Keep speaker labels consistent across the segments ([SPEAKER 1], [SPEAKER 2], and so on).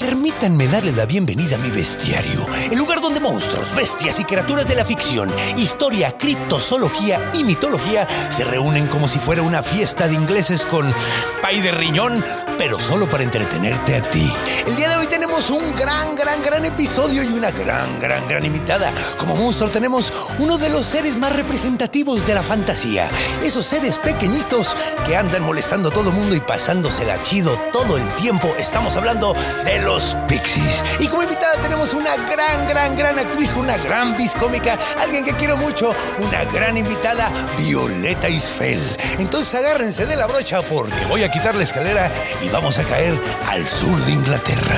[SPEAKER 1] Permítanme darles la bienvenida a mi bestiario, el lugar donde monstruos, bestias y criaturas de la ficción, historia, criptozoología y mitología se reúnen como si fuera una fiesta de ingleses con pay de riñón, pero solo para entretenerte a ti. El día de hoy tenemos un gran, gran, gran episodio y una gran, gran, gran invitada. Como monstruo tenemos uno de los seres más representativos de la fantasía, esos seres pequeñitos que andan molestando a todo mundo y pasándosela chido todo el tiempo. Estamos hablando de los Pixies. Y como invitada tenemos una gran, gran, gran actriz, una gran biscómica, alguien que quiero mucho, una gran invitada, Violeta Isfel. Entonces agárrense de la brocha porque voy a quitar la escalera y vamos a caer al sur de Inglaterra.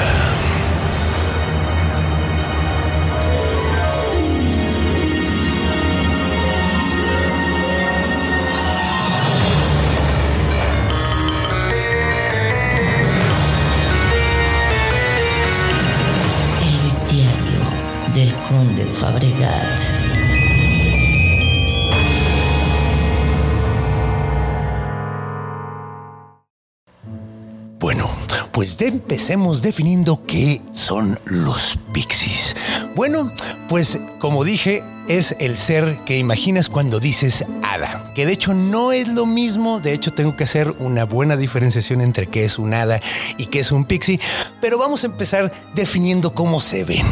[SPEAKER 2] El bestiario del conde Fabregat.
[SPEAKER 1] Bueno, pues de- empecemos definiendo qué son los pixies. Bueno, pues como dije, es el ser que imaginas cuando dices hada, que de hecho no es lo mismo, de hecho tengo que hacer una buena diferenciación entre qué es un hada y qué es un pixie, pero vamos a empezar definiendo cómo se ven.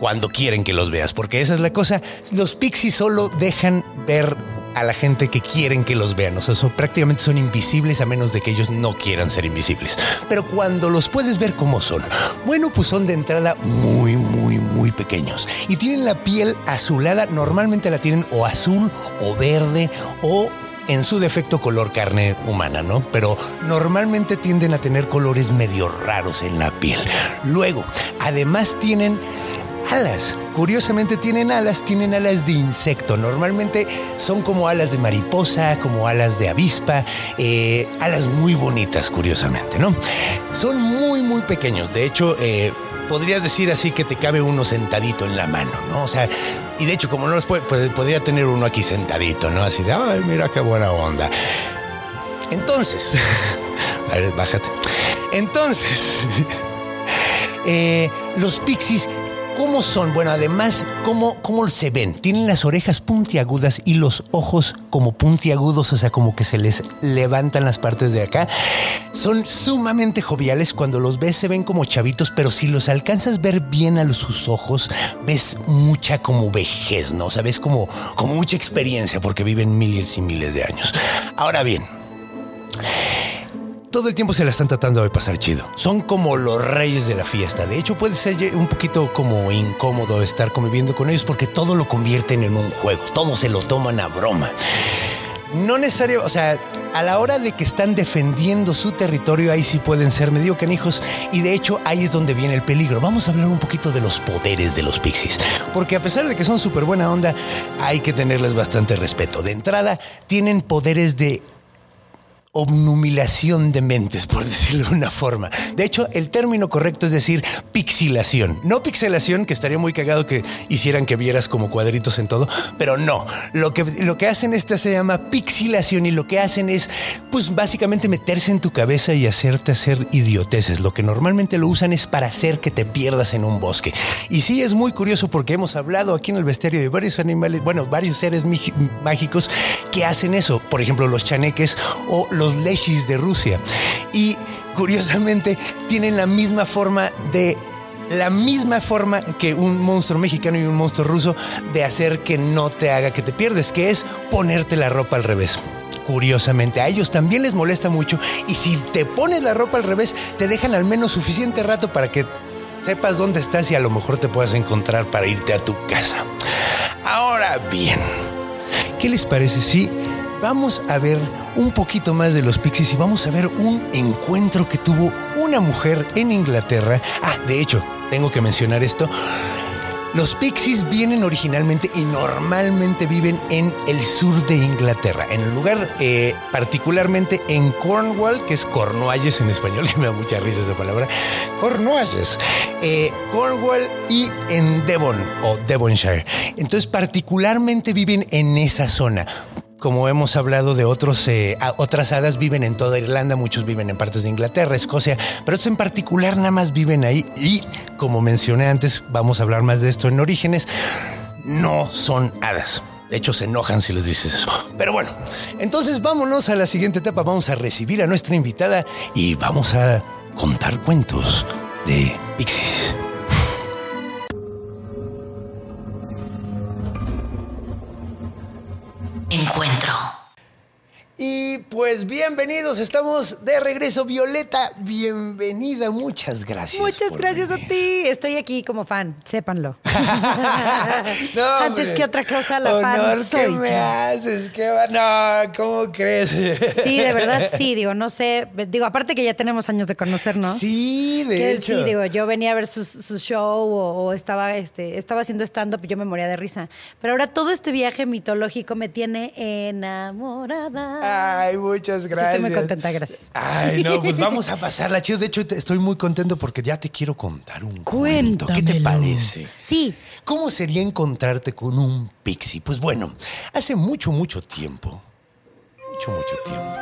[SPEAKER 1] Cuando quieren que los veas, porque esa es la cosa, los pixies solo dejan ver a la gente que quieren que los vean. O sea, son- prácticamente son invisibles a menos de que ellos no quieran ser invisibles. Pero cuando los puedes ver como son, bueno, pues son de entrada muy, muy, muy pequeños. Y tienen la piel azulada, normalmente la tienen o azul o verde o... En su defecto color carne humana, ¿no? Pero normalmente tienden a tener colores medio raros en la piel. Luego, además tienen alas. Curiosamente tienen alas, tienen alas de insecto. Normalmente son como alas de mariposa, como alas de avispa, eh, alas muy bonitas, curiosamente, ¿no? Son muy, muy pequeños. De hecho, eh, podrías decir así que te cabe uno sentadito en la mano, ¿no? O sea, y de hecho, como no los puede, pues, podría tener uno aquí sentadito, ¿no? Así de, ay, mira qué buena onda. Entonces, a ver, bájate. Entonces, eh, los pixies, ¿cómo son? Bueno, además, ¿cómo, ¿cómo se ven? Tienen las orejas puntiagudas y los ojos como puntiagudos, o sea, como que se les levantan las partes de acá. Son sumamente joviales. Cuando los ves, se ven como chavitos, pero si los alcanzas a ver bien a los- sus ojos, ves mucha como vejez, ¿no? O sea, ves como, como mucha experiencia porque viven miles y miles de años. Ahora bien, todo el tiempo se la están tratando de pasar chido. Son como los reyes de la fiesta. De hecho, puede ser ye- un poquito como incómodo estar conviviendo con ellos porque todo lo convierten en un juego. Todo se lo toman a broma. No necesario, o sea, a la hora de que están defendiendo su territorio, ahí sí pueden ser medio canijos. Y de hecho, ahí es donde viene el peligro. Vamos a hablar un poquito de los poderes de los pixies. Porque a pesar de que son súper buena onda, hay que tenerles bastante respeto. De entrada, tienen poderes de obnumilación de mentes, por decirlo de una forma. De hecho, el término correcto es decir pixilación. No pixelación, que estaría muy cagado que hicieran que vieras como cuadritos en todo, pero no. Lo que, lo que hacen esta se llama pixilación y lo que hacen es, pues básicamente meterse en tu cabeza y hacerte hacer idioteces. Lo que normalmente lo usan es para hacer que te pierdas en un bosque. Y sí, es muy curioso porque hemos hablado aquí en el bestiario de varios animales, bueno, varios seres migi- mágicos que hacen eso. Por ejemplo, los chaneques o los leshis de Rusia. Y curiosamente, tienen la misma forma de. La misma forma que un monstruo mexicano y un monstruo ruso de hacer que no te haga que te pierdes, que es ponerte la ropa al revés. Curiosamente, a ellos también les molesta mucho y si te pones la ropa al revés, te dejan al menos suficiente rato para que sepas dónde estás y a lo mejor te puedas encontrar para irte a tu casa. Ahora bien, ¿Qué les parece si vamos a ver un poquito más de los Pixies y vamos a ver un encuentro que tuvo una mujer en Inglaterra? Ah, de hecho, tengo que mencionar esto. Los Pixies vienen originalmente y normalmente viven en el sur de Inglaterra, en el lugar eh, particularmente en Cornwall, que es Cornualles en español, que me da mucha risa esa palabra, Cornualles, eh, Cornwall y en Devon o Devonshire. Entonces particularmente viven en esa zona. Como hemos hablado de otros, eh, a- otras hadas viven en toda Irlanda, muchos viven en partes de Inglaterra, Escocia, pero estos en particular nada más viven ahí y, como mencioné antes, vamos a hablar más de esto en Orígenes, no son hadas. De hecho, se enojan si les dices eso. Pero bueno, entonces vámonos a la siguiente etapa, vamos a recibir a nuestra invitada y vamos a contar cuentos de Pixies.
[SPEAKER 2] Encuentro.
[SPEAKER 1] Y pues bienvenidos, estamos de regreso. Violeta, bienvenida, muchas gracias.
[SPEAKER 3] Muchas
[SPEAKER 1] por
[SPEAKER 3] gracias a
[SPEAKER 1] venir.
[SPEAKER 3] ti. Estoy aquí como fan, sépanlo.
[SPEAKER 1] No,
[SPEAKER 3] Antes
[SPEAKER 1] hombre.
[SPEAKER 3] que otra cosa, la
[SPEAKER 1] Honor
[SPEAKER 3] fan
[SPEAKER 1] que
[SPEAKER 3] soy
[SPEAKER 1] me
[SPEAKER 3] yo.
[SPEAKER 1] haces, qué va. No, ¿cómo crees?
[SPEAKER 3] Sí, de verdad, sí, digo, no sé, digo, aparte que ya tenemos años de conocernos.
[SPEAKER 1] Sí, de
[SPEAKER 3] que
[SPEAKER 1] hecho.
[SPEAKER 3] Sí, digo, yo venía a ver su, su show o, o estaba, este, estaba haciendo stand-up y yo me moría de risa. Pero ahora todo este viaje mitológico me tiene enamorada.
[SPEAKER 1] Ay, muchas Ah, gracias.
[SPEAKER 3] estoy muy contenta, gracias.
[SPEAKER 1] Ay, no, pues vamos a pasarla chido. De hecho, te- estoy muy contento porque ya te quiero contar un cuento. ¿Qué te
[SPEAKER 2] Cuéntamelo.
[SPEAKER 1] parece?
[SPEAKER 3] Sí,
[SPEAKER 1] ¿Cómo sería encontrarte con un pixie? Pues bueno, hace mucho, mucho tiempo, mucho, mucho tiempo,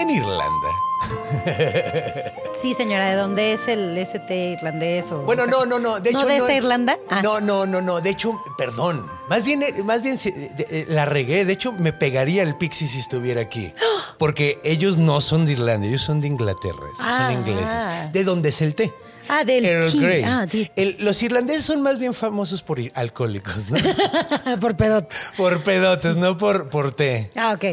[SPEAKER 1] en Irlanda.
[SPEAKER 3] sí, señora, ¿de dónde es el ST irlandés? O
[SPEAKER 1] Bueno, no, no, no. De hecho,
[SPEAKER 3] ¿No de esa Irlanda? Ah.
[SPEAKER 1] No, no, no, no. De hecho, perdón. Más bien, eh, más bien se- de- de- la regué. De hecho, me pegaría el pixie si estuviera aquí. Porque ellos no son de Irlanda, ellos son de Inglaterra. esos
[SPEAKER 3] Ah.
[SPEAKER 1] Son ingleses. ¿De dónde es el té?
[SPEAKER 3] Ah, del
[SPEAKER 1] Earl
[SPEAKER 3] tea.
[SPEAKER 1] Grey.
[SPEAKER 3] Ah, del-
[SPEAKER 1] El- los irlandeses son más bien famosos por ir- alcohólicos, ¿no?
[SPEAKER 3] Por pedot.
[SPEAKER 1] por pedotes, no por, por té.
[SPEAKER 3] Ah, ok.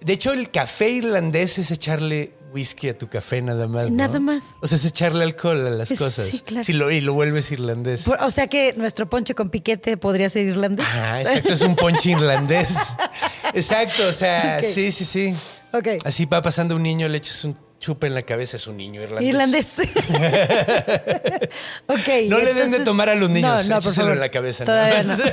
[SPEAKER 1] De hecho, el café irlandés es echarle whisky a tu café nada más. ¿no?
[SPEAKER 3] Nada más.
[SPEAKER 1] O sea, es echarle alcohol a las
[SPEAKER 3] Sí,
[SPEAKER 1] cosas.
[SPEAKER 3] claro.
[SPEAKER 1] Si lo, y lo vuelves irlandés.
[SPEAKER 3] Por- o sea que nuestro ponche con piquete podría ser irlandés.
[SPEAKER 1] Ah, exacto, es un ponche irlandés. Exacto, o sea,
[SPEAKER 3] Ok.
[SPEAKER 1] sí, sí, sí.
[SPEAKER 3] Ok.
[SPEAKER 1] Así va pasando un niño, le echas un chupe en la cabeza, es un niño irlandés.
[SPEAKER 3] Irlandés. ok.
[SPEAKER 1] No le den de
[SPEAKER 3] entonces-
[SPEAKER 1] tomar a los niños,
[SPEAKER 3] No, no, por
[SPEAKER 1] échaselo
[SPEAKER 3] favor.
[SPEAKER 1] en la cabeza. nada
[SPEAKER 3] Todavía
[SPEAKER 1] más.
[SPEAKER 3] no.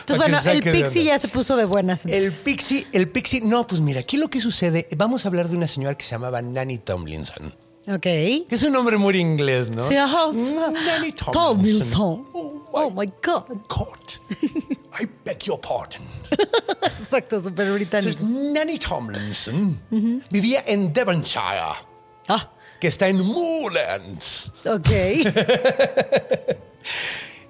[SPEAKER 3] Entonces,
[SPEAKER 1] Para que
[SPEAKER 3] bueno,
[SPEAKER 1] se
[SPEAKER 3] el
[SPEAKER 1] saque de
[SPEAKER 3] pixie
[SPEAKER 1] onda.
[SPEAKER 3] ya se puso de buenas.
[SPEAKER 1] El
[SPEAKER 3] entonces.
[SPEAKER 1] pixie, el pixie, no, pues mira, aquí lo que sucede, vamos a hablar de una señora que se llamaba Nanny Tomlinson,
[SPEAKER 3] Ok.
[SPEAKER 1] que es un nombre muy inglés, ¿no?
[SPEAKER 3] Sí, ajá,
[SPEAKER 1] Mm,
[SPEAKER 3] sí.
[SPEAKER 1] Nanny
[SPEAKER 3] Tomlinson.
[SPEAKER 1] Tomlinson.
[SPEAKER 3] Oh my God.
[SPEAKER 1] God. I beg your pardon.
[SPEAKER 3] Exacto, súper
[SPEAKER 1] Entonces,
[SPEAKER 3] británico.
[SPEAKER 1] Nanny Tomlinson
[SPEAKER 3] Mm-hmm.
[SPEAKER 1] vivía en Devonshire,
[SPEAKER 3] Ah,
[SPEAKER 1] que está en Moorlands.
[SPEAKER 3] ok.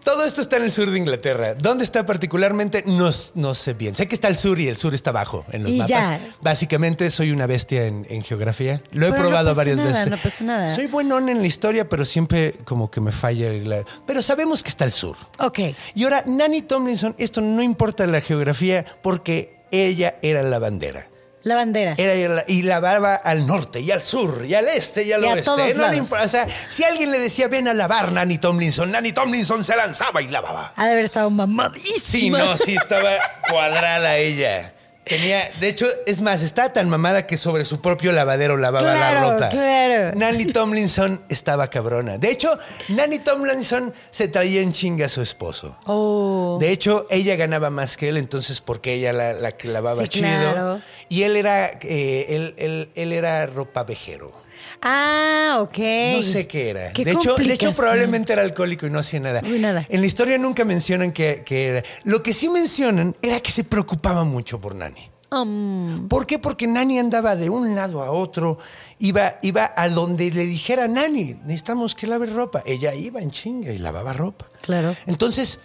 [SPEAKER 1] Todo esto está en el sur de Inglaterra. ¿Dónde está particularmente? No, s- no sé bien. Sé que está al sur y el sur está abajo en los
[SPEAKER 3] Y
[SPEAKER 1] mapas.
[SPEAKER 3] ya.
[SPEAKER 1] Básicamente soy una bestia en, en geografía. Lo he
[SPEAKER 3] Pero no
[SPEAKER 1] probado
[SPEAKER 3] pasa
[SPEAKER 1] varias
[SPEAKER 3] nada,
[SPEAKER 1] veces.
[SPEAKER 3] no pasa nada.
[SPEAKER 1] Soy buenón en la historia, pero siempre como que me falla. la- Pero sabemos que está al sur.
[SPEAKER 3] Ok.
[SPEAKER 1] Y ahora, Nanny Tomlinson, esto no importa la geografía porque ella era la bandera.
[SPEAKER 3] La bandera.
[SPEAKER 1] Era y la- y lavaba al norte y al sur y al este y al
[SPEAKER 3] Y a
[SPEAKER 1] oeste.
[SPEAKER 3] todos
[SPEAKER 1] ¿eh? No le
[SPEAKER 3] lados.
[SPEAKER 1] importa, o sea, si alguien le decía ven a lavar Nanny Tomlinson, Nanny Tomlinson se lanzaba y lavaba.
[SPEAKER 3] Ha de haber estado
[SPEAKER 1] Sí,
[SPEAKER 3] mamadísima.
[SPEAKER 1] no, sí estaba cuadrada ella. Tenía, de hecho, es más, estaba tan mamada que sobre su propio lavadero lavaba
[SPEAKER 3] Claro,
[SPEAKER 1] la ropa.
[SPEAKER 3] claro.
[SPEAKER 1] Nanny Tomlinson estaba cabrona. De hecho, Nanny Tomlinson se traía en chinga a su esposo.
[SPEAKER 3] Oh.
[SPEAKER 1] De hecho, ella ganaba más que él, entonces porque ella la, la que lavaba
[SPEAKER 3] Sí,
[SPEAKER 1] chido.
[SPEAKER 3] claro.
[SPEAKER 1] Y él era, eh, él, él, él era ropavejero.
[SPEAKER 3] Ah, ok.
[SPEAKER 1] No sé qué era.
[SPEAKER 3] Qué
[SPEAKER 1] de, hecho, de hecho,
[SPEAKER 3] complicación.
[SPEAKER 1] probablemente era alcohólico y no hacía nada.
[SPEAKER 3] Uy, nada.
[SPEAKER 1] En la historia nunca mencionan qué qué era. Lo que sí mencionan era que se preocupaba mucho por Nani.
[SPEAKER 3] Um,
[SPEAKER 1] ¿Por qué? Porque Nani andaba de un lado a otro, iba, iba a donde le dijera Nani, necesitamos que lave ropa. Ella iba en chinga y lavaba ropa.
[SPEAKER 3] Claro.
[SPEAKER 1] Entonces,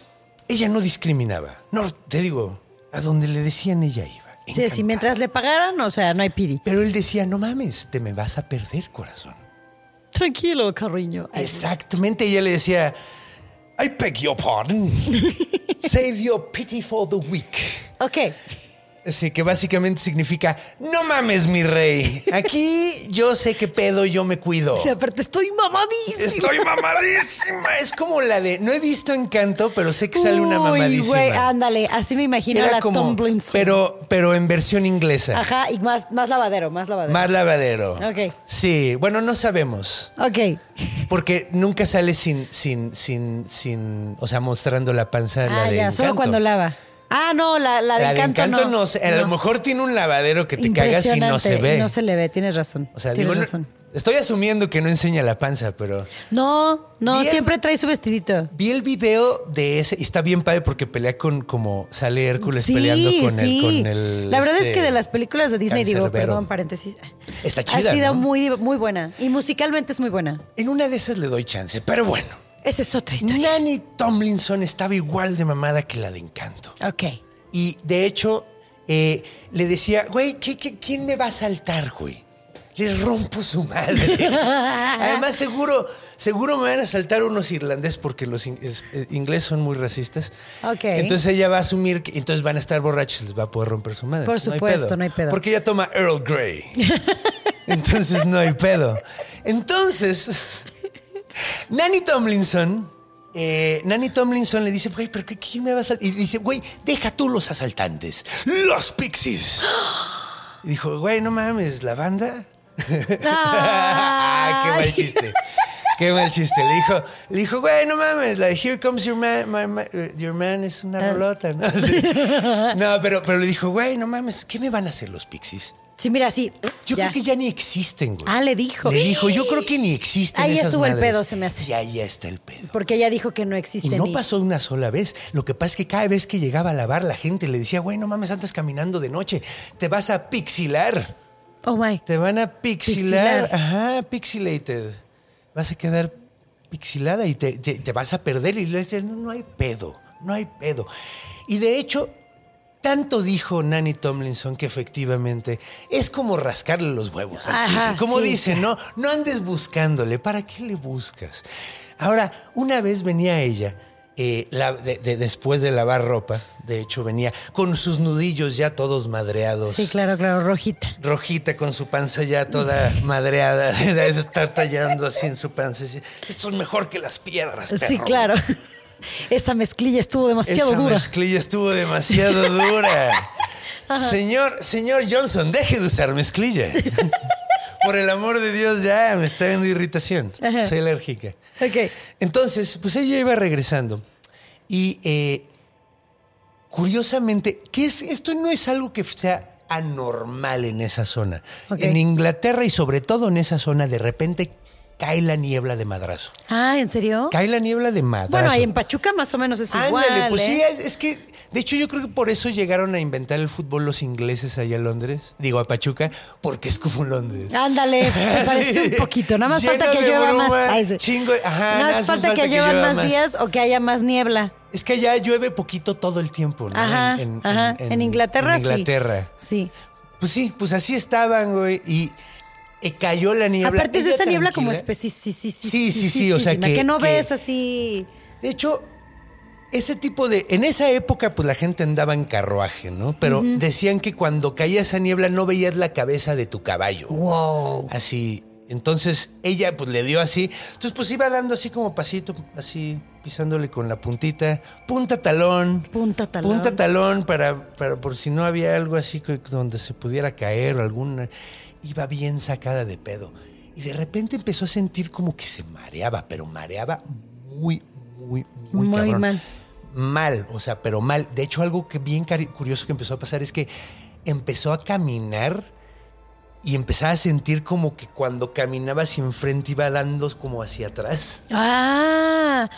[SPEAKER 1] ella no discriminaba. No, te digo, a donde le decían ella iba.
[SPEAKER 3] sí, sí,
[SPEAKER 1] Encantada.
[SPEAKER 3] mientras le pagaran, o sea, no hay pidi.
[SPEAKER 1] Pero él decía, no mames, te me vas a perder, corazón.
[SPEAKER 3] Tranquilo, cariño.
[SPEAKER 1] Exactamente, ella le decía, I beg your pardon. Save your pity for the weak.
[SPEAKER 3] Ok.
[SPEAKER 1] Sí, que básicamente significa, no mames, mi rey. Aquí yo sé qué pedo, yo me cuido.
[SPEAKER 3] Y aparte, estoy mamadísima.
[SPEAKER 1] Oh. Estoy mamadísima. Es como la de, no he visto Encanto, pero sé que sale una
[SPEAKER 3] Uy,
[SPEAKER 1] mamadísima.
[SPEAKER 3] güey, ándale, así me imagino a
[SPEAKER 1] Era
[SPEAKER 3] la
[SPEAKER 1] como,
[SPEAKER 3] Tomlinson.
[SPEAKER 1] pero, pero en versión inglesa.
[SPEAKER 3] Ajá, y más, más lavadero, más lavadero.
[SPEAKER 1] Más lavadero.
[SPEAKER 3] Ok.
[SPEAKER 1] Sí, bueno, no sabemos.
[SPEAKER 3] Ok.
[SPEAKER 1] Porque nunca sale sin, sin, sin, sin, o sea, mostrando la panza. la
[SPEAKER 3] Ah,
[SPEAKER 1] de
[SPEAKER 3] ya, solo
[SPEAKER 1] Encanto.
[SPEAKER 3] cuando lava. Ah, no, la, la de
[SPEAKER 1] La de
[SPEAKER 3] encanto,
[SPEAKER 1] Encanto no.
[SPEAKER 3] no.
[SPEAKER 1] sé, A lo
[SPEAKER 3] No.
[SPEAKER 1] mejor tiene un lavadero que te cagas y no se
[SPEAKER 3] Impresionante,
[SPEAKER 1] ve.
[SPEAKER 3] y No se le ve, tienes razón.
[SPEAKER 1] o sea,
[SPEAKER 3] tienes
[SPEAKER 1] digo, no-
[SPEAKER 3] razón.
[SPEAKER 1] estoy asumiendo que no enseña la panza, pero
[SPEAKER 3] No, no,
[SPEAKER 1] Bien.
[SPEAKER 3] siempre trae su vestidito.
[SPEAKER 1] vi el video de ese y está bien padre porque pelea con como sale Hércules
[SPEAKER 3] Sí,
[SPEAKER 1] peleando con
[SPEAKER 3] sí.
[SPEAKER 1] el con el
[SPEAKER 3] La verdad es
[SPEAKER 1] este,
[SPEAKER 3] que de las películas de Disney, digo,
[SPEAKER 1] cancerbero.
[SPEAKER 3] perdón, paréntesis.
[SPEAKER 1] Está chida,
[SPEAKER 3] Ha sido
[SPEAKER 1] ¿no?
[SPEAKER 3] muy, muy buena. Y musicalmente es muy buena.
[SPEAKER 1] En una de esas le doy chance, pero bueno.
[SPEAKER 3] Esa es otra historia.
[SPEAKER 1] Nanny Tomlinson estaba igual de mamada que la de Encanto.
[SPEAKER 3] Ok.
[SPEAKER 1] Y de hecho, eh, le decía, güey, ¿qué- qué- quién me va a saltar, güey? Le rompo su madre. Además, seguro, seguro me van a saltar unos irlandeses porque los in- es- eh, ingleses son muy racistas.
[SPEAKER 3] Ok.
[SPEAKER 1] Entonces ella va a asumir que entonces van a estar borrachos, les va a poder romper su madre.
[SPEAKER 3] Por
[SPEAKER 1] Entonces,
[SPEAKER 3] supuesto, no hay pedo.
[SPEAKER 1] Porque ella toma Earl Grey. Entonces no hay pedo. Entonces, Nanny Tomlinson, eh, Nanny Tomlinson le dice, güey, pero qué, ¿quién me va a asaltar? Y dice, güey, deja tú los asaltantes, los pixies. Y dijo, güey, no mames, la banda. Ah, qué mal chiste. Qué mal chiste. Le dijo, le dijo, güey, no mames, la de Here Comes Your Man, my- my- eh, your man es
[SPEAKER 3] Ah.
[SPEAKER 1] una rolota, ¿no? Sí. No, pero, pero le dijo, güey, no mames, ¿qué me van a hacer los pixies?
[SPEAKER 3] Sí, mira, sí.
[SPEAKER 1] Yo creo que ya ni existen, güey.
[SPEAKER 3] Ah, le dijo.
[SPEAKER 1] Le dijo, yo creo que ni existen.
[SPEAKER 3] Ahí
[SPEAKER 1] esas
[SPEAKER 3] estuvo el
[SPEAKER 1] madres".
[SPEAKER 3] pedo, se me hace.
[SPEAKER 1] Y ahí ya está el pedo.
[SPEAKER 3] Porque ella dijo que no
[SPEAKER 1] Y
[SPEAKER 3] existe
[SPEAKER 1] no
[SPEAKER 3] ni-
[SPEAKER 1] pasó una sola vez. Lo que pasa es que cada vez que llegaba a lavar, la gente le decía, güey, no mames, andas caminando de noche. Te vas a pixilar.
[SPEAKER 3] Oh, my.
[SPEAKER 1] Te van a pixilar.
[SPEAKER 3] Pixilar.
[SPEAKER 1] Ajá, pixilated. Vas a quedar pixilada y te, te- te vas a perder. Y le dices, no, no hay pedo, no hay pedo. Y de hecho, tanto dijo Nanny Tomlinson que efectivamente es como rascarle los huevos. al
[SPEAKER 3] Ajá,
[SPEAKER 1] tigre. como
[SPEAKER 3] sí,
[SPEAKER 1] dice, no, no andes buscándole. ¿Para qué le buscas? Ahora, una vez venía ella. eh, la- de- de- después de lavar ropa, de hecho venía con sus nudillos ya todos madreados
[SPEAKER 3] Sí, claro, claro, rojita.
[SPEAKER 1] rojita con su panza ya toda madreada, de estar tallando así en su panza. Dice, Esto es mejor que las piedras.
[SPEAKER 3] Sí,
[SPEAKER 1] perro".
[SPEAKER 3] claro. Esa mezclilla estuvo demasiado
[SPEAKER 1] Esa
[SPEAKER 3] dura.
[SPEAKER 1] mezclilla estuvo demasiado dura. señor, señor Johnson, deje de usar mezclilla. Por el amor de Dios, ya me está dando irritación.
[SPEAKER 3] Ajá.
[SPEAKER 1] Soy alérgica.
[SPEAKER 3] Ok.
[SPEAKER 1] Entonces, pues ella iba regresando. Y eh, curiosamente, que es, esto no es algo que sea anormal en esa zona.
[SPEAKER 3] Ok.
[SPEAKER 1] En Inglaterra y sobre todo en esa zona, de repente cae la niebla de madrazo.
[SPEAKER 3] Ah, ¿en serio?
[SPEAKER 1] Cae la niebla de madrazo.
[SPEAKER 3] Bueno, ahí en Pachuca más o menos es igual.
[SPEAKER 1] Ándale, pues
[SPEAKER 3] ¿eh?
[SPEAKER 1] sí, es, es que, de hecho yo creo que por eso llegaron a inventar el fútbol los ingleses allá a Londres, digo a Pachuca, porque es como Londres.
[SPEAKER 3] Ándale, se parece un poquito. Nada más
[SPEAKER 1] Lleno
[SPEAKER 3] falta que
[SPEAKER 1] de
[SPEAKER 3] llueva
[SPEAKER 1] bruma,
[SPEAKER 3] más. Ay, sí.
[SPEAKER 1] chingo- ajá,
[SPEAKER 3] no
[SPEAKER 1] hace
[SPEAKER 3] es falta, que, lluevan más, días o que haya más niebla.
[SPEAKER 1] Es que allá llueve poquito todo el tiempo, ¿no?
[SPEAKER 3] Ajá,
[SPEAKER 1] Ah, En- en-
[SPEAKER 3] ajá. En,
[SPEAKER 1] en-
[SPEAKER 3] Inglaterra
[SPEAKER 1] en Inglaterra.
[SPEAKER 3] sí. Sí.
[SPEAKER 1] Pues sí, pues así estaban, güey, y eh, cayó la niebla.
[SPEAKER 3] Aparte es de
[SPEAKER 1] Ella
[SPEAKER 3] esa niebla como
[SPEAKER 1] tranquila.
[SPEAKER 3] especie. Sí, sí, sí.
[SPEAKER 1] Sí, sí, sí, o sea,
[SPEAKER 3] sí,
[SPEAKER 1] que-
[SPEAKER 3] que no
[SPEAKER 1] que-
[SPEAKER 3] ves así.
[SPEAKER 1] De hecho, ese tipo de. En esa época, pues la gente andaba en carruaje, ¿no? Pero decían que cuando caía esa niebla no veías la cabeza de tu caballo.
[SPEAKER 3] Wow.
[SPEAKER 1] Así. Entonces ella pues le dio así. Entonces pues iba dando así como pasito, así pisándole con la puntita. Punta talón.
[SPEAKER 3] Punta talón.
[SPEAKER 1] Punta talón para, para por si no había algo así que- donde se pudiera caer o alguna. Iba bien sacada de pedo. Y de repente empezó a sentir como que se mareaba, pero mareaba muy, muy, muy,
[SPEAKER 3] Muy
[SPEAKER 1] cabrón.
[SPEAKER 3] mal.
[SPEAKER 1] Mal, o sea, pero mal. De hecho, algo que bien cari- curioso que empezó a pasar es que empezó a caminar y empezaba a sentir como que cuando caminaba hacia enfrente iba dando como hacia atrás.
[SPEAKER 3] Ah.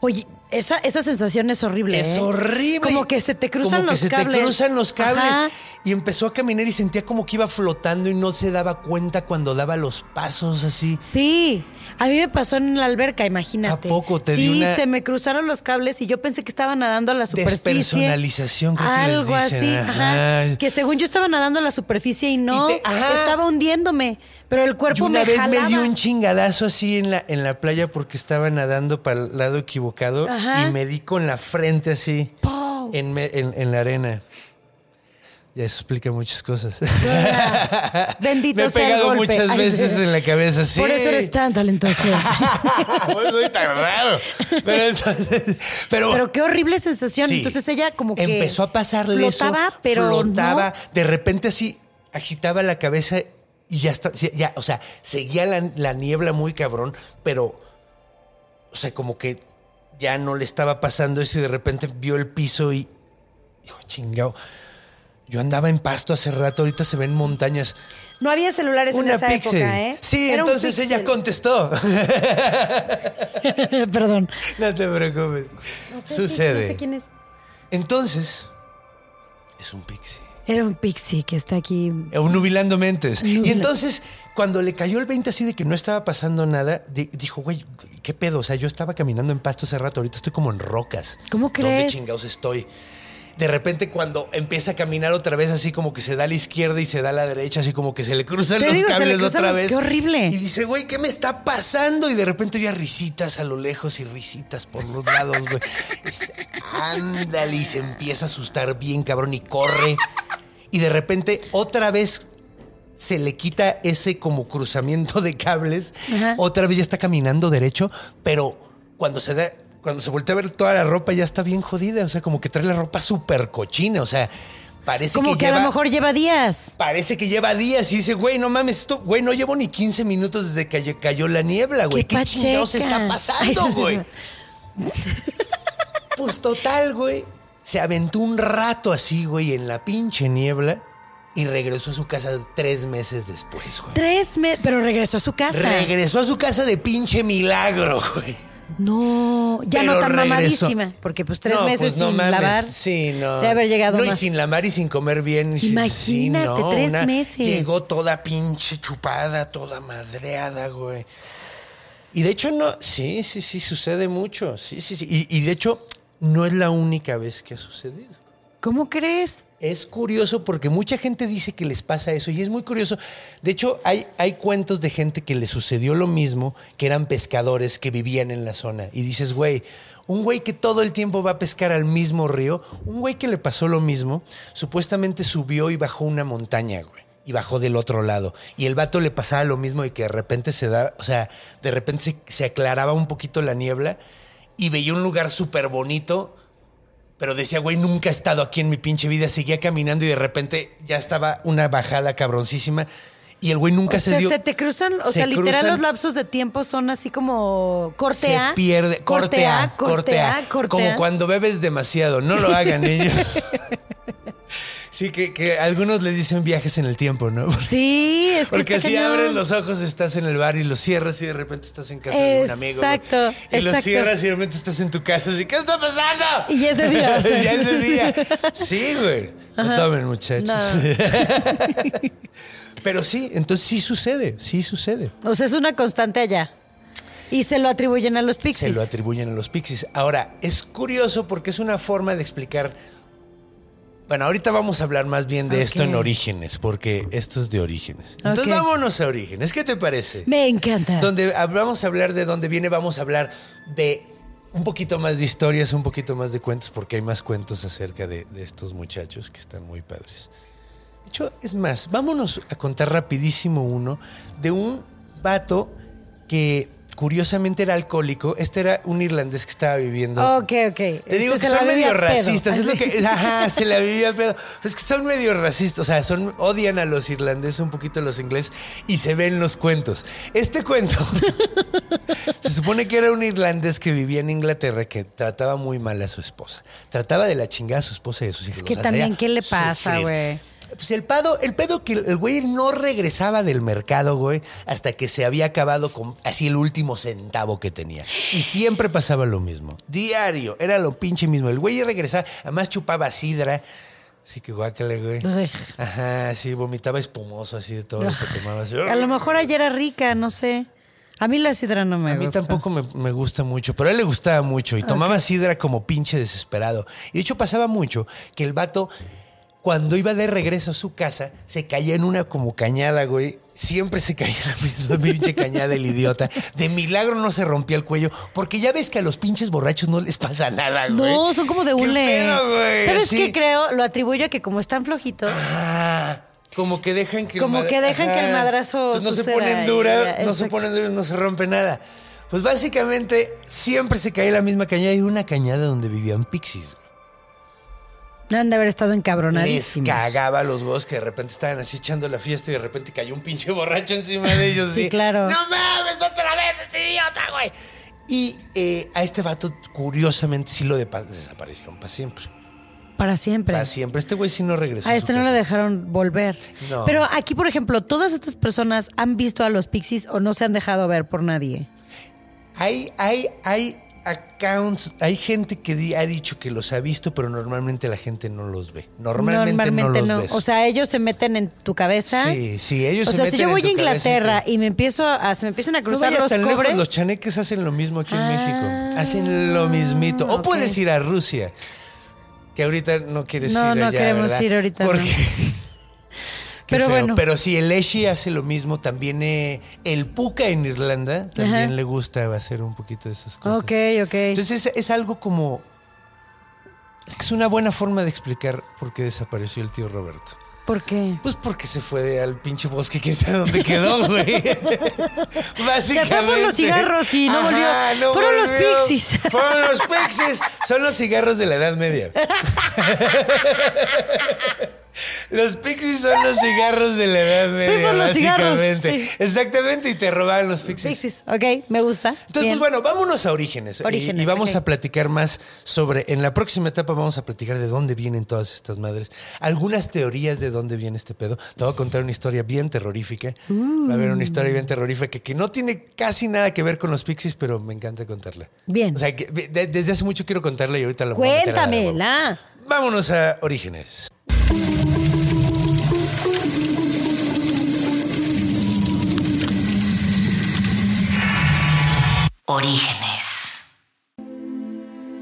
[SPEAKER 3] Oye, esa, esa sensación es horrible.
[SPEAKER 1] Es
[SPEAKER 3] ¿eh?
[SPEAKER 1] horrible.
[SPEAKER 3] Como que se te cruzan
[SPEAKER 1] Como que
[SPEAKER 3] los
[SPEAKER 1] se
[SPEAKER 3] cables.
[SPEAKER 1] te cruzan los cables.
[SPEAKER 3] Ajá.
[SPEAKER 1] Y empezó a caminar y sentía como que iba flotando y no se daba cuenta cuando daba los pasos así.
[SPEAKER 3] Sí, a mí me pasó en la alberca, imagínate.
[SPEAKER 1] ¿A poco te
[SPEAKER 3] Sí,
[SPEAKER 1] dio una-
[SPEAKER 3] se me cruzaron los cables y yo pensé que estaba nadando a la superficie.
[SPEAKER 1] Despersonalización, creo que les
[SPEAKER 3] Algo
[SPEAKER 1] dicen,
[SPEAKER 3] así, ajá.
[SPEAKER 1] ajá.
[SPEAKER 3] Que según yo estaba nadando a la superficie y no,
[SPEAKER 1] Y te- ajá.
[SPEAKER 3] estaba hundiéndome, pero el
[SPEAKER 1] Yo
[SPEAKER 3] cuerpo
[SPEAKER 1] una
[SPEAKER 3] me
[SPEAKER 1] vez
[SPEAKER 3] jalaba.
[SPEAKER 1] me dio un chingadazo así en la, en la playa porque estaba nadando para el lado equivocado
[SPEAKER 3] Ajá.
[SPEAKER 1] y me di con la frente así
[SPEAKER 3] ¡Pow!
[SPEAKER 1] en, me- en- en la arena. Ya eso explica muchas cosas.
[SPEAKER 3] Bendito
[SPEAKER 1] Me he
[SPEAKER 3] sea el
[SPEAKER 1] pegado
[SPEAKER 3] golpe.
[SPEAKER 1] muchas
[SPEAKER 3] Ay,
[SPEAKER 1] veces
[SPEAKER 3] sí.
[SPEAKER 1] en la cabeza, sí.
[SPEAKER 3] Por eso eres tan talentoso.
[SPEAKER 1] Por eso soy tan raro. Pero entonces. Pero,
[SPEAKER 3] Pero qué horrible sensación.
[SPEAKER 1] sí.
[SPEAKER 3] Entonces ella como que
[SPEAKER 1] Empezó a pasarle
[SPEAKER 3] flotaba,
[SPEAKER 1] eso,
[SPEAKER 3] pero
[SPEAKER 1] flotaba.
[SPEAKER 3] no.
[SPEAKER 1] De repente así agitaba la cabeza y ya está. sí, Ya, o sea, seguía la, la niebla muy cabrón, pero. O sea, como que ya no le estaba pasando eso y de repente vio el piso y. Hijo chingado. Yo andaba en pasto hace rato, ahorita se ven montañas.
[SPEAKER 3] No había celulares en
[SPEAKER 1] Una
[SPEAKER 3] esa
[SPEAKER 1] pixel.
[SPEAKER 3] época, ¿eh?
[SPEAKER 1] Sí,
[SPEAKER 3] Era un
[SPEAKER 1] entonces ella
[SPEAKER 3] pixel.
[SPEAKER 1] contestó.
[SPEAKER 3] Perdón.
[SPEAKER 1] No te preocupes. Sucede.
[SPEAKER 3] pues, No sé quién es.
[SPEAKER 1] Entonces, es un pixie.
[SPEAKER 3] Era un pixie que está aquí.
[SPEAKER 1] Eh, Nubilando mentes. Y
[SPEAKER 3] Nubila-
[SPEAKER 1] entonces, cuando le cayó el 20 así de que no estaba pasando nada, di- dijo, güey, ¿qué pedo? O sea, yo estaba caminando en pasto hace rato, ahorita estoy como en rocas.
[SPEAKER 3] ¿Cómo
[SPEAKER 1] ¿Dónde
[SPEAKER 3] crees?
[SPEAKER 1] chingados estoy? De repente, cuando empieza a caminar otra vez, así como que se da a la izquierda y se da a la derecha, así como que se le cruzan
[SPEAKER 3] Te
[SPEAKER 1] los
[SPEAKER 3] digo, se le
[SPEAKER 1] cables
[SPEAKER 3] cruzan
[SPEAKER 1] otra
[SPEAKER 3] los-
[SPEAKER 1] vez.
[SPEAKER 3] ¡Qué horrible!
[SPEAKER 1] Y dice, güey, ¿qué me está pasando? Y de repente oía risitas a lo lejos y risitas por los lados, güey. Es- Ándale, y se empieza a asustar bien, cabrón, y corre. Y de repente, otra vez se le quita ese como cruzamiento de cables.
[SPEAKER 3] Ajá.
[SPEAKER 1] Otra vez ya está caminando derecho, pero cuando se da, cuando se voltea a ver toda la ropa ya está bien jodida. O sea, como que trae la ropa súper cochina. O sea, parece
[SPEAKER 3] Como que,
[SPEAKER 1] lleva.
[SPEAKER 3] a lo mejor lleva días.
[SPEAKER 1] Parece que lleva días y dice, güey, no mames, esto, güey, no llevo ni 15 minutos desde que cayó- cayó la niebla, güey. ¿Qué,
[SPEAKER 3] pacheca.
[SPEAKER 1] chingados está
[SPEAKER 3] Ay,
[SPEAKER 1] pasando,
[SPEAKER 3] no, no,
[SPEAKER 1] güey?
[SPEAKER 3] no.
[SPEAKER 1] Pues total, güey. Se aventó un rato así, güey, en la pinche niebla y regresó a su casa tres meses después, güey.
[SPEAKER 3] Tres meses. Pero regresó a su casa.
[SPEAKER 1] Regresó a su casa de pinche milagro, güey.
[SPEAKER 3] no, ya
[SPEAKER 1] Pero
[SPEAKER 3] no tan
[SPEAKER 1] regresó.
[SPEAKER 3] mamadísima. Porque pues tres
[SPEAKER 1] No,
[SPEAKER 3] meses
[SPEAKER 1] pues, no
[SPEAKER 3] sin
[SPEAKER 1] mames.
[SPEAKER 3] lavar.
[SPEAKER 1] Sí, no.
[SPEAKER 3] De haber llegado
[SPEAKER 1] No, y
[SPEAKER 3] más.
[SPEAKER 1] sin lavar y sin comer bien. y sin- sí, no,
[SPEAKER 3] Imagínate, tres
[SPEAKER 1] una-
[SPEAKER 3] meses.
[SPEAKER 1] Llegó toda pinche chupada, toda madreada, güey. Y de hecho, no. Sí, sí, sí, sucede mucho. Sí, sí, sí. Y, y de hecho, no es la única vez que ha sucedido.
[SPEAKER 3] ¿Cómo crees?
[SPEAKER 1] Es curioso porque mucha gente dice que les pasa eso y es muy curioso. De hecho, hay, hay cuentos de gente que le sucedió lo mismo, que eran pescadores que vivían en la zona. Y dices, güey, un güey que todo el tiempo va a pescar al mismo río, un güey que le pasó lo mismo, supuestamente subió y bajó una montaña, güey. Y bajó del otro lado. Y el vato le pasaba lo mismo de que de repente se da, o sea, de repente se, se aclaraba un poquito la niebla y veía un lugar súper bonito. Pero decía, güey, nunca he estado aquí en mi pinche vida. Seguía caminando y de repente ya estaba una bajada cabroncísima. Y el güey nunca
[SPEAKER 3] O
[SPEAKER 1] se
[SPEAKER 3] sea,
[SPEAKER 1] dio.
[SPEAKER 3] se te cruzan, o
[SPEAKER 1] se
[SPEAKER 3] sea, literal
[SPEAKER 1] cruzan-
[SPEAKER 3] los lapsos de tiempo son así como corte
[SPEAKER 1] se
[SPEAKER 3] A.
[SPEAKER 1] pierde. Corte A, corte A,
[SPEAKER 3] corte
[SPEAKER 1] Como
[SPEAKER 3] A.
[SPEAKER 1] cuando bebes demasiado. No lo hagan ellos. sí, que, que algunos les dicen viajes en el tiempo, ¿no?
[SPEAKER 3] Sí, es que este
[SPEAKER 1] Porque
[SPEAKER 3] está
[SPEAKER 1] si
[SPEAKER 3] cañón.
[SPEAKER 1] abres los ojos, estás en el bar y los cierras y de repente estás en casa de un amigo. güey.
[SPEAKER 3] Exacto,
[SPEAKER 1] Y los
[SPEAKER 3] exacto.
[SPEAKER 1] cierras y de repente estás en tu casa. Así, ¿qué está pasando?
[SPEAKER 3] Y ya es de día.
[SPEAKER 1] ya es de día. Sí, güey. No tomen, muchachos. Pero sí, entonces sí sucede, sí sucede.
[SPEAKER 3] O sea, es una constante allá. Y se lo atribuyen a los
[SPEAKER 1] Se
[SPEAKER 3] pixies.
[SPEAKER 1] lo atribuyen a los pixies. Ahora, es curioso porque es una forma de explicar. Bueno, ahorita vamos a hablar más bien de esto en
[SPEAKER 3] Ok.
[SPEAKER 1] orígenes, porque esto es de orígenes. Entonces
[SPEAKER 3] Ok.
[SPEAKER 1] vámonos a orígenes. ¿Qué te parece?
[SPEAKER 3] Me encanta.
[SPEAKER 1] Donde hab- vamos a hablar de dónde viene, vamos a hablar de un poquito más de historias, un poquito más de cuentos, porque hay más cuentos acerca de, de estos muchachos que están muy padres. De hecho, es más, vámonos a contar rapidísimo uno de un vato que curiosamente era alcohólico. Este era un irlandés que estaba viviendo.
[SPEAKER 3] Ok, ok.
[SPEAKER 1] Te digo
[SPEAKER 3] este
[SPEAKER 1] que son medio racistas. Es lo que. Ajá, se la vivía pedo. Es que son medio racistas. O sea, son, odian a los irlandeses, un poquito a los ingleses, y se ven los cuentos. Este cuento. se supone que era un irlandés que vivía en Inglaterra que trataba muy mal a su esposa. Trataba de la chingada a su esposa y a sus hijos.
[SPEAKER 3] Es que
[SPEAKER 1] los hacía
[SPEAKER 3] también, ¿qué le pasa,
[SPEAKER 1] sufrir.
[SPEAKER 3] güey?
[SPEAKER 1] Pues el pedo, el pedo que el güey no regresaba del mercado, güey, hasta que se había acabado con así el último centavo que tenía. Y siempre pasaba lo mismo. Diario, era lo pinche mismo. El güey regresaba, además chupaba sidra. Así que guácale, güey.
[SPEAKER 3] Ugh.
[SPEAKER 1] Ajá, sí, vomitaba espumoso así de todo lo que tomaba. así.
[SPEAKER 3] Ah, A lo mejor ayer era rica, no sé. A mí la sidra no me
[SPEAKER 1] A mí
[SPEAKER 3] gusta.
[SPEAKER 1] tampoco me, me gusta mucho, pero a él le gustaba mucho y tomaba sidra como pinche desesperado. Y de hecho pasaba mucho que el vato, cuando iba de regreso a su casa, se caía en una como cañada, güey. Siempre se caía en la misma pinche cañada el idiota. De milagro no se rompía el cuello, porque ya ves que a los pinches borrachos no les pasa nada, güey.
[SPEAKER 3] No, son como de
[SPEAKER 1] ¿Qué
[SPEAKER 3] hule.
[SPEAKER 1] pedo, güey?
[SPEAKER 3] ¿Sabes ¿Sabes
[SPEAKER 1] sí.
[SPEAKER 3] qué creo? Lo atribuyo a que como están flojitos,
[SPEAKER 1] Ah, como que dejan que
[SPEAKER 3] Como
[SPEAKER 1] madra-
[SPEAKER 3] que dejan que el madrazo
[SPEAKER 1] Entonces no
[SPEAKER 3] suceda
[SPEAKER 1] se ponen
[SPEAKER 3] y
[SPEAKER 1] duras,
[SPEAKER 3] ya,
[SPEAKER 1] no se
[SPEAKER 3] exacto.
[SPEAKER 1] ponen duras, no se rompe nada. Pues básicamente siempre se cae la misma cañada y una cañada donde vivían pixies. güey.
[SPEAKER 3] han de haber estado
[SPEAKER 1] Les
[SPEAKER 3] encabronadísimos.
[SPEAKER 1] cagaba los huevos que de repente estaban así echando la fiesta y de repente cayó un pinche borracho encima de ellos.
[SPEAKER 3] Sí,
[SPEAKER 1] así,
[SPEAKER 3] claro.
[SPEAKER 1] No mames, otra vez este idiota, güey. Y eh, a este vato, curiosamente, sí lo de desapareció para siempre.
[SPEAKER 3] Para siempre.
[SPEAKER 1] Para siempre. Este güey sí no regresó.
[SPEAKER 3] A
[SPEAKER 1] su
[SPEAKER 3] este no lo
[SPEAKER 1] casa.
[SPEAKER 3] dejaron volver.
[SPEAKER 1] No.
[SPEAKER 3] Pero aquí, por ejemplo, todas estas personas han visto a los Pixies o no se han dejado ver por nadie.
[SPEAKER 1] Hay, hay, hay accounts, hay gente que di- ha dicho que los ha visto, pero normalmente la gente no los ve. Normalmente, no los ves.
[SPEAKER 3] O sea, ellos se meten en tu cabeza.
[SPEAKER 1] Sí, sí, ellos
[SPEAKER 3] O
[SPEAKER 1] se
[SPEAKER 3] sea, si
[SPEAKER 1] meten
[SPEAKER 3] yo
[SPEAKER 1] en
[SPEAKER 3] voy
[SPEAKER 1] tu
[SPEAKER 3] a
[SPEAKER 1] cabeza y te-
[SPEAKER 3] Inglaterra y, me empiezo a, se me empiezan a
[SPEAKER 1] No
[SPEAKER 3] cruzar
[SPEAKER 1] vayas
[SPEAKER 3] los
[SPEAKER 1] tan lejos,
[SPEAKER 3] cobres.
[SPEAKER 1] los chaneques hacen lo mismo aquí en
[SPEAKER 3] Ah,
[SPEAKER 1] México. Hacen lo mismito. O
[SPEAKER 3] ok.
[SPEAKER 1] puedes ir a Rusia, que ahorita no quieres
[SPEAKER 3] No,
[SPEAKER 1] ir
[SPEAKER 3] no
[SPEAKER 1] allá,
[SPEAKER 3] queremos
[SPEAKER 1] ¿verdad?
[SPEAKER 3] ir ahorita,
[SPEAKER 1] Porque...
[SPEAKER 3] no.
[SPEAKER 1] Qué
[SPEAKER 3] Pero
[SPEAKER 1] feo.
[SPEAKER 3] bueno.
[SPEAKER 1] Pero sí, el Eshi hace lo mismo. También eh, el Puka en Irlanda también
[SPEAKER 3] Ajá.
[SPEAKER 1] le gusta hacer un poquito de esas cosas.
[SPEAKER 3] ok, ok.
[SPEAKER 1] Entonces es, es algo como... Es que es una buena forma de explicar por qué desapareció el tío Roberto.
[SPEAKER 3] ¿Por qué?
[SPEAKER 1] Pues porque se fue de al pinche bosque, quién sabe dónde quedó, güey. Básicamente.
[SPEAKER 3] Se fue por los cigarros y no volvió. Fueron los pixies.
[SPEAKER 1] Fueron los pixies. Son los cigarros de la Edad Media. Los pixies son los cigarros de la Edad Media,
[SPEAKER 3] por los cigarros,
[SPEAKER 1] básicamente.
[SPEAKER 3] sí.
[SPEAKER 1] Exactamente, y te robaban los pixies.
[SPEAKER 3] Pixies, ok, me gusta.
[SPEAKER 1] Entonces,
[SPEAKER 3] Bien.
[SPEAKER 1] pues bueno, vámonos a orígenes. eh, Y-
[SPEAKER 3] Orígenes,
[SPEAKER 1] y, vamos
[SPEAKER 3] ok.
[SPEAKER 1] a platicar más sobre. En la próxima etapa vamos a platicar de dónde vienen todas estas madres. Algunas teorías de dónde viene este pedo. Te voy a contar una historia bien terrorífica. Va a haber una historia bien terrorífica que no tiene casi nada que ver con los pixies, pero me encanta contarla.
[SPEAKER 3] Bien.
[SPEAKER 1] O sea, que de- desde hace mucho quiero contarla y ahorita la voy a meter a la de huevo.
[SPEAKER 3] Cuéntamela.
[SPEAKER 1] Vámonos a orígenes.
[SPEAKER 2] Orígenes.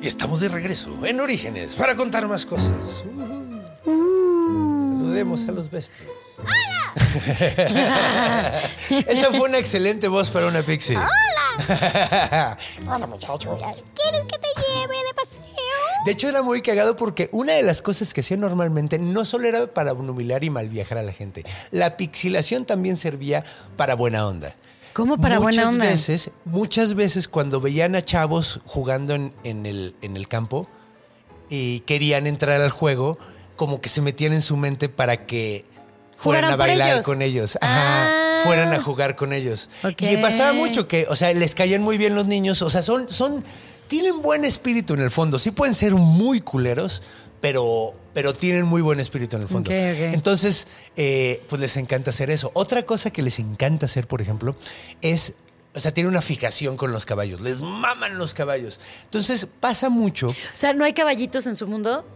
[SPEAKER 1] Y estamos de regreso en Orígenes para contar más cosas. Uh-huh. Saludemos a los bestias. ¡Hola! Esa fue una excelente voz para una pixie. ¡Hola!
[SPEAKER 4] Hola muchacho, ¿quieres que te lleve de paseo?
[SPEAKER 1] De hecho, era muy cagado porque una de las cosas que hacía normalmente no solo era para humillar y malviajar a la gente, la pixilación también servía para buena onda.
[SPEAKER 3] ¿Cómo para
[SPEAKER 1] muchas
[SPEAKER 3] buena onda?
[SPEAKER 1] Veces, muchas veces cuando veían a chavos jugando en, en el, en el campo y querían entrar al juego, como que se metían en su mente para que fueran
[SPEAKER 3] Jugaran
[SPEAKER 1] a
[SPEAKER 3] por
[SPEAKER 1] bailar
[SPEAKER 3] ellos.
[SPEAKER 1] con ellos. Ajá,
[SPEAKER 3] Ah.
[SPEAKER 1] fueran a jugar con ellos.
[SPEAKER 3] Ok.
[SPEAKER 1] Y pasaba mucho que, o sea, les caían muy bien los niños. O sea, son, son, tienen buen espíritu en el fondo. Sí pueden ser muy culeros, pero, pero tienen muy buen espíritu en el fondo.
[SPEAKER 3] Ok, ok.
[SPEAKER 1] Entonces, eh, pues les encanta hacer eso. Otra cosa que les encanta hacer, por ejemplo, es, o sea, tienen una fijación con los caballos. Les maman los caballos. Entonces, pasa mucho.
[SPEAKER 3] O sea, ¿no hay caballitos en su mundo?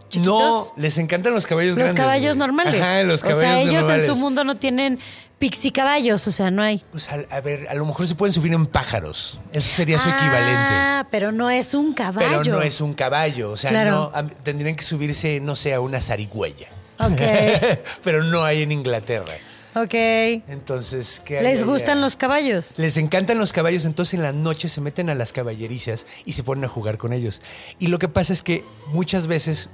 [SPEAKER 1] No,
[SPEAKER 3] ¿Chiquitos?
[SPEAKER 1] les encantan los caballos
[SPEAKER 3] los
[SPEAKER 1] grandes.
[SPEAKER 3] caballos
[SPEAKER 1] güey.
[SPEAKER 3] normales.
[SPEAKER 1] Ajá, los caballos
[SPEAKER 3] o sea, ellos
[SPEAKER 1] normales.
[SPEAKER 3] en su mundo no tienen pixie caballos, o sea, no hay.
[SPEAKER 1] Pues a, a ver, a lo mejor se pueden subir en pájaros. Eso sería su equivalente.
[SPEAKER 3] Ah, pero no es un caballo.
[SPEAKER 1] Pero no es un caballo. O sea,
[SPEAKER 3] Claro.
[SPEAKER 1] no, a- tendrían que subirse, no sé, a una zarigüeya.
[SPEAKER 3] Ok,
[SPEAKER 1] Pero no hay en Inglaterra.
[SPEAKER 3] ok.
[SPEAKER 1] Entonces, ¿qué hay
[SPEAKER 3] ¿Les
[SPEAKER 1] allá?
[SPEAKER 3] gustan los caballos?
[SPEAKER 1] Les encantan los caballos, entonces en la noche se meten a las caballerizas y se ponen a jugar con ellos. Y lo que pasa es que muchas veces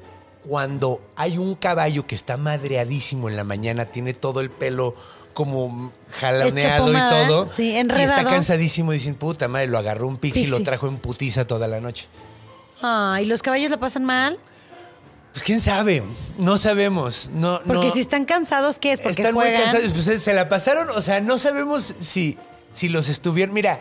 [SPEAKER 1] cuando hay un caballo que está madreadísimo en la mañana, tiene todo el pelo como jaloneado
[SPEAKER 3] pomada,
[SPEAKER 1] y todo,
[SPEAKER 3] sí,
[SPEAKER 1] y está
[SPEAKER 3] enredado.
[SPEAKER 1] cansadísimo y dicen, puta madre, lo agarró un pixie y lo
[SPEAKER 3] Pixie.
[SPEAKER 1] trajo en putiza toda la noche.
[SPEAKER 3] Ah, ¿y los caballos la pasan mal?
[SPEAKER 1] Pues quién sabe, no sabemos. No,
[SPEAKER 3] Porque
[SPEAKER 1] no.
[SPEAKER 3] si están cansados, ¿qué es? Porque
[SPEAKER 1] Están
[SPEAKER 3] juegan.
[SPEAKER 1] muy cansados, pues se- se la pasaron, o sea, no sabemos si, si los estuvieron. Mira,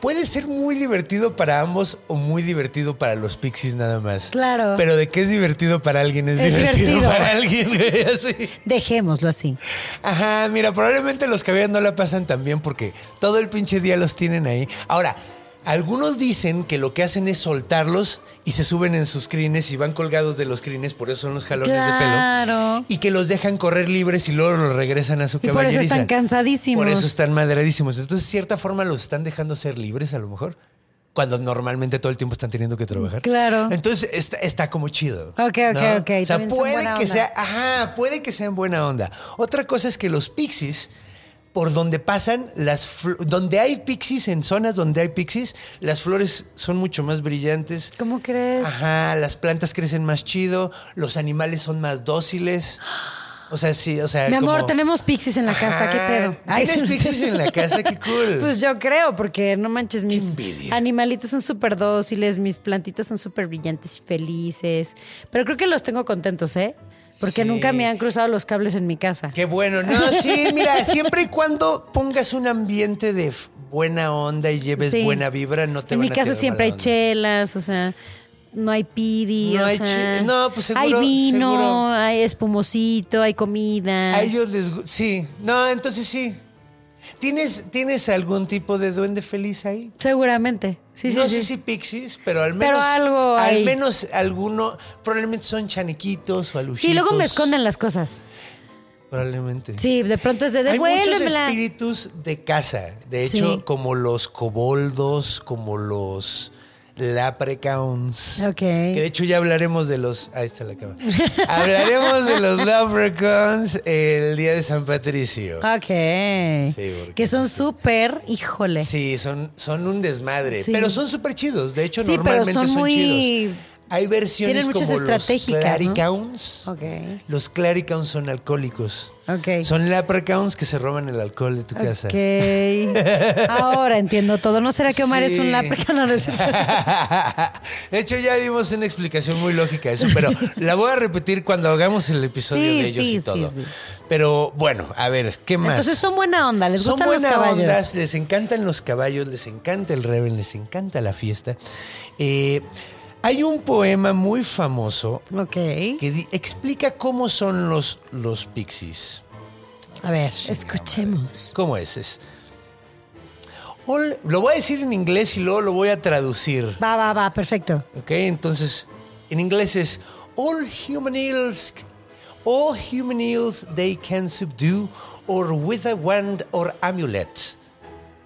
[SPEAKER 1] puede ser muy divertido para ambos o muy divertido para los pixies nada más.
[SPEAKER 3] Claro.
[SPEAKER 1] Pero de qué es divertido para alguien es,
[SPEAKER 3] Es
[SPEAKER 1] divertido,
[SPEAKER 3] divertido.
[SPEAKER 1] para alguien, güey, así.
[SPEAKER 3] Dejémoslo así.
[SPEAKER 1] Ajá, mira, probablemente los caballos no la pasan tan bien porque todo el pinche día los tienen ahí. Ahora, algunos dicen que lo que hacen es soltarlos y se suben en sus crines y van colgados de los crines, por eso son los jalones de pelo.
[SPEAKER 3] Claro.
[SPEAKER 1] Y que los dejan correr libres y luego los regresan a su
[SPEAKER 3] Y por eso
[SPEAKER 1] caballeriza.
[SPEAKER 3] están cansadísimos.
[SPEAKER 1] Por eso están madreadísimos. Entonces, de cierta forma, los están dejando ser libres a lo mejor. Cuando normalmente todo el tiempo están teniendo que trabajar.
[SPEAKER 3] Claro.
[SPEAKER 1] Entonces está, está como chido.
[SPEAKER 3] Ok, ok, ok.
[SPEAKER 1] O sea,
[SPEAKER 3] También son
[SPEAKER 1] puede
[SPEAKER 3] buena
[SPEAKER 1] que
[SPEAKER 3] onda.
[SPEAKER 1] sea, ajá, puede que sea en buena onda. Otra cosa es que los pixies por donde pasan las fl- donde hay pixies en zonas donde hay pixies, las flores son mucho más brillantes.
[SPEAKER 3] ¿Cómo crees?
[SPEAKER 1] Ajá, las plantas crecen más chido, los animales son más dóciles. O sea, sí, o sea,
[SPEAKER 3] Mi amor,
[SPEAKER 1] como-
[SPEAKER 3] tenemos pixies en la casa, ¿qué
[SPEAKER 1] Ajá,
[SPEAKER 3] pedo? Ay,
[SPEAKER 1] ¿Tienes
[SPEAKER 3] sí, no sé.
[SPEAKER 1] pixies en la casa? ¡Qué cool!
[SPEAKER 3] Pues yo creo, porque no manches, mis
[SPEAKER 1] envidia.
[SPEAKER 3] animalitos son súper dóciles, mis plantitas son súper brillantes y felices. Pero creo que los tengo contentos, ¿eh? Porque
[SPEAKER 1] Sí.
[SPEAKER 3] nunca me han cruzado los cables en mi casa.
[SPEAKER 1] Qué bueno, no, sí, mira, siempre y cuando pongas un ambiente de f- buena onda y lleves
[SPEAKER 3] Sí.
[SPEAKER 1] buena vibra, no te
[SPEAKER 3] en
[SPEAKER 1] van a
[SPEAKER 3] mi casa
[SPEAKER 1] tirar
[SPEAKER 3] siempre hay
[SPEAKER 1] mala onda.
[SPEAKER 3] chelas, o sea, no hay pidi,
[SPEAKER 1] No
[SPEAKER 3] o
[SPEAKER 1] hay
[SPEAKER 3] sea,
[SPEAKER 1] che- no, pues seguro-
[SPEAKER 3] hay vino,
[SPEAKER 1] seguro.
[SPEAKER 3] hay espumosito, hay comida.
[SPEAKER 1] A ellos les gu- sí, no, entonces sí. ¿Tienes, ¿Tienes algún tipo de duende feliz ahí?
[SPEAKER 3] Seguramente. Sí, sí,
[SPEAKER 1] no
[SPEAKER 3] sí.
[SPEAKER 1] sé si pixies, pero al menos
[SPEAKER 3] Pero algo
[SPEAKER 1] al
[SPEAKER 3] hay.
[SPEAKER 1] menos alguno, probablemente son chaniquitos o aluchitos.
[SPEAKER 3] Sí, luego me esconden las cosas.
[SPEAKER 1] Probablemente.
[SPEAKER 3] Sí, de pronto es de
[SPEAKER 1] Hay muchos
[SPEAKER 3] devuélvemela.
[SPEAKER 1] espíritus de casa. De hecho,
[SPEAKER 3] Sí.
[SPEAKER 1] como los coboldos, como los leprechauns.
[SPEAKER 3] Ok.
[SPEAKER 1] Que de hecho ya hablaremos de los. Ahí está la cámara. hablaremos de los leprechauns el día de San Patricio.
[SPEAKER 3] Ok.
[SPEAKER 1] Sí, porque-
[SPEAKER 3] que son súper, híjole.
[SPEAKER 1] Sí, son, son un desmadre.
[SPEAKER 3] Sí.
[SPEAKER 1] Pero son súper chidos. De hecho,
[SPEAKER 3] Sí, pero
[SPEAKER 1] normalmente
[SPEAKER 3] son
[SPEAKER 1] son,
[SPEAKER 3] muy-
[SPEAKER 1] chidos. Hay versiones
[SPEAKER 3] Tienen muchas
[SPEAKER 1] como
[SPEAKER 3] estratégicas,
[SPEAKER 1] los
[SPEAKER 3] ¿no?
[SPEAKER 1] Claricauns.
[SPEAKER 3] Ok.
[SPEAKER 1] Los Claricauns son alcohólicos.
[SPEAKER 3] Ok.
[SPEAKER 1] Son leprechauns que se roban el alcohol de tu casa.
[SPEAKER 3] Ok. Ahora entiendo todo. ¿No será que Omar es
[SPEAKER 1] Sí.
[SPEAKER 3] un lápiz? No, no es cierto.
[SPEAKER 1] de hecho, ya dimos una explicación muy lógica de eso, pero la voy a repetir cuando hagamos el episodio
[SPEAKER 3] Sí,
[SPEAKER 1] de ellos
[SPEAKER 3] sí,
[SPEAKER 1] y todo.
[SPEAKER 3] sí, sí.
[SPEAKER 1] Pero bueno, a ver, ¿qué más?
[SPEAKER 3] Entonces son buena onda, les
[SPEAKER 1] Son
[SPEAKER 3] gustan los
[SPEAKER 1] buena
[SPEAKER 3] caballos.
[SPEAKER 1] ondas, les encantan los caballos, les encanta el Reven, les encanta la fiesta. Eh, hay un poema muy famoso
[SPEAKER 3] Ok.
[SPEAKER 1] que di- explica cómo son los, los pixies.
[SPEAKER 3] A ver, escuchemos.
[SPEAKER 1] ¿Cómo es? es All- lo voy a decir en inglés y luego lo voy a traducir.
[SPEAKER 3] Va, va, va, perfecto.
[SPEAKER 1] ¿Ok? Entonces, en inglés es All human ills, all human ills they can subdue, or with a wand or amulet,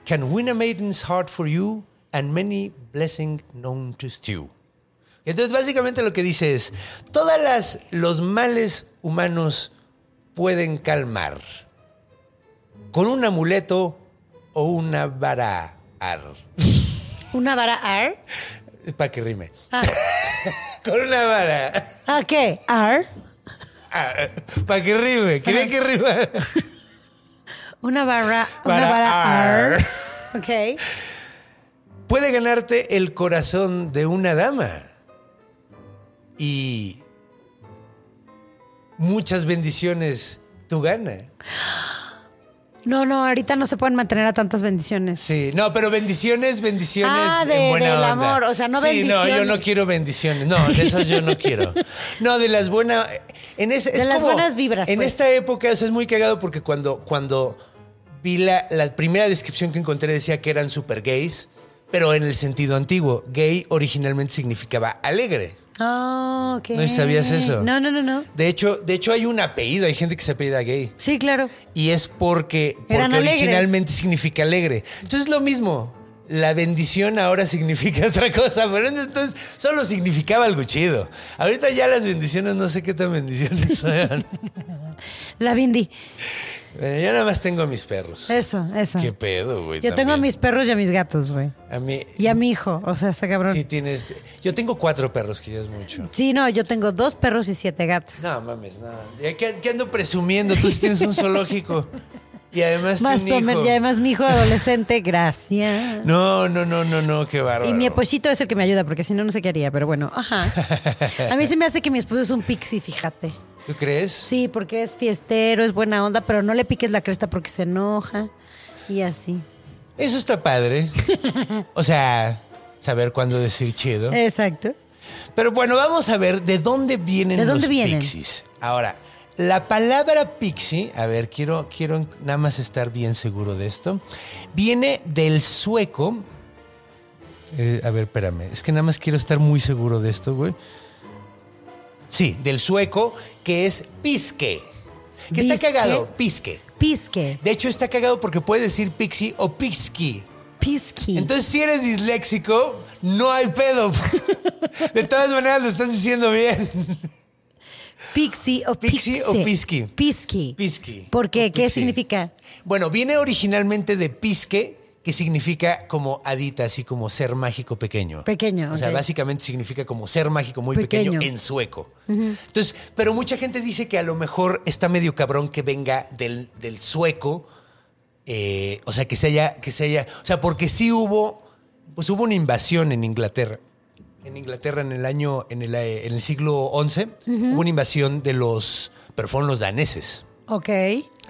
[SPEAKER 1] can win a maiden's heart for you, and many blessing known to stew. Entonces, básicamente lo que dice es, todas las, los males humanos pueden calmar con un amuleto o una vara ar.
[SPEAKER 3] ¿Una vara R?
[SPEAKER 1] Para que rime. Con una vara.
[SPEAKER 3] Ah, ¿qué? ¿R?
[SPEAKER 1] Para que rime. Quería que rima.
[SPEAKER 3] Una barra,
[SPEAKER 1] Vara
[SPEAKER 3] una
[SPEAKER 1] ar.
[SPEAKER 3] vara R. Ok.
[SPEAKER 1] Puede ganarte el corazón de una dama. Y muchas bendiciones tú gana.
[SPEAKER 3] No, no, ahorita no se pueden mantener a tantas bendiciones.
[SPEAKER 1] Sí, no, pero bendiciones, bendiciones
[SPEAKER 3] Ah, de-
[SPEAKER 1] en buena
[SPEAKER 3] del
[SPEAKER 1] onda.
[SPEAKER 3] amor, o sea, no
[SPEAKER 1] Sí, no, yo
[SPEAKER 3] bendiciones.
[SPEAKER 1] no quiero bendiciones. No, de esas yo no quiero. No, de las buenas. En ese-
[SPEAKER 3] De
[SPEAKER 1] es
[SPEAKER 3] las
[SPEAKER 1] como-
[SPEAKER 3] buenas vibras,
[SPEAKER 1] En
[SPEAKER 3] pues.
[SPEAKER 1] esta época, o sea, es muy cagado porque cuando, cuando vi la, la primera descripción que encontré decía que eran super gays, pero en el sentido antiguo. Gay originalmente significaba alegre.
[SPEAKER 3] Ah, ok.
[SPEAKER 1] No sabías eso.
[SPEAKER 3] No, no, no, no.
[SPEAKER 1] De hecho, de hecho, hay un apellido, hay gente que se apellida gay.
[SPEAKER 3] Sí, claro.
[SPEAKER 1] Y es porque,
[SPEAKER 3] Eran
[SPEAKER 1] porque
[SPEAKER 3] alegres.
[SPEAKER 1] originalmente significa alegre. Entonces es lo mismo. La bendición ahora significa otra cosa, pero entonces solo significaba algo chido. Ahorita ya las bendiciones, no sé qué tan bendiciones son.
[SPEAKER 3] La Bindi.
[SPEAKER 1] Bueno, yo nada más tengo a mis perros.
[SPEAKER 3] Eso, eso.
[SPEAKER 1] ¿Qué pedo, güey?
[SPEAKER 3] Yo tengo a
[SPEAKER 1] también.
[SPEAKER 3] mis perros y a mis gatos, güey.
[SPEAKER 1] A mí...
[SPEAKER 3] Y a mi hijo, o sea, está cabrón.
[SPEAKER 1] Sí
[SPEAKER 3] Sí,
[SPEAKER 1] tienes... Yo tengo cuatro perros, que ya es mucho.
[SPEAKER 3] no, yo tengo dos perros y siete gatos.
[SPEAKER 1] No, mames, no. ¿Qué, qué ando presumiendo? Tú sí tienes un zoológico. Y además
[SPEAKER 3] Más
[SPEAKER 1] tu
[SPEAKER 3] o menos,
[SPEAKER 1] hijo.
[SPEAKER 3] y además mi hijo adolescente, gracias.
[SPEAKER 1] No, no, no, no, no, qué bárbaro.
[SPEAKER 3] Y mi esposito es el que me ayuda, porque si no, no sé qué haría, pero bueno, ajá. A mí se me hace que mi esposo es un pixie, fíjate.
[SPEAKER 1] ¿Tú crees?
[SPEAKER 3] Sí, porque es fiestero, es buena onda, pero no le piques la cresta porque se enoja y así.
[SPEAKER 1] Eso está padre. O sea, saber cuándo decir chido.
[SPEAKER 3] Eh. Exacto.
[SPEAKER 1] Pero bueno, vamos a ver de dónde vienen
[SPEAKER 3] ¿De dónde
[SPEAKER 1] los
[SPEAKER 3] vienen?
[SPEAKER 1] pixies. Ahora, la palabra pixie, a ver, quiero, quiero nada más estar bien seguro de esto, viene del sueco. Eh, a ver, espérame, es que nada más quiero estar muy seguro de esto, güey. Sí, del sueco, que es pisque. Que está
[SPEAKER 3] ¿Pisque?
[SPEAKER 1] cagado, pisque.
[SPEAKER 3] Pisque,
[SPEAKER 1] De hecho, está cagado porque puede decir pixie o pixki.
[SPEAKER 3] pisqui.
[SPEAKER 1] Entonces, si eres disléxico, no hay pedo. De todas maneras, lo estás diciendo bien.
[SPEAKER 3] Pixie o
[SPEAKER 1] Pixie o
[SPEAKER 3] Pixie.
[SPEAKER 1] Pisqui.
[SPEAKER 3] Pisqui.
[SPEAKER 1] Pisqui.
[SPEAKER 3] ¿Por qué?
[SPEAKER 1] O
[SPEAKER 3] ¿Qué
[SPEAKER 1] pixie.
[SPEAKER 3] significa?
[SPEAKER 1] Bueno, viene originalmente de pisque, que significa como adita, así como ser mágico pequeño.
[SPEAKER 3] Pequeño,
[SPEAKER 1] O sea,
[SPEAKER 3] ok.
[SPEAKER 1] básicamente significa como ser mágico muy pequeño,
[SPEAKER 3] Pequeño.
[SPEAKER 1] en sueco. Entonces, pero mucha gente dice que a lo mejor está medio cabrón que venga del, del sueco. eh, o sea, que se haya, que se haya. O sea, porque sí hubo. Pues hubo una invasión en Inglaterra. En Inglaterra en el año. en el, eh, en el siglo XI hubo una invasión de los. Pero fueron los daneses
[SPEAKER 3] Ok.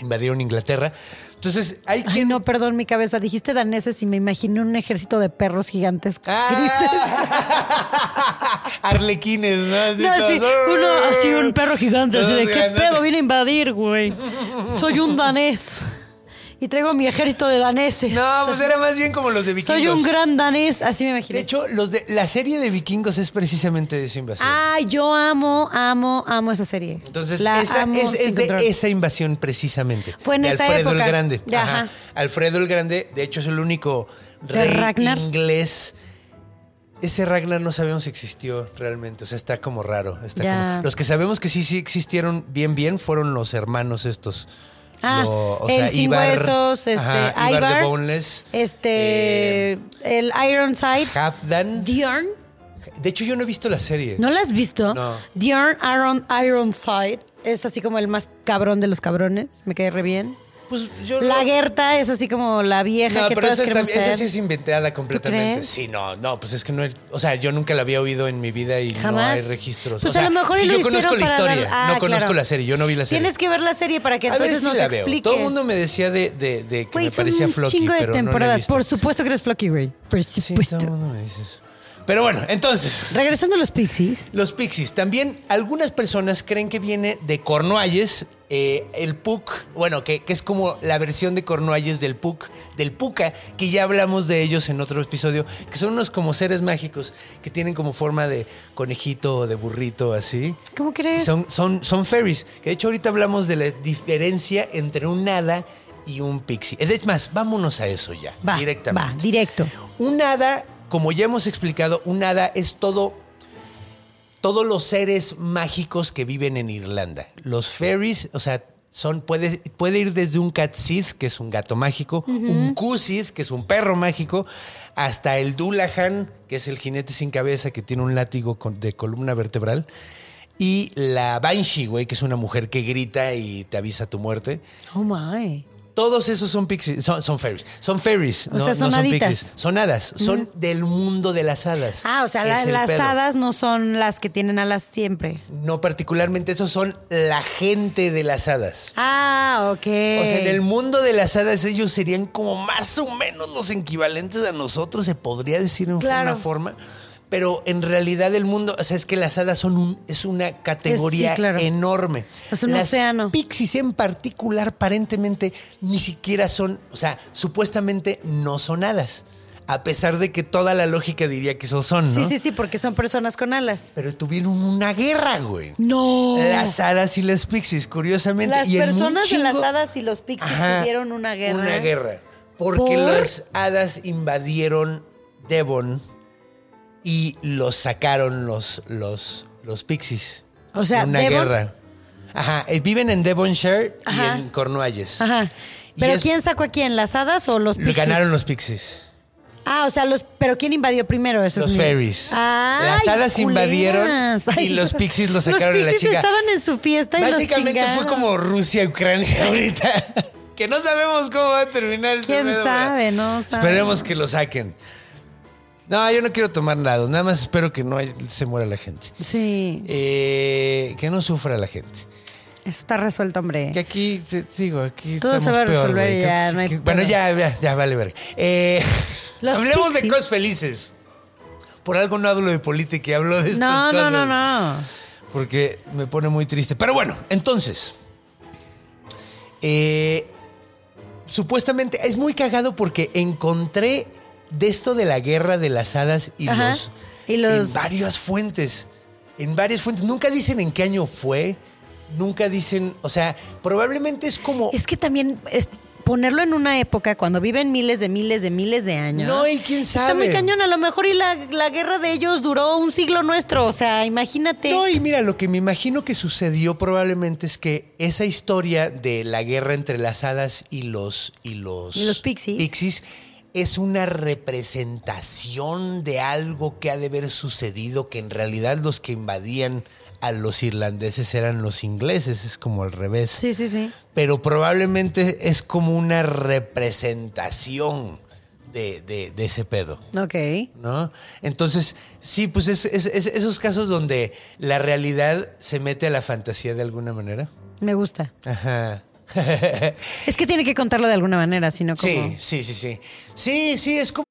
[SPEAKER 1] invadieron Inglaterra. Entonces, hay
[SPEAKER 3] Ay,
[SPEAKER 1] quien...
[SPEAKER 3] no, perdón, mi cabeza. Dijiste daneses y me imaginé un ejército de perros gigantes grises.
[SPEAKER 1] ¡Ah! Arlequines, ¿no? Así
[SPEAKER 5] No,
[SPEAKER 1] todos, ¡uh!
[SPEAKER 5] así, uno, así un perro gigante, así de
[SPEAKER 1] Todos
[SPEAKER 5] qué
[SPEAKER 1] grandotes.
[SPEAKER 5] pedo viene a invadir, güey. Soy un danés
[SPEAKER 3] Y traigo mi ejército de daneses.
[SPEAKER 1] No, pues era más bien como los de vikingos.
[SPEAKER 3] Soy un gran danés, así me
[SPEAKER 1] De
[SPEAKER 3] imaginé.
[SPEAKER 1] hecho, los de, la serie de vikingos es precisamente de esa invasión.
[SPEAKER 3] Ay, yo amo, amo, amo esa serie.
[SPEAKER 1] Entonces,
[SPEAKER 3] La
[SPEAKER 1] esa
[SPEAKER 3] amo
[SPEAKER 1] es, es
[SPEAKER 3] sin
[SPEAKER 1] de
[SPEAKER 3] control.
[SPEAKER 1] esa invasión precisamente.
[SPEAKER 3] Fue en
[SPEAKER 1] de
[SPEAKER 3] esa
[SPEAKER 1] Alfredo
[SPEAKER 3] época.
[SPEAKER 1] el Grande.
[SPEAKER 3] De- ajá.
[SPEAKER 1] Alfredo el Grande, de hecho, es el único
[SPEAKER 3] ¿De
[SPEAKER 1] rey
[SPEAKER 3] Ragnar?
[SPEAKER 1] inglés. Ese Ragnar no sabemos si existió realmente. O sea, está como raro. está
[SPEAKER 3] Ya.
[SPEAKER 1] como- Los que sabemos que sí, sí existieron bien, bien fueron los hermanos estos.
[SPEAKER 3] Ah,
[SPEAKER 1] Lo- o
[SPEAKER 3] el
[SPEAKER 1] sea,
[SPEAKER 3] sin
[SPEAKER 1] Ibar-
[SPEAKER 3] huesos, este,
[SPEAKER 1] ajá, Ibar
[SPEAKER 3] Ivar,
[SPEAKER 1] de Boneless,
[SPEAKER 3] Este,
[SPEAKER 1] eh,
[SPEAKER 3] el Ironside.
[SPEAKER 1] Halfdan.
[SPEAKER 3] Dion.
[SPEAKER 1] De hecho, yo no he visto la serie.
[SPEAKER 3] ¿No la has visto?
[SPEAKER 1] No.
[SPEAKER 3] Dion Aaron Ironside es así como el más cabrón de los cabrones. Me quedé re bien.
[SPEAKER 1] Pues yo
[SPEAKER 3] La
[SPEAKER 1] no-
[SPEAKER 3] Guerta es así como la vieja
[SPEAKER 1] No,
[SPEAKER 3] que
[SPEAKER 1] pero
[SPEAKER 3] todos
[SPEAKER 1] esa,
[SPEAKER 3] queremos
[SPEAKER 1] también- esa
[SPEAKER 3] ser.
[SPEAKER 1] sí es inventada completamente.
[SPEAKER 3] crees?
[SPEAKER 1] Sí, no, no, pues es que no. he- O sea, yo nunca la había oído en mi vida y
[SPEAKER 3] Jamás.
[SPEAKER 1] no hay registros.
[SPEAKER 3] Pues
[SPEAKER 1] o sea,
[SPEAKER 3] a lo mejor
[SPEAKER 1] sí,
[SPEAKER 3] y lo
[SPEAKER 1] yo conozco
[SPEAKER 3] hicieron
[SPEAKER 1] la
[SPEAKER 3] para dar-
[SPEAKER 1] historia.
[SPEAKER 3] Ah,
[SPEAKER 1] no conozco
[SPEAKER 3] claro.
[SPEAKER 1] la serie, yo no vi la serie.
[SPEAKER 3] Tienes que ver la serie para que
[SPEAKER 1] A ver
[SPEAKER 3] entonces
[SPEAKER 1] si
[SPEAKER 3] nos
[SPEAKER 1] la veo.
[SPEAKER 3] expliques.
[SPEAKER 1] Todo el mundo me decía de, de- de que
[SPEAKER 3] Güey,
[SPEAKER 1] me
[SPEAKER 3] son
[SPEAKER 1] parecía
[SPEAKER 3] un
[SPEAKER 1] Flocky,
[SPEAKER 3] chingo de
[SPEAKER 1] pero no la he
[SPEAKER 3] temporadas.
[SPEAKER 1] visto.
[SPEAKER 3] Por supuesto que eres Flocky, güey. Por
[SPEAKER 1] Sí, todo
[SPEAKER 3] supuesto.
[SPEAKER 1] el mundo me dice eso. Pero bueno, entonces.
[SPEAKER 3] Regresando a los Pixies.
[SPEAKER 1] Los pixies. También algunas personas creen que viene de Cornualles, eh, el Puc, bueno, que, que es como la versión de Cornualles del Puc, del Puca, que ya hablamos de ellos en otro episodio, que son unos como seres mágicos que tienen como forma de conejito o de burrito, así.
[SPEAKER 3] ¿Cómo crees?
[SPEAKER 1] Y Son, son, son fairies. Que de hecho ahorita hablamos de la diferencia entre un hada y un pixie. Es más, vámonos a eso ya,
[SPEAKER 3] Va,
[SPEAKER 1] directamente.
[SPEAKER 3] va, directo.
[SPEAKER 1] Un hada, como ya hemos explicado, un hada es todo. Todos los seres mágicos que viven en Irlanda. Los fairies, o sea, son, puede, puede ir desde un catsid, que es un gato mágico, un cusid, que es un perro mágico, hasta el Dulahan, que es el jinete sin cabeza que tiene un látigo con- de columna vertebral, y la Banshee, güey, que es una mujer que grita y te avisa tu muerte.
[SPEAKER 3] Oh my.
[SPEAKER 1] Todos esos son pixies, son, son fairies, son fairies,
[SPEAKER 3] O
[SPEAKER 1] no,
[SPEAKER 3] sea, son
[SPEAKER 1] no son
[SPEAKER 3] haditas. Mm.
[SPEAKER 1] pixies, son hadas, son del mundo de las hadas.
[SPEAKER 3] Ah, o sea, la-
[SPEAKER 1] Es el
[SPEAKER 3] las
[SPEAKER 1] pedo.
[SPEAKER 3] hadas no son las que tienen alas siempre.
[SPEAKER 1] No particularmente, esos son la gente de las hadas.
[SPEAKER 3] Ah, ok.
[SPEAKER 1] O sea, en el mundo de las hadas ellos serían como más o menos los equivalentes a nosotros, se podría decir en
[SPEAKER 3] Claro.
[SPEAKER 1] una forma. Pero en realidad el mundo, o sea, es que las hadas son un, es una categoría
[SPEAKER 3] Sí, claro.
[SPEAKER 1] enorme.
[SPEAKER 3] Es un
[SPEAKER 1] las
[SPEAKER 3] océano.
[SPEAKER 1] Pixies en particular, aparentemente, ni siquiera son, o sea, supuestamente no son hadas. A pesar de que toda la lógica diría que eso son, ¿no?
[SPEAKER 3] Sí, sí, sí, porque son personas con alas.
[SPEAKER 1] Pero tuvieron una guerra, güey.
[SPEAKER 3] No.
[SPEAKER 1] Las hadas y las pixies, curiosamente.
[SPEAKER 3] Las
[SPEAKER 1] y en un
[SPEAKER 3] personas de las
[SPEAKER 1] chingo-
[SPEAKER 3] hadas y los pixies
[SPEAKER 1] Ajá,
[SPEAKER 3] tuvieron una guerra.
[SPEAKER 1] Una guerra. Porque
[SPEAKER 3] ¿Por?
[SPEAKER 1] las hadas invadieron Devon y los sacaron los, los, los pixies.
[SPEAKER 3] O sea,
[SPEAKER 1] De una
[SPEAKER 3] Devon-
[SPEAKER 1] guerra. Ajá, eh, viven en Devonshire
[SPEAKER 3] Ajá.
[SPEAKER 1] y en Cornualles.
[SPEAKER 3] Ajá.
[SPEAKER 1] Y
[SPEAKER 3] ¿Pero
[SPEAKER 1] es-
[SPEAKER 3] quién sacó a quién? ¿Las hadas o los
[SPEAKER 1] Lo
[SPEAKER 3] pixies?
[SPEAKER 1] ganaron los pixies.
[SPEAKER 3] Ah, o sea, los. ¿Pero quién invadió primero? Ese
[SPEAKER 1] Los
[SPEAKER 3] es mi-
[SPEAKER 1] fairies.
[SPEAKER 3] Ay,
[SPEAKER 1] Las hadas
[SPEAKER 3] culeras.
[SPEAKER 1] invadieron y
[SPEAKER 3] Ay,
[SPEAKER 1] los pixies los sacaron a la
[SPEAKER 3] pixies
[SPEAKER 1] chica.
[SPEAKER 3] estaban en su fiesta y los
[SPEAKER 1] Básicamente fue
[SPEAKER 3] chingaron.
[SPEAKER 1] como Rusia-Ucrania ahorita. Que no sabemos cómo va a terminar este
[SPEAKER 3] ¿Quién
[SPEAKER 1] pedo,
[SPEAKER 3] sabe?
[SPEAKER 1] ¿verdad?
[SPEAKER 3] No sabe.
[SPEAKER 1] Esperemos que lo saquen. No, yo no quiero tomar nada. Nada más espero que no hay- se muera la gente.
[SPEAKER 3] Sí,
[SPEAKER 1] Eh, que no sufra la gente.
[SPEAKER 3] eso está resuelto, hombre.
[SPEAKER 1] Que aquí, te- digo, aquí
[SPEAKER 3] Todo se
[SPEAKER 1] estamos
[SPEAKER 3] va a
[SPEAKER 1] peor,
[SPEAKER 3] resolver
[SPEAKER 1] güey.
[SPEAKER 3] y
[SPEAKER 1] Que-
[SPEAKER 3] ya, no hay
[SPEAKER 1] que- Bueno,
[SPEAKER 3] pedo.
[SPEAKER 1] ya, ya, ya, vale, verga. Eh,
[SPEAKER 3] Los
[SPEAKER 1] hablemos de
[SPEAKER 3] pixies.
[SPEAKER 1] cosas felices. Por algo no hablo de política y hablo de estas
[SPEAKER 3] No, no,
[SPEAKER 1] cosas.
[SPEAKER 3] no, no.
[SPEAKER 1] porque me pone muy triste. Pero bueno, entonces, eh, supuestamente es muy cagado porque encontré de esto de la guerra de las hadas y,
[SPEAKER 3] Ajá.
[SPEAKER 1] los,
[SPEAKER 3] Y los-
[SPEAKER 1] en varias fuentes, en varias fuentes. Nunca dicen en qué año fue, nunca dicen, o sea, probablemente es como
[SPEAKER 3] Es que también es- ponerlo en una época cuando viven miles de miles de miles de años.
[SPEAKER 1] No, y quién
[SPEAKER 3] Está muy
[SPEAKER 1] sabe.
[SPEAKER 3] cañón, a lo mejor y la, la guerra de ellos duró un siglo nuestro, o sea, imagínate.
[SPEAKER 1] No, y mira, lo que me imagino que sucedió probablemente es que esa historia de la guerra entre las hadas y los y los,
[SPEAKER 3] Y los pixies.
[SPEAKER 1] es una representación de algo que ha de haber sucedido que en realidad los que invadían a los irlandeses eran los ingleses, es como al revés.
[SPEAKER 3] Sí, sí, sí.
[SPEAKER 1] Pero probablemente es como una representación de- de- de ese pedo.
[SPEAKER 3] Ok.
[SPEAKER 1] ¿no? Entonces, sí, pues es, es- es- esos casos donde la realidad se mete a la fantasía de alguna manera.
[SPEAKER 3] Me gusta.
[SPEAKER 1] Ah. Ajá.
[SPEAKER 3] Es que tiene que contarlo de alguna manera, sino como.
[SPEAKER 1] sí, sí, sí, sí. Sí, sí, es como...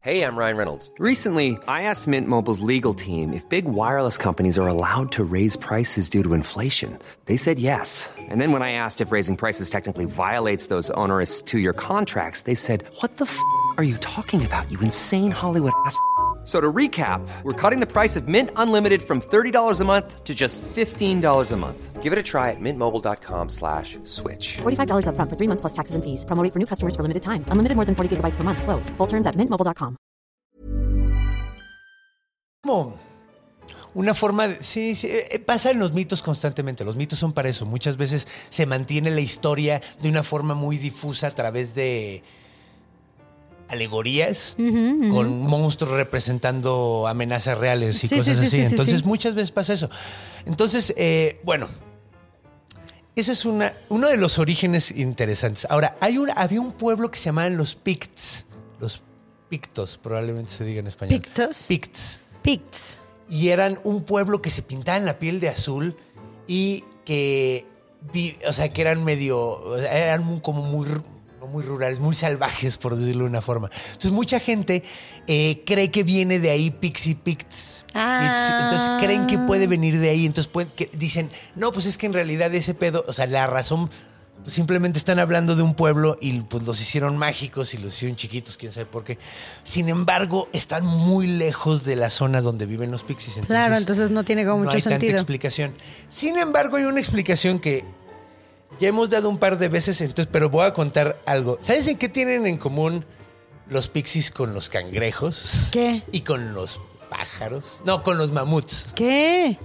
[SPEAKER 6] Hey, I'm Ryan Reynolds. Recently, I asked Mint Mobile's legal team if big wireless companies are allowed to raise prices due to inflation. They said yes. And then when I asked if raising prices technically violates those onerous two year contracts, they said, What the f are you talking about, you insane Hollywood ass? f- So to recap, we're cutting the price of Mint Unlimited from $30 a month to just $15 a month. Give it a try at mintmobile.com slash switch.
[SPEAKER 7] $45 up front for three months plus taxes and fees. Promo rate for new customers for limited time. Unlimited more than 40 gigabytes per month. Slows. Full terms at mintmobile.com.
[SPEAKER 1] como Una forma de... Sí, sí, eh, eh, pasa en los mitos constantemente. Los mitos son para eso. Muchas veces se mantiene la historia de una forma muy difusa a través de alegorías con monstruos representando amenazas reales y
[SPEAKER 3] Sí,
[SPEAKER 1] cosas
[SPEAKER 3] sí, sí,
[SPEAKER 1] así.
[SPEAKER 3] sí, sí,
[SPEAKER 1] Entonces,
[SPEAKER 3] sí.
[SPEAKER 1] muchas veces pasa eso. Entonces, eh, bueno, ese es una, uno de los orígenes interesantes. Ahora, hay un, había un pueblo que se llamaban los Picts. Los Pictos, probablemente se diga en español.
[SPEAKER 3] ¿Pictos?
[SPEAKER 1] Picts
[SPEAKER 3] Picts.
[SPEAKER 1] y eran un pueblo que se pintaban la piel de azul y que, vi- o sea, que eran medio, o sea, eran muy- como muy, ru- no muy rurales, muy salvajes, por decirlo de una forma. Entonces, mucha gente eh, cree que viene de ahí Pixie Picts.
[SPEAKER 3] Ah.
[SPEAKER 1] Entonces, creen que puede venir de ahí. Entonces, pueden- que dicen, no, pues es que en realidad ese pedo, o sea, la razón... pues, Simplemente están hablando de un pueblo y pues los hicieron mágicos y los hicieron chiquitos, quién sabe por qué. Sin embargo, están muy lejos de la zona donde viven los pixies.
[SPEAKER 3] Claro, entonces no tiene como
[SPEAKER 1] no
[SPEAKER 3] mucho
[SPEAKER 1] hay tanta
[SPEAKER 3] sentido.
[SPEAKER 1] explicación. Sin embargo, hay una explicación que ya hemos dado un par de veces, entonces, pero voy a contar algo. ¿Sabes en qué tienen en común los pixies con los cangrejos?
[SPEAKER 3] ¿Qué?
[SPEAKER 1] Y con los pájaros. No, con los mamuts.
[SPEAKER 3] ¿Qué?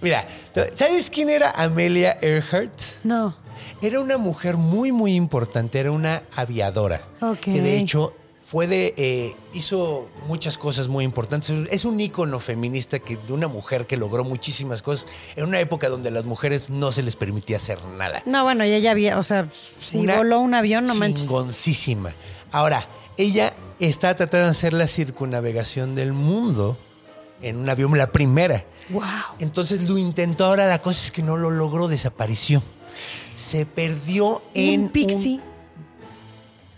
[SPEAKER 1] Mira, ¿sabes quién era Amelia Earhart?
[SPEAKER 3] No.
[SPEAKER 1] Era una mujer muy, muy importante. Era una aviadora.
[SPEAKER 3] Ok.
[SPEAKER 1] Que de hecho fue de. eh, hizo muchas cosas muy importantes. Es un ícono feminista que, de una mujer que logró muchísimas cosas en una época donde a las mujeres no se les permitía hacer nada.
[SPEAKER 3] No, bueno, ya ya había, o sea, si voló un avión, no manches.
[SPEAKER 1] Chingoncísima. Ahora, ella está tratando de hacer la circunnavegación del mundo en un avión, la primera.
[SPEAKER 3] Wow.
[SPEAKER 1] Entonces lo intentó, ahora la cosa es que no lo logró, desapareció. Se perdió en...
[SPEAKER 3] un pixie.
[SPEAKER 1] un-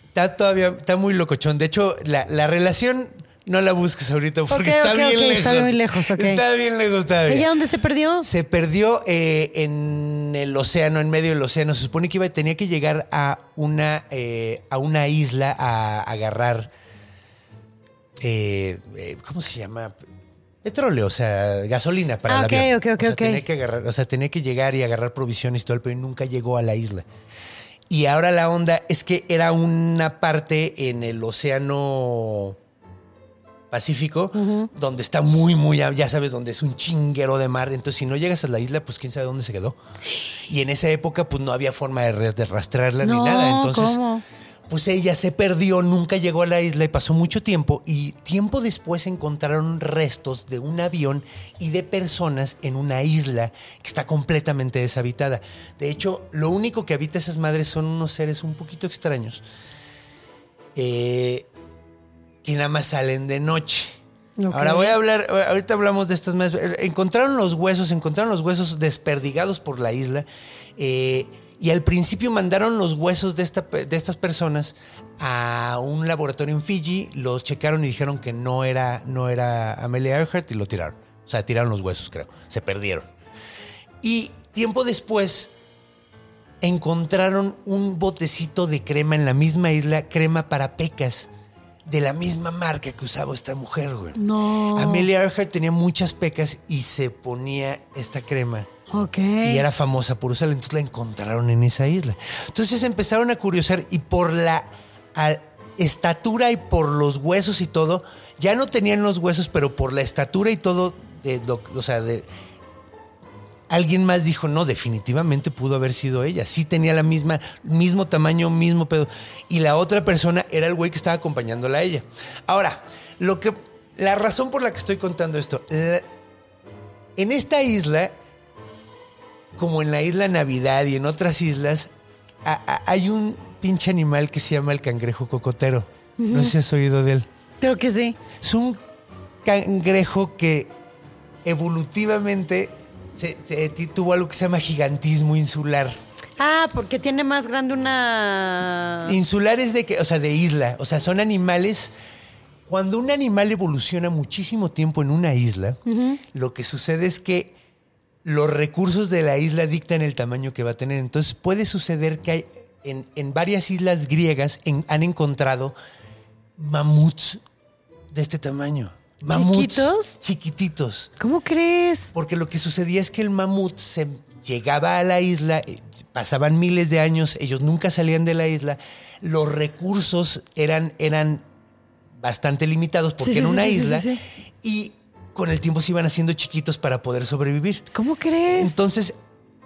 [SPEAKER 1] está todavía, está muy locochón. De hecho, la, la relación no la busques ahorita porque
[SPEAKER 3] Ok,
[SPEAKER 1] está
[SPEAKER 3] ok,
[SPEAKER 1] bien
[SPEAKER 3] ok,
[SPEAKER 1] lejos.
[SPEAKER 3] está muy lejos, ok.
[SPEAKER 1] Está bien lejos todavía.
[SPEAKER 3] ¿Ella dónde se perdió?
[SPEAKER 1] Se perdió eh, en el océano, en medio del océano. Se supone que iba, tenía que llegar a una, eh, a una isla a agarrar. eh, eh, ¿Cómo se llama? Petróleo, o sea, gasolina para
[SPEAKER 3] Ah,
[SPEAKER 1] el
[SPEAKER 3] ok,
[SPEAKER 1] avión.
[SPEAKER 3] ok,
[SPEAKER 1] o
[SPEAKER 3] ok,
[SPEAKER 1] sea,
[SPEAKER 3] ok.
[SPEAKER 1] Tenía que agarrar, o sea, tenía que llegar y agarrar provisiones y todo, pero nunca llegó a la isla. Y ahora la onda es que era una parte en el océano Pacífico, donde está muy, muy, ya sabes, donde es un chinguero de mar. Entonces, si no llegas a la isla, pues quién sabe dónde se quedó. Y en esa época, pues no había forma de, re- de arrastrarla
[SPEAKER 3] No,
[SPEAKER 1] ni nada. Entonces,
[SPEAKER 3] ¿cómo?
[SPEAKER 1] pues ella se perdió, nunca llegó a la isla y pasó mucho tiempo. Y tiempo después encontraron restos de un avión y de personas en una isla que está completamente deshabitada. De hecho, lo único que habita esas madres son unos seres un poquito extraños. Eh, que nada más salen de noche.
[SPEAKER 3] Ok.
[SPEAKER 1] Ahora voy a hablar, ahorita hablamos de estas más. Encontraron los huesos, encontraron los huesos desperdigados por la isla. eh, y al principio mandaron los huesos de, esta, pe- de estas personas a un laboratorio en Fiji, los checaron y dijeron que no era, no era Amelia Earhart y lo tiraron. O sea, tiraron los huesos, creo. Se perdieron. Y tiempo después encontraron un botecito de crema en la misma isla, crema para pecas, de la misma marca que usaba esta mujer, güey.
[SPEAKER 3] No.
[SPEAKER 1] Amelia Earhart tenía muchas pecas y se ponía esta crema
[SPEAKER 3] Ok.
[SPEAKER 1] y era famosa por usarla, entonces la encontraron en esa isla. Entonces empezaron a curiosar y por la a- estatura y por los huesos y todo, ya no tenían los huesos, pero por la estatura y todo, de lo- o sea, de... Alguien más dijo, no, definitivamente pudo haber sido ella. Sí tenía la misma, mismo tamaño, mismo pedo. Y la otra persona era el güey que estaba acompañándola a ella. Ahora, lo que, la razón por la que estoy contando esto, la- en esta isla como en la isla Navidad y en otras islas, a- a- hay un pinche animal que se llama el cangrejo cocotero. No sé si has oído de él.
[SPEAKER 3] Creo que sí.
[SPEAKER 1] Es un cangrejo que evolutivamente se, se- ti- tuvo algo que se llama gigantismo insular.
[SPEAKER 3] Ah, porque tiene más grande una.
[SPEAKER 1] Insular es de que, o sea, de isla. O sea, son animales. Cuando un animal evoluciona muchísimo tiempo en una isla, lo que sucede es que los recursos de la isla dictan el tamaño que va a tener. Entonces puede suceder que hay, en, en varias islas griegas en- han encontrado mamuts de este tamaño. Mamuts
[SPEAKER 3] ¿Chiquitos?
[SPEAKER 1] Chiquititos.
[SPEAKER 3] ¿Cómo crees?
[SPEAKER 1] Porque lo que sucedía es que el mamut se llegaba a la isla, eh, pasaban miles de años, ellos nunca salían de la isla, los recursos eran, eran bastante limitados porque
[SPEAKER 3] Sí, sí,
[SPEAKER 1] era
[SPEAKER 3] sí,
[SPEAKER 1] una
[SPEAKER 3] sí, sí,
[SPEAKER 1] isla
[SPEAKER 3] sí,
[SPEAKER 1] y con el tiempo se iban haciendo chiquitos para poder sobrevivir.
[SPEAKER 3] ¿Cómo crees?
[SPEAKER 1] Entonces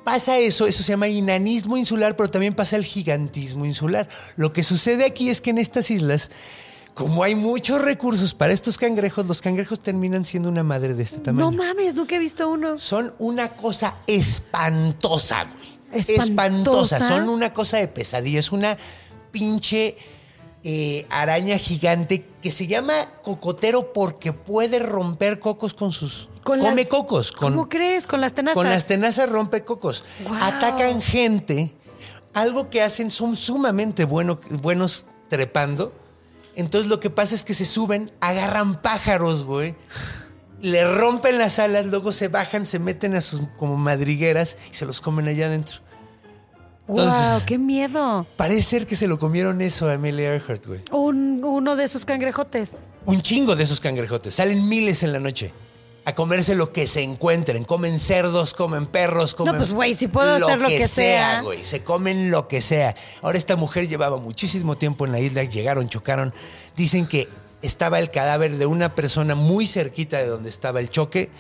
[SPEAKER 1] pasa eso, eso se llama inanismo insular, pero también pasa el gigantismo insular. Lo que sucede aquí es que en estas islas, como hay muchos recursos para estos cangrejos, los cangrejos terminan siendo una madre de este tamaño.
[SPEAKER 3] No mames, nunca he visto uno.
[SPEAKER 1] Son una cosa espantosa, güey.
[SPEAKER 3] ¿Espantosa?
[SPEAKER 1] Son una cosa de pesadilla. Es una pinche eh, araña gigante que se llama cocotero porque puede romper cocos con sus.
[SPEAKER 3] Con
[SPEAKER 1] come
[SPEAKER 3] las-
[SPEAKER 1] cocos. Con,
[SPEAKER 3] ¿Cómo crees? Con las tenazas.
[SPEAKER 1] Con las tenazas rompe cocos.
[SPEAKER 3] Guau.
[SPEAKER 1] Atacan gente. Algo que hacen son sumamente bueno- buenos trepando. Entonces lo que pasa es que se suben, agarran pájaros, güey le rompen las alas, luego se bajan, se meten a sus como madrigueras y se los comen allá adentro.
[SPEAKER 3] ¡Wow!
[SPEAKER 1] Entonces-
[SPEAKER 3] ¡Qué miedo!
[SPEAKER 1] Parece ser que se lo comieron eso a Amelia Earhart, güey.
[SPEAKER 3] Un- uno de esos cangrejotes.
[SPEAKER 1] Un chingo de esos cangrejotes. Salen miles en la noche a comerse lo que se encuentren. Comen cerdos, comen perros, comen.
[SPEAKER 3] pues, güey, si puedo hacer lo que sea.
[SPEAKER 1] güey. Se comen lo que sea. Ahora, esta mujer llevaba muchísimo tiempo en la isla. Llegaron, chocaron. Dicen que estaba el cadáver de una persona muy cerquita de donde estaba el choque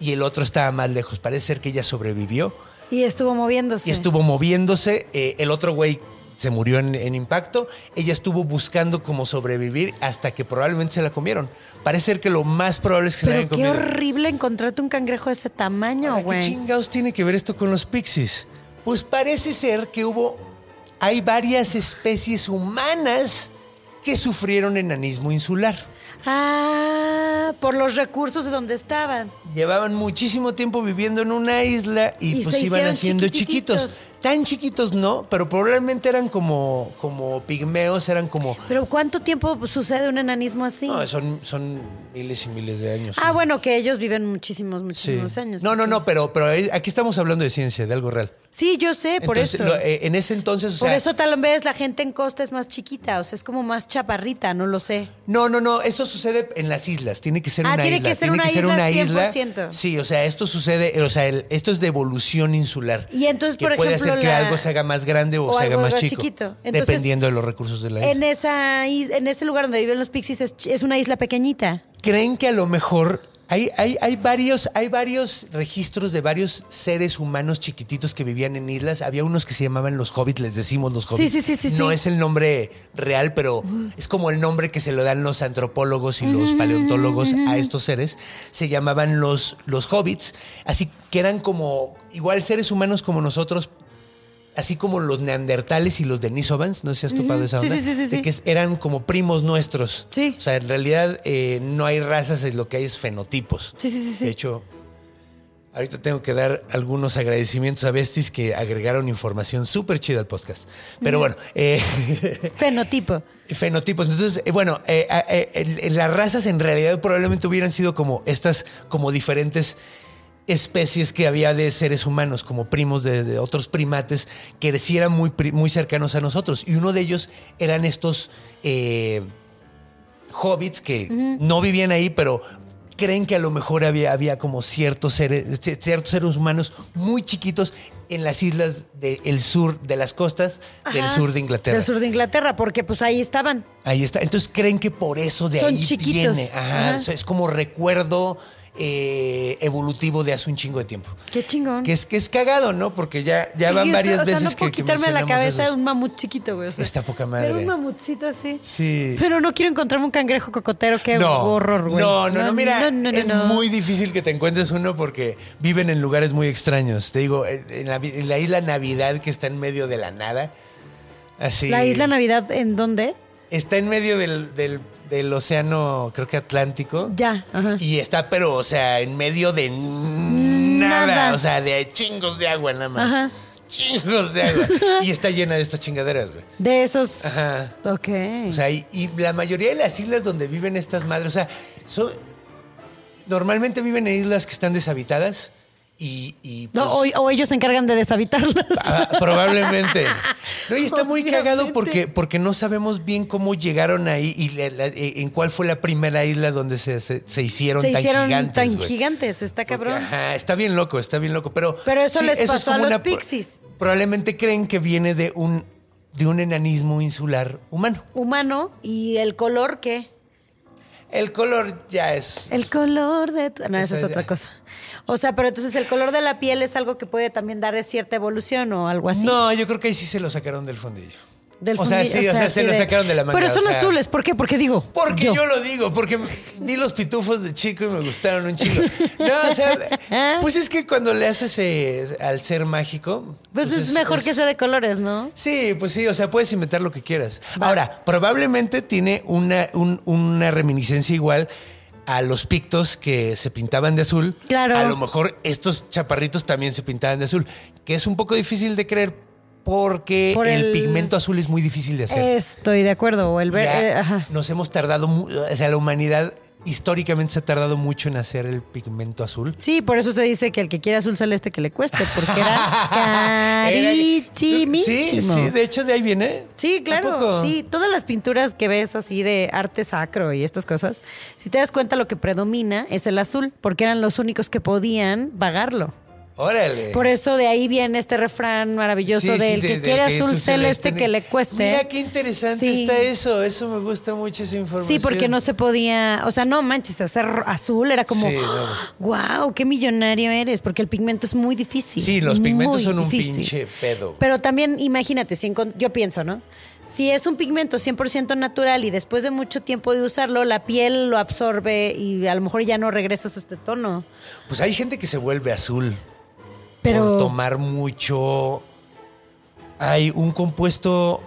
[SPEAKER 1] y el otro estaba más lejos. Parece ser que ella sobrevivió.
[SPEAKER 3] Y estuvo moviéndose.
[SPEAKER 1] y estuvo moviéndose. eh, el otro güey se murió en, en impacto. Ella estuvo buscando cómo sobrevivir hasta que probablemente se la comieron. Parece ser que lo más probable es que se la
[SPEAKER 3] Pero
[SPEAKER 1] hayan
[SPEAKER 3] qué
[SPEAKER 1] comido.
[SPEAKER 3] horrible encontrarte un cangrejo de ese tamaño,
[SPEAKER 1] Ahora, ¿Qué
[SPEAKER 3] güey.
[SPEAKER 1] chingados tiene que ver esto con los pixies? Pues parece ser que hubo. Hay varias especies humanas que sufrieron enanismo insular.
[SPEAKER 3] Ah, por los recursos de donde estaban.
[SPEAKER 1] Llevaban muchísimo tiempo viviendo en una isla y,
[SPEAKER 3] Y
[SPEAKER 1] pues
[SPEAKER 3] se
[SPEAKER 1] iban
[SPEAKER 3] hicieron
[SPEAKER 1] haciendo chiquitos.
[SPEAKER 3] chiquititos.
[SPEAKER 1] Tan chiquitos no, pero probablemente eran como, como pigmeos, eran como
[SPEAKER 3] Pero ¿cuánto tiempo sucede un enanismo así?
[SPEAKER 1] No, son, son miles y miles de años.
[SPEAKER 3] ah, bueno, que ellos viven muchísimos,
[SPEAKER 1] Sí.
[SPEAKER 3] muchísimos años.
[SPEAKER 1] No, no,
[SPEAKER 3] porque-
[SPEAKER 1] no, pero, pero ahí- aquí estamos hablando de ciencia, de algo real.
[SPEAKER 3] Sí, yo sé, por
[SPEAKER 1] Entonces,
[SPEAKER 3] eso.
[SPEAKER 1] lo- eh, en ese entonces, o
[SPEAKER 3] por
[SPEAKER 1] sea,
[SPEAKER 3] eso tal vez la gente en costa es más chiquita, o sea, es como más chaparrita, no lo sé.
[SPEAKER 1] No, no, no, eso sucede en las islas, tiene que ser
[SPEAKER 3] Ah,
[SPEAKER 1] una
[SPEAKER 3] tiene
[SPEAKER 1] isla.
[SPEAKER 3] que ser una isla 100%.
[SPEAKER 1] Sí, o sea, esto sucede, o sea, el- esto es de evolución insular.
[SPEAKER 3] Y entonces,
[SPEAKER 1] que
[SPEAKER 3] por
[SPEAKER 1] puede
[SPEAKER 3] ejemplo,
[SPEAKER 1] hacer que
[SPEAKER 3] la-
[SPEAKER 1] algo se haga más grande o,
[SPEAKER 3] o
[SPEAKER 1] se haga
[SPEAKER 3] algo
[SPEAKER 1] más
[SPEAKER 3] más
[SPEAKER 1] chico,
[SPEAKER 3] chiquito. Entonces,
[SPEAKER 1] dependiendo de los recursos de la isla.
[SPEAKER 3] En, esa, is- en ese lugar donde viven los pixies es, ch- es una isla pequeñita.
[SPEAKER 1] creen que a lo mejor hay, hay, hay, varios, hay varios registros de varios seres humanos chiquititos que vivían en islas. Había unos que se llamaban los hobbits, les decimos los hobbits.
[SPEAKER 3] sí, sí, sí,
[SPEAKER 1] No
[SPEAKER 3] sí.
[SPEAKER 1] es el nombre real, pero es como el nombre que se lo dan los antropólogos y los paleontólogos a estos seres. Se llamaban los, los hobbits, así que eran como igual seres humanos como nosotros. Así como los neandertales y los denisovans, no sé si has topado esa
[SPEAKER 3] Sí,
[SPEAKER 1] onda,
[SPEAKER 3] sí, sí, sí,
[SPEAKER 1] de
[SPEAKER 3] sí.
[SPEAKER 1] que eran como primos nuestros.
[SPEAKER 3] Sí.
[SPEAKER 1] O sea, en realidad eh, no hay razas, es lo que hay es fenotipos.
[SPEAKER 3] Sí, sí, sí, sí.
[SPEAKER 1] De hecho, ahorita tengo que dar algunos agradecimientos a Besties que agregaron información súper chida al podcast. Pero bueno, eh,
[SPEAKER 3] Fenotipo.
[SPEAKER 1] fenotipos. Entonces, eh, bueno, eh, a- eh, el- el- las razas en realidad probablemente hubieran sido como estas, como diferentes especies que había de seres humanos, como primos de, de otros primates que sí eran muy, pri- muy cercanos a nosotros. Y uno de ellos eran estos eh, hobbits que no vivían ahí, pero creen que a lo mejor había, había como ciertos seres, c- ciertos seres humanos muy chiquitos en las islas del sur, de las costas del
[SPEAKER 3] Ajá.
[SPEAKER 1] sur de Inglaterra.
[SPEAKER 3] Del sur de Inglaterra, porque pues ahí estaban.
[SPEAKER 1] Ahí está. Entonces creen que por eso de
[SPEAKER 3] Son
[SPEAKER 1] ahí
[SPEAKER 3] chiquitos.
[SPEAKER 1] viene. Ajá.
[SPEAKER 3] Ajá.
[SPEAKER 1] O sea, Es como recuerdo eh, evolutivo de hace un chingo de tiempo.
[SPEAKER 3] Qué chingón.
[SPEAKER 1] Que es, que es cagado, ¿no? Porque ya, ya
[SPEAKER 3] Sí,
[SPEAKER 1] van
[SPEAKER 3] esto-
[SPEAKER 1] varias
[SPEAKER 3] o sea,
[SPEAKER 1] veces
[SPEAKER 3] no
[SPEAKER 1] que.
[SPEAKER 3] puedo
[SPEAKER 1] que
[SPEAKER 3] quitarme de la
[SPEAKER 1] mencionamos
[SPEAKER 3] cabeza
[SPEAKER 1] esos.
[SPEAKER 3] un mamut chiquito, güey. o sea,
[SPEAKER 1] Está poca
[SPEAKER 3] Pero
[SPEAKER 1] madre.
[SPEAKER 3] un mamutcito así.
[SPEAKER 1] Sí.
[SPEAKER 3] Pero no quiero encontrarme un cangrejo cocotero, qué horror, güey.
[SPEAKER 1] No, no, no, mira,
[SPEAKER 3] no, no, no,
[SPEAKER 1] es
[SPEAKER 3] no.
[SPEAKER 1] muy difícil que te encuentres uno porque viven en lugares muy extraños. Te digo, eh, en la, vi- en la isla Navidad que está en medio de la nada. Así.
[SPEAKER 3] ¿La isla Navidad en dónde?
[SPEAKER 1] Está en medio del, del- del océano, creo que Atlántico.
[SPEAKER 3] Ya, ajá.
[SPEAKER 1] Y está, pero, o sea, en medio de nada.
[SPEAKER 3] Nada.
[SPEAKER 1] O sea, de chingos de agua nada más.
[SPEAKER 3] Ajá.
[SPEAKER 1] Chingos de agua. y está llena de estas chingaderas, güey.
[SPEAKER 3] De esos.
[SPEAKER 1] Ajá.
[SPEAKER 3] Ok.
[SPEAKER 1] O sea, y, y la mayoría de las islas donde viven estas madres, o sea, son- normalmente viven en islas que están deshabitadas y... y,
[SPEAKER 3] No, o,
[SPEAKER 1] pues,
[SPEAKER 3] o ellos se encargan de deshabitarlas.
[SPEAKER 1] ah, probablemente. No, y está muy
[SPEAKER 3] Obviamente.
[SPEAKER 1] cagado porque, porque no sabemos bien cómo llegaron ahí y la- la- eh, en cuál fue la primera isla donde se, se- se hicieron
[SPEAKER 3] se
[SPEAKER 1] tan
[SPEAKER 3] hicieron
[SPEAKER 1] gigantes.
[SPEAKER 3] tan
[SPEAKER 1] güey.
[SPEAKER 3] gigantes, está
[SPEAKER 1] Porque,
[SPEAKER 3] cabrón.
[SPEAKER 1] ajá, está bien loco, está bien loco. Pero,
[SPEAKER 3] Pero eso les
[SPEAKER 1] es
[SPEAKER 3] pasó a
[SPEAKER 1] como
[SPEAKER 3] los
[SPEAKER 1] una pro-
[SPEAKER 3] pixies.
[SPEAKER 1] Probablemente creen que viene de un, de un enanismo insular humano.
[SPEAKER 3] Humano y el color qué?
[SPEAKER 1] El color ya es.
[SPEAKER 3] El color de tu... No, esa
[SPEAKER 1] Esa
[SPEAKER 3] es
[SPEAKER 1] es-
[SPEAKER 3] otra cosa. O sea, pero entonces el color de la piel es algo que puede también dar cierta evolución o algo así.
[SPEAKER 1] No, yo creo que ahí sí se lo sacaron del fondillo.
[SPEAKER 3] Del
[SPEAKER 1] o sea,
[SPEAKER 3] fundi-
[SPEAKER 1] sí, o sea, se
[SPEAKER 3] así
[SPEAKER 1] lo sacaron de la manga.
[SPEAKER 3] Pero
[SPEAKER 1] o
[SPEAKER 3] son
[SPEAKER 1] sea, Pues
[SPEAKER 3] azules, ¿por qué? Porque digo.
[SPEAKER 1] Porque yo. lo digo, porque vi los pitufos de chico y me gustaron un chingo. No, o
[SPEAKER 3] ¿Ah?
[SPEAKER 1] sea, pues es que cuando le haces eh, al ser mágico.
[SPEAKER 3] Pues es mejor que sea de colores, ¿no?
[SPEAKER 1] Sí, pues sí, o sea, puedes inventar lo que quieras. Ahora, probablemente tiene una, un- una reminiscencia igual a los pictos que se pintaban de azul.
[SPEAKER 3] Claro.
[SPEAKER 1] A lo mejor estos chaparritos también se pintaban de azul, que es un poco difícil de creer porque
[SPEAKER 3] Por
[SPEAKER 1] el,
[SPEAKER 3] el-
[SPEAKER 1] pigmento azul es muy difícil de hacer.
[SPEAKER 3] Estoy de acuerdo. O el ver.
[SPEAKER 1] Ya
[SPEAKER 3] eh, ajá.
[SPEAKER 1] Nos hemos tardado, mu- o sea, la humanidad históricamente se ha tardado mucho en hacer el pigmento azul.
[SPEAKER 3] Sí, por eso se dice que el que quiere azul celeste que le cueste, porque era carichimichimo.
[SPEAKER 1] Sí, sí, de hecho de ahí viene.
[SPEAKER 3] Sí,
[SPEAKER 1] ¿A
[SPEAKER 3] claro.
[SPEAKER 1] poco?
[SPEAKER 3] Sí, todas las pinturas que ves así de arte sacro y estas cosas, si te das cuenta lo que predomina es el azul, porque eran los únicos que podían vagarlo.
[SPEAKER 1] Órale.
[SPEAKER 3] Por eso de ahí viene este refrán maravilloso
[SPEAKER 1] Eh. Sí, sí,
[SPEAKER 3] del
[SPEAKER 1] de-
[SPEAKER 3] que
[SPEAKER 1] del
[SPEAKER 3] quiere azul
[SPEAKER 1] azul
[SPEAKER 3] celeste, que le cueste.
[SPEAKER 1] Mira qué interesante
[SPEAKER 3] Sí.
[SPEAKER 1] está eso. Eso me gusta mucho esa información.
[SPEAKER 3] Sí, porque no se podía, o sea, no manches, hacer azul era como,
[SPEAKER 1] Sí, no.
[SPEAKER 3] wow, qué millonario eres, porque el pigmento es muy difícil.
[SPEAKER 1] Sí, los pigmentos
[SPEAKER 3] muy
[SPEAKER 1] son un pinche pedo.
[SPEAKER 3] Pero también imagínate, si encon- yo pienso, ¿no? Si es un pigmento 100% natural y después de mucho tiempo de usarlo, la piel lo absorbe y a lo mejor ya no regresas a este tono.
[SPEAKER 1] Pues hay gente que se vuelve azul por
[SPEAKER 3] Pero
[SPEAKER 1] tomar mucho. Hay un compuesto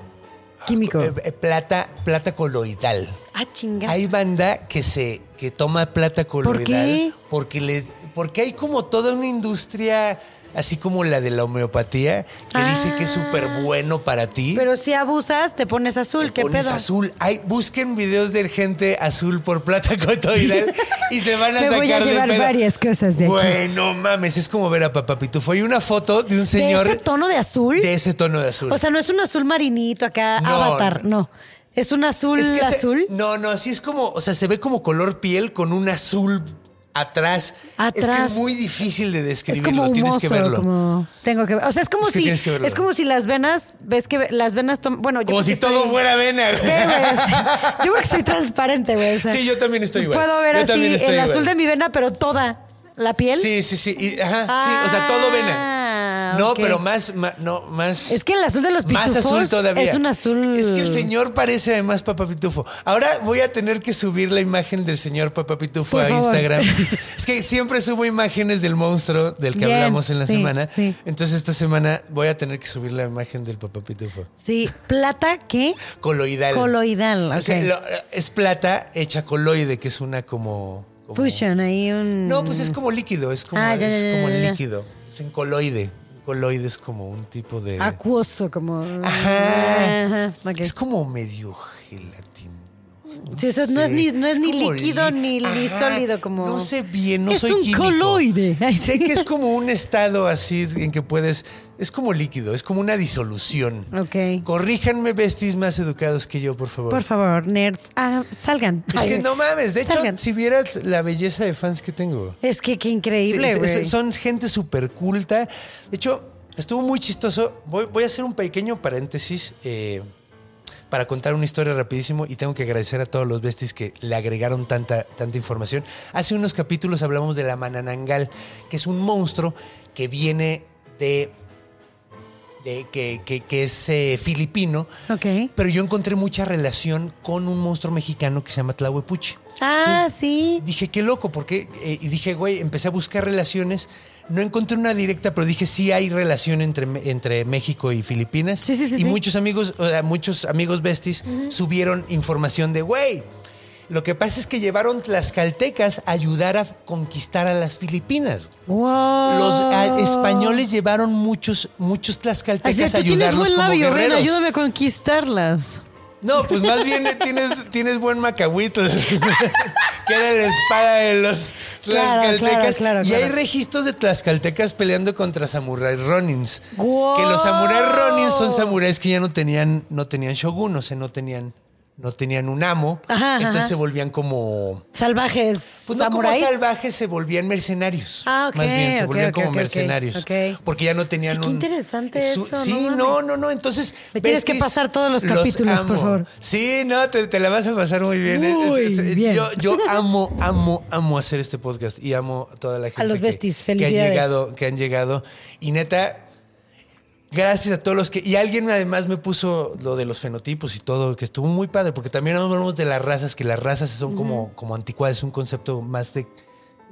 [SPEAKER 3] químico.
[SPEAKER 1] eh, eh, plata, plata coloidal.
[SPEAKER 3] Ah, chinga.
[SPEAKER 1] Hay banda que se que toma plata coloidal
[SPEAKER 3] qué?
[SPEAKER 1] porque le porque hay como toda una industria así como la de la homeopatía que dice que es
[SPEAKER 3] Ah.
[SPEAKER 1] súper bueno para ti.
[SPEAKER 3] Pero si abusas, te pones azul,
[SPEAKER 1] Te
[SPEAKER 3] qué
[SPEAKER 1] pones
[SPEAKER 3] pedo.
[SPEAKER 1] azul. Ay, busquen videos de gente azul por plata cotoidal y se van a
[SPEAKER 3] Me
[SPEAKER 1] sacar
[SPEAKER 3] voy a llevar
[SPEAKER 1] de pedo.
[SPEAKER 3] varias cosas de aquí.
[SPEAKER 1] Bueno, mames, es como ver a Papá Pitufo. Hay una foto de un señor
[SPEAKER 3] ¿De ese tono de azul?
[SPEAKER 1] de ese tono de azul.
[SPEAKER 3] O sea, no es un azul marinito acá,
[SPEAKER 1] No,
[SPEAKER 3] avatar,
[SPEAKER 1] no.
[SPEAKER 3] no. Es un azul
[SPEAKER 1] Es que se-
[SPEAKER 3] azul.
[SPEAKER 1] no, no, así es como, o sea, se ve como color piel con un azul atrás. Es que es
[SPEAKER 3] Atrás.
[SPEAKER 1] muy difícil de
[SPEAKER 3] es
[SPEAKER 1] describirlo,
[SPEAKER 3] como
[SPEAKER 1] tienes
[SPEAKER 3] humoso,
[SPEAKER 1] que verlo. Como,
[SPEAKER 3] como tengo que ver. O sea, es como
[SPEAKER 1] Es que
[SPEAKER 3] si
[SPEAKER 1] tienes que verlo.
[SPEAKER 3] es como si las venas, ves que las venas tom- bueno, yo creo
[SPEAKER 1] si
[SPEAKER 3] que
[SPEAKER 1] todo
[SPEAKER 3] soy-
[SPEAKER 1] fuera avena.
[SPEAKER 3] Sí, güey, sí. Yo creo que soy transparente, güey. o sea,
[SPEAKER 1] Sí, yo también estoy igual.
[SPEAKER 3] Puedo ver
[SPEAKER 1] Yo
[SPEAKER 3] así
[SPEAKER 1] también
[SPEAKER 3] el
[SPEAKER 1] estoy igual.
[SPEAKER 3] azul de mi vena, pero toda la piel.
[SPEAKER 1] Sí, sí, sí. y- ajá, sí, o sea, todo
[SPEAKER 3] Ah,
[SPEAKER 1] vena. No,
[SPEAKER 3] ok.
[SPEAKER 1] pero más, ma- no, más.
[SPEAKER 3] Es que el azul de los
[SPEAKER 1] Más
[SPEAKER 3] pitufos
[SPEAKER 1] azul todavía.
[SPEAKER 3] es un azul.
[SPEAKER 1] Es que el señor parece además Papá Pitufo. Ahora voy a tener que subir la imagen del señor Papá Pitufo
[SPEAKER 3] Por
[SPEAKER 1] a
[SPEAKER 3] favor.
[SPEAKER 1] Instagram. es que siempre subo imágenes del monstruo del que
[SPEAKER 3] Bien,
[SPEAKER 1] hablamos en la
[SPEAKER 3] sí,
[SPEAKER 1] semana.
[SPEAKER 3] sí.
[SPEAKER 1] Entonces esta semana voy a tener que subir la imagen del Papá Pitufo.
[SPEAKER 3] Sí, plata qué?
[SPEAKER 1] Coloidal.
[SPEAKER 3] Coloidal,
[SPEAKER 1] O sea,
[SPEAKER 3] ok.
[SPEAKER 1] lo- eh, es plata hecha coloide, que es una como. como-
[SPEAKER 3] Fusion, ahí un
[SPEAKER 1] No, pues es como líquido, es como,
[SPEAKER 3] Ah, ya,
[SPEAKER 1] es
[SPEAKER 3] ya, ya,
[SPEAKER 1] como
[SPEAKER 3] ya,
[SPEAKER 1] en
[SPEAKER 3] ya.
[SPEAKER 1] líquido. Es en coloide. Un Coloide es como un tipo de.
[SPEAKER 3] Ah, acuoso como
[SPEAKER 1] Ajá.
[SPEAKER 3] Ajá, ok.
[SPEAKER 1] Es como medio gelatina.
[SPEAKER 3] Sí, eso no es ni- no es ni
[SPEAKER 1] como
[SPEAKER 3] líquido ni- ni sólido, como-
[SPEAKER 1] No sé bien, no
[SPEAKER 5] Es
[SPEAKER 1] soy
[SPEAKER 5] un
[SPEAKER 1] químico.
[SPEAKER 5] coloide.
[SPEAKER 1] Sé que es como un estado así en que puedes... Es como líquido, es como una disolución.
[SPEAKER 3] Ok.
[SPEAKER 1] Corríjanme besties más educados que yo, por favor.
[SPEAKER 3] Por favor, nerds, ah, salgan.
[SPEAKER 1] Es que no mames, de hecho,
[SPEAKER 3] Salgan.
[SPEAKER 1] si vieras la belleza de fans que tengo.
[SPEAKER 3] Es que qué increíble,
[SPEAKER 1] Sí, es-
[SPEAKER 3] güey.
[SPEAKER 1] Son gente súper culta. De hecho, estuvo muy chistoso. Voy, voy a hacer un pequeño paréntesis eh, para contar una historia rapidísimo y tengo que agradecer a todos los besties que le agregaron tanta, tanta información. Hace unos capítulos hablamos de la Mananangal, que es un monstruo que viene de... de- que, que- que es eh, filipino,
[SPEAKER 3] Ok.
[SPEAKER 1] pero yo encontré mucha relación con un monstruo mexicano que se llama Tlahuepuche
[SPEAKER 3] Ah, sí.
[SPEAKER 1] dije, qué loco, porque eh, y dije, güey, empecé a buscar relaciones. No encontré una directa, pero dije, sí hay relación entre, Me- entre México y Filipinas.
[SPEAKER 3] Sí, sí, sí,
[SPEAKER 1] Y
[SPEAKER 3] sí.
[SPEAKER 1] muchos amigos, o sea, muchos amigos besties subieron información de, güey, lo que pasa es que llevaron las caltecas a ayudar a conquistar a las Filipinas.
[SPEAKER 3] Wow.
[SPEAKER 1] Los ah, a- españoles llevaron muchos, muchos
[SPEAKER 5] Oh. Así
[SPEAKER 1] tlaxcaltecas
[SPEAKER 5] es,
[SPEAKER 1] a
[SPEAKER 5] tú tienes
[SPEAKER 1] ayudarlos
[SPEAKER 5] buen
[SPEAKER 1] como
[SPEAKER 5] labio, Ren,
[SPEAKER 1] guerreros.
[SPEAKER 5] ayúdame a conquistarlas.
[SPEAKER 1] No, pues más bien eh, tienes, tienes buen macahuito, que era la espada de los
[SPEAKER 3] Claro, claro,
[SPEAKER 1] tlaxcaltecas.
[SPEAKER 3] claro,
[SPEAKER 1] y
[SPEAKER 3] claro.
[SPEAKER 1] hay registros de tlaxcaltecas peleando contra samuráis ronins.
[SPEAKER 3] ¡Guau!
[SPEAKER 1] Que los samuráis ronins son samuráis que ya no tenían, no tenían shogun, o sea, no tenían, no tenían un amo.
[SPEAKER 3] Ajá, ajá.
[SPEAKER 1] entonces se volvían como...
[SPEAKER 3] Salvajes.
[SPEAKER 1] Pues no como
[SPEAKER 3] samuráis.
[SPEAKER 1] salvajes, se volvían mercenarios.
[SPEAKER 3] Ah, ok,
[SPEAKER 1] Más bien, se
[SPEAKER 3] ok,
[SPEAKER 1] volvían
[SPEAKER 3] ok,
[SPEAKER 1] como
[SPEAKER 3] ok, ok,
[SPEAKER 1] mercenarios.
[SPEAKER 3] ok.
[SPEAKER 1] Porque ya no tenían
[SPEAKER 3] Sí, qué
[SPEAKER 1] un...
[SPEAKER 3] interesante eso,
[SPEAKER 1] Sí,
[SPEAKER 3] no mames.
[SPEAKER 1] no, no, no. Entonces...
[SPEAKER 3] Me tienes que
[SPEAKER 1] besties,
[SPEAKER 3] pasar todos los
[SPEAKER 1] los
[SPEAKER 3] capítulos, por
[SPEAKER 1] amo.
[SPEAKER 3] favor.
[SPEAKER 1] Sí, no, te, te la vas a pasar muy bien. ¿eh? Es-
[SPEAKER 3] Muy
[SPEAKER 1] es- es-
[SPEAKER 3] bien.
[SPEAKER 1] Yo, yo amo, amo, amo hacer este podcast y amo a toda la gente
[SPEAKER 3] los
[SPEAKER 1] que-
[SPEAKER 3] besties,
[SPEAKER 1] que, han
[SPEAKER 3] felicidades.
[SPEAKER 1] llegado, que han llegado. Y neta, Gracias a todos los que. Y alguien además me puso lo de los fenotipos y todo, que estuvo muy padre, porque también hablamos de las razas, que las razas son como, como anticuadas, es un concepto más de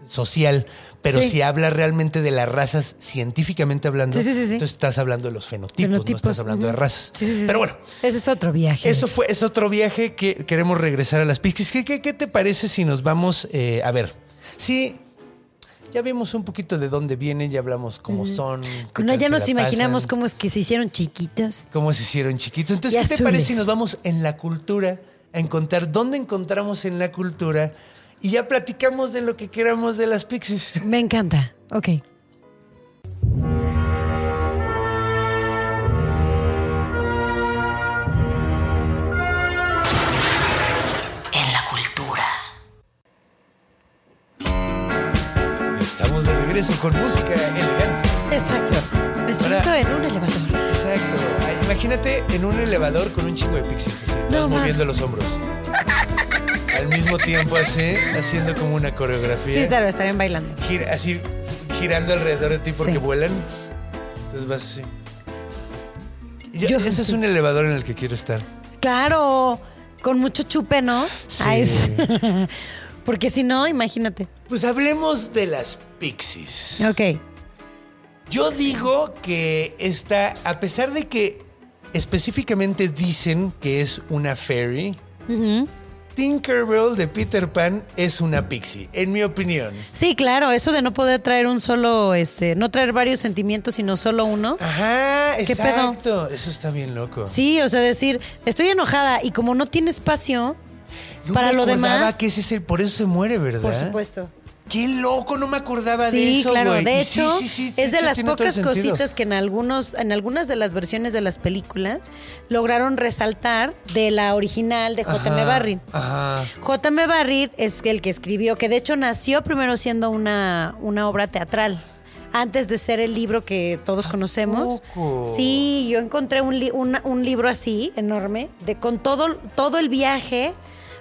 [SPEAKER 1] social, pero
[SPEAKER 3] Sí.
[SPEAKER 1] si hablas realmente de las razas científicamente hablando,
[SPEAKER 3] Sí, sí, sí, sí.
[SPEAKER 1] entonces estás hablando de los fenotipos,
[SPEAKER 3] Fenotipos,
[SPEAKER 1] no estás hablando de
[SPEAKER 3] ujú.
[SPEAKER 1] razas.
[SPEAKER 3] Sí, sí, sí,
[SPEAKER 1] pero
[SPEAKER 3] sí.
[SPEAKER 1] bueno,
[SPEAKER 3] Ese es otro viaje.
[SPEAKER 1] eso fue, es otro viaje que queremos regresar a las pixies. ¿Qué, qué, qué te parece si nos vamos eh, a ver? Sí, ya vimos un poquito de dónde vienen, ya hablamos cómo son. qué
[SPEAKER 3] No,
[SPEAKER 1] tal
[SPEAKER 3] ya
[SPEAKER 1] se
[SPEAKER 3] nos
[SPEAKER 1] la
[SPEAKER 3] imaginamos
[SPEAKER 1] pasan
[SPEAKER 3] cómo es que se hicieron chiquitas.
[SPEAKER 1] cómo se hicieron chiquitos. Entonces,
[SPEAKER 3] Y
[SPEAKER 1] ¿qué te parece
[SPEAKER 3] azules.
[SPEAKER 1] si nos vamos en la cultura a encontrar dónde encontramos en la cultura y ya platicamos de lo que queramos de las pixies?
[SPEAKER 3] Me encanta. Ok.
[SPEAKER 2] en la cultura.
[SPEAKER 1] Estamos de regreso con música elegante.
[SPEAKER 3] Exacto. Me siento en un elevador.
[SPEAKER 1] Exacto. Ay, imagínate en un elevador con un chingo de pixies así, todos
[SPEAKER 3] mames.
[SPEAKER 1] moviendo los hombros. Al mismo tiempo así, haciendo como una coreografía.
[SPEAKER 3] Sí, claro, estarían bailando.
[SPEAKER 1] Gira- así girando alrededor de ti porque
[SPEAKER 3] Sí.
[SPEAKER 1] vuelan. Entonces vas así. Yo-
[SPEAKER 3] Yo-
[SPEAKER 1] ese es un elevador en el que quiero estar.
[SPEAKER 3] Claro, con mucho chupe, ¿no?
[SPEAKER 1] Sí.
[SPEAKER 3] Ay, sí. Porque si no, imagínate.
[SPEAKER 1] Pues hablemos de las pixies.
[SPEAKER 3] Ok.
[SPEAKER 1] Yo digo que esta, a pesar de que específicamente dicen que es una fairy, Tinkerbell de Peter Pan es una pixie, en mi opinión.
[SPEAKER 3] Sí, claro, eso de no poder traer un solo, este, no traer varios sentimientos, sino solo uno.
[SPEAKER 1] Ajá,
[SPEAKER 3] ¿Qué pedo?
[SPEAKER 1] exacto. Eso está bien loco.
[SPEAKER 3] Sí, o sea, decir, estoy enojada y como no tiene espacio,
[SPEAKER 1] No
[SPEAKER 3] para
[SPEAKER 1] me
[SPEAKER 3] lo
[SPEAKER 1] acordaba
[SPEAKER 3] demás-
[SPEAKER 1] que ese es el, por eso se muere, ¿verdad?
[SPEAKER 3] por supuesto.
[SPEAKER 1] Qué loco, no me acordaba de
[SPEAKER 3] Sí,
[SPEAKER 1] eso.
[SPEAKER 3] claro.
[SPEAKER 1] güey.
[SPEAKER 3] De
[SPEAKER 1] Y sí,
[SPEAKER 3] hecho,
[SPEAKER 1] sí, sí,
[SPEAKER 3] es
[SPEAKER 1] sí,
[SPEAKER 3] de
[SPEAKER 1] sí,
[SPEAKER 3] las
[SPEAKER 1] tiene todo el
[SPEAKER 3] pocas
[SPEAKER 1] sentido.
[SPEAKER 3] cositas que en algunos, en algunas de las versiones de las películas lograron resaltar de la original de J.M.
[SPEAKER 1] Ajá,
[SPEAKER 3] Barrie.
[SPEAKER 1] Ajá.
[SPEAKER 3] J.M. Barrie es el que escribió, que de hecho nació primero siendo una, una obra teatral. Antes de ser el libro que todos conocemos.
[SPEAKER 1] poco?
[SPEAKER 3] Sí, yo encontré un, li- una- un libro así, enorme, de, con todo, todo el viaje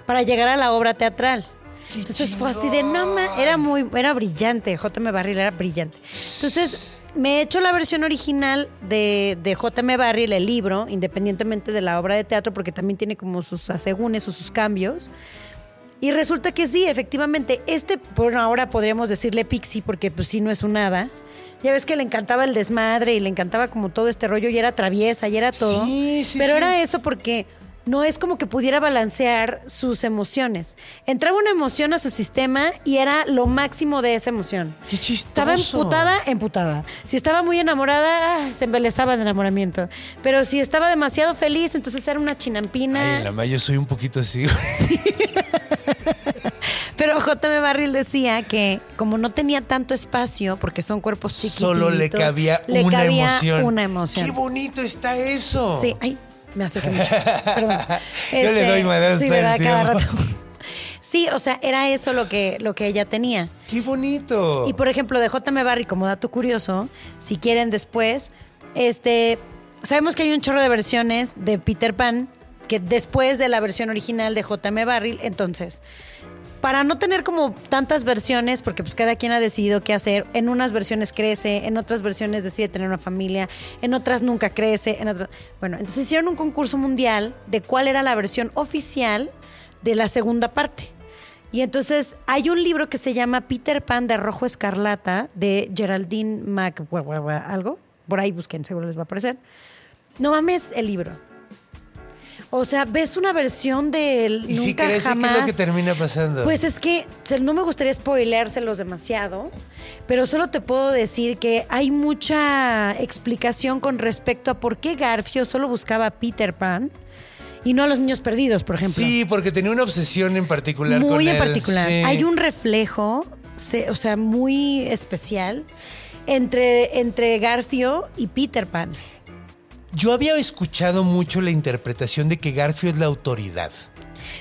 [SPEAKER 3] para llegar a la obra teatral.
[SPEAKER 1] ¡Qué
[SPEAKER 3] Entonces fue así de no ma- era muy, era brillante, J.M. Barril era brillante. Entonces, me he hecho la versión original de, de J.M. Barril, el libro, independientemente de la obra de teatro, porque también tiene como sus asegúnes o sus cambios. Y resulta que sí, efectivamente, este, bueno, ahora podríamos decirle Pixie, porque pues sí, no es un hada. Ya ves que le encantaba el desmadre y le encantaba como todo este rollo y era traviesa y era todo.
[SPEAKER 1] Sí, sí,
[SPEAKER 3] Pero
[SPEAKER 1] sí.
[SPEAKER 3] era eso porque no es como que pudiera balancear sus emociones. Entraba una emoción a su sistema y era lo máximo de esa emoción.
[SPEAKER 8] Qué chistoso.
[SPEAKER 3] Estaba emputada, emputada. Si estaba muy enamorada, ah, se embelezaba de enamoramiento. Pero si estaba demasiado feliz, entonces era una chinampina.
[SPEAKER 1] Ay, la ma, yo soy un poquito así.
[SPEAKER 3] Pero J.M. Barril decía que como no tenía tanto espacio, porque son cuerpos chiquitos,
[SPEAKER 1] Solo le cabía
[SPEAKER 3] le
[SPEAKER 1] una
[SPEAKER 3] cabía
[SPEAKER 1] emoción.
[SPEAKER 3] una emoción.
[SPEAKER 1] ¡Qué bonito está eso!
[SPEAKER 3] Sí, ay, me hace mucho. Perdón. Este,
[SPEAKER 1] Yo le doy madrazos
[SPEAKER 3] Sí,
[SPEAKER 1] todo el
[SPEAKER 3] ¿verdad? Cada
[SPEAKER 1] tiempo.
[SPEAKER 3] rato. Sí, o sea, era eso lo que, lo que ella tenía.
[SPEAKER 1] ¡Qué bonito!
[SPEAKER 3] Y por ejemplo, de J.M. Barry, como dato curioso, si quieren después, este, sabemos que hay un chorro de versiones de Peter Pan que después de la versión original de J.M. Barry, entonces, para no tener como tantas versiones, porque pues cada quien ha decidido qué hacer, en unas versiones crece, en otras versiones decide tener una familia, en otras nunca crece, en otras... Bueno, entonces hicieron un concurso mundial de cuál era la versión oficial de la segunda parte. Y entonces hay un libro que se llama Peter Pan de Rojo Escarlata de Geraldine Mac... algo. Por ahí busquen, seguro les va a aparecer. No mames el libro. O sea, ves una versión del
[SPEAKER 1] ¿Y
[SPEAKER 3] nunca
[SPEAKER 1] si crees que
[SPEAKER 3] jamás.
[SPEAKER 1] es lo que termina pasando?
[SPEAKER 3] Pues es que se- no me gustaría spoileárselos demasiado, pero solo te puedo decir que hay mucha explicación con respecto a por qué Garfio solo buscaba a Peter Pan y no a los niños perdidos, por ejemplo.
[SPEAKER 1] Sí, porque tenía una obsesión en particular con
[SPEAKER 3] Muy en
[SPEAKER 1] él.
[SPEAKER 3] particular.
[SPEAKER 1] Sí.
[SPEAKER 3] Hay un reflejo, se- o sea, muy especial entre, entre Garfio y Peter Pan.
[SPEAKER 1] Yo había escuchado mucho la interpretación de que Garfio es la autoridad.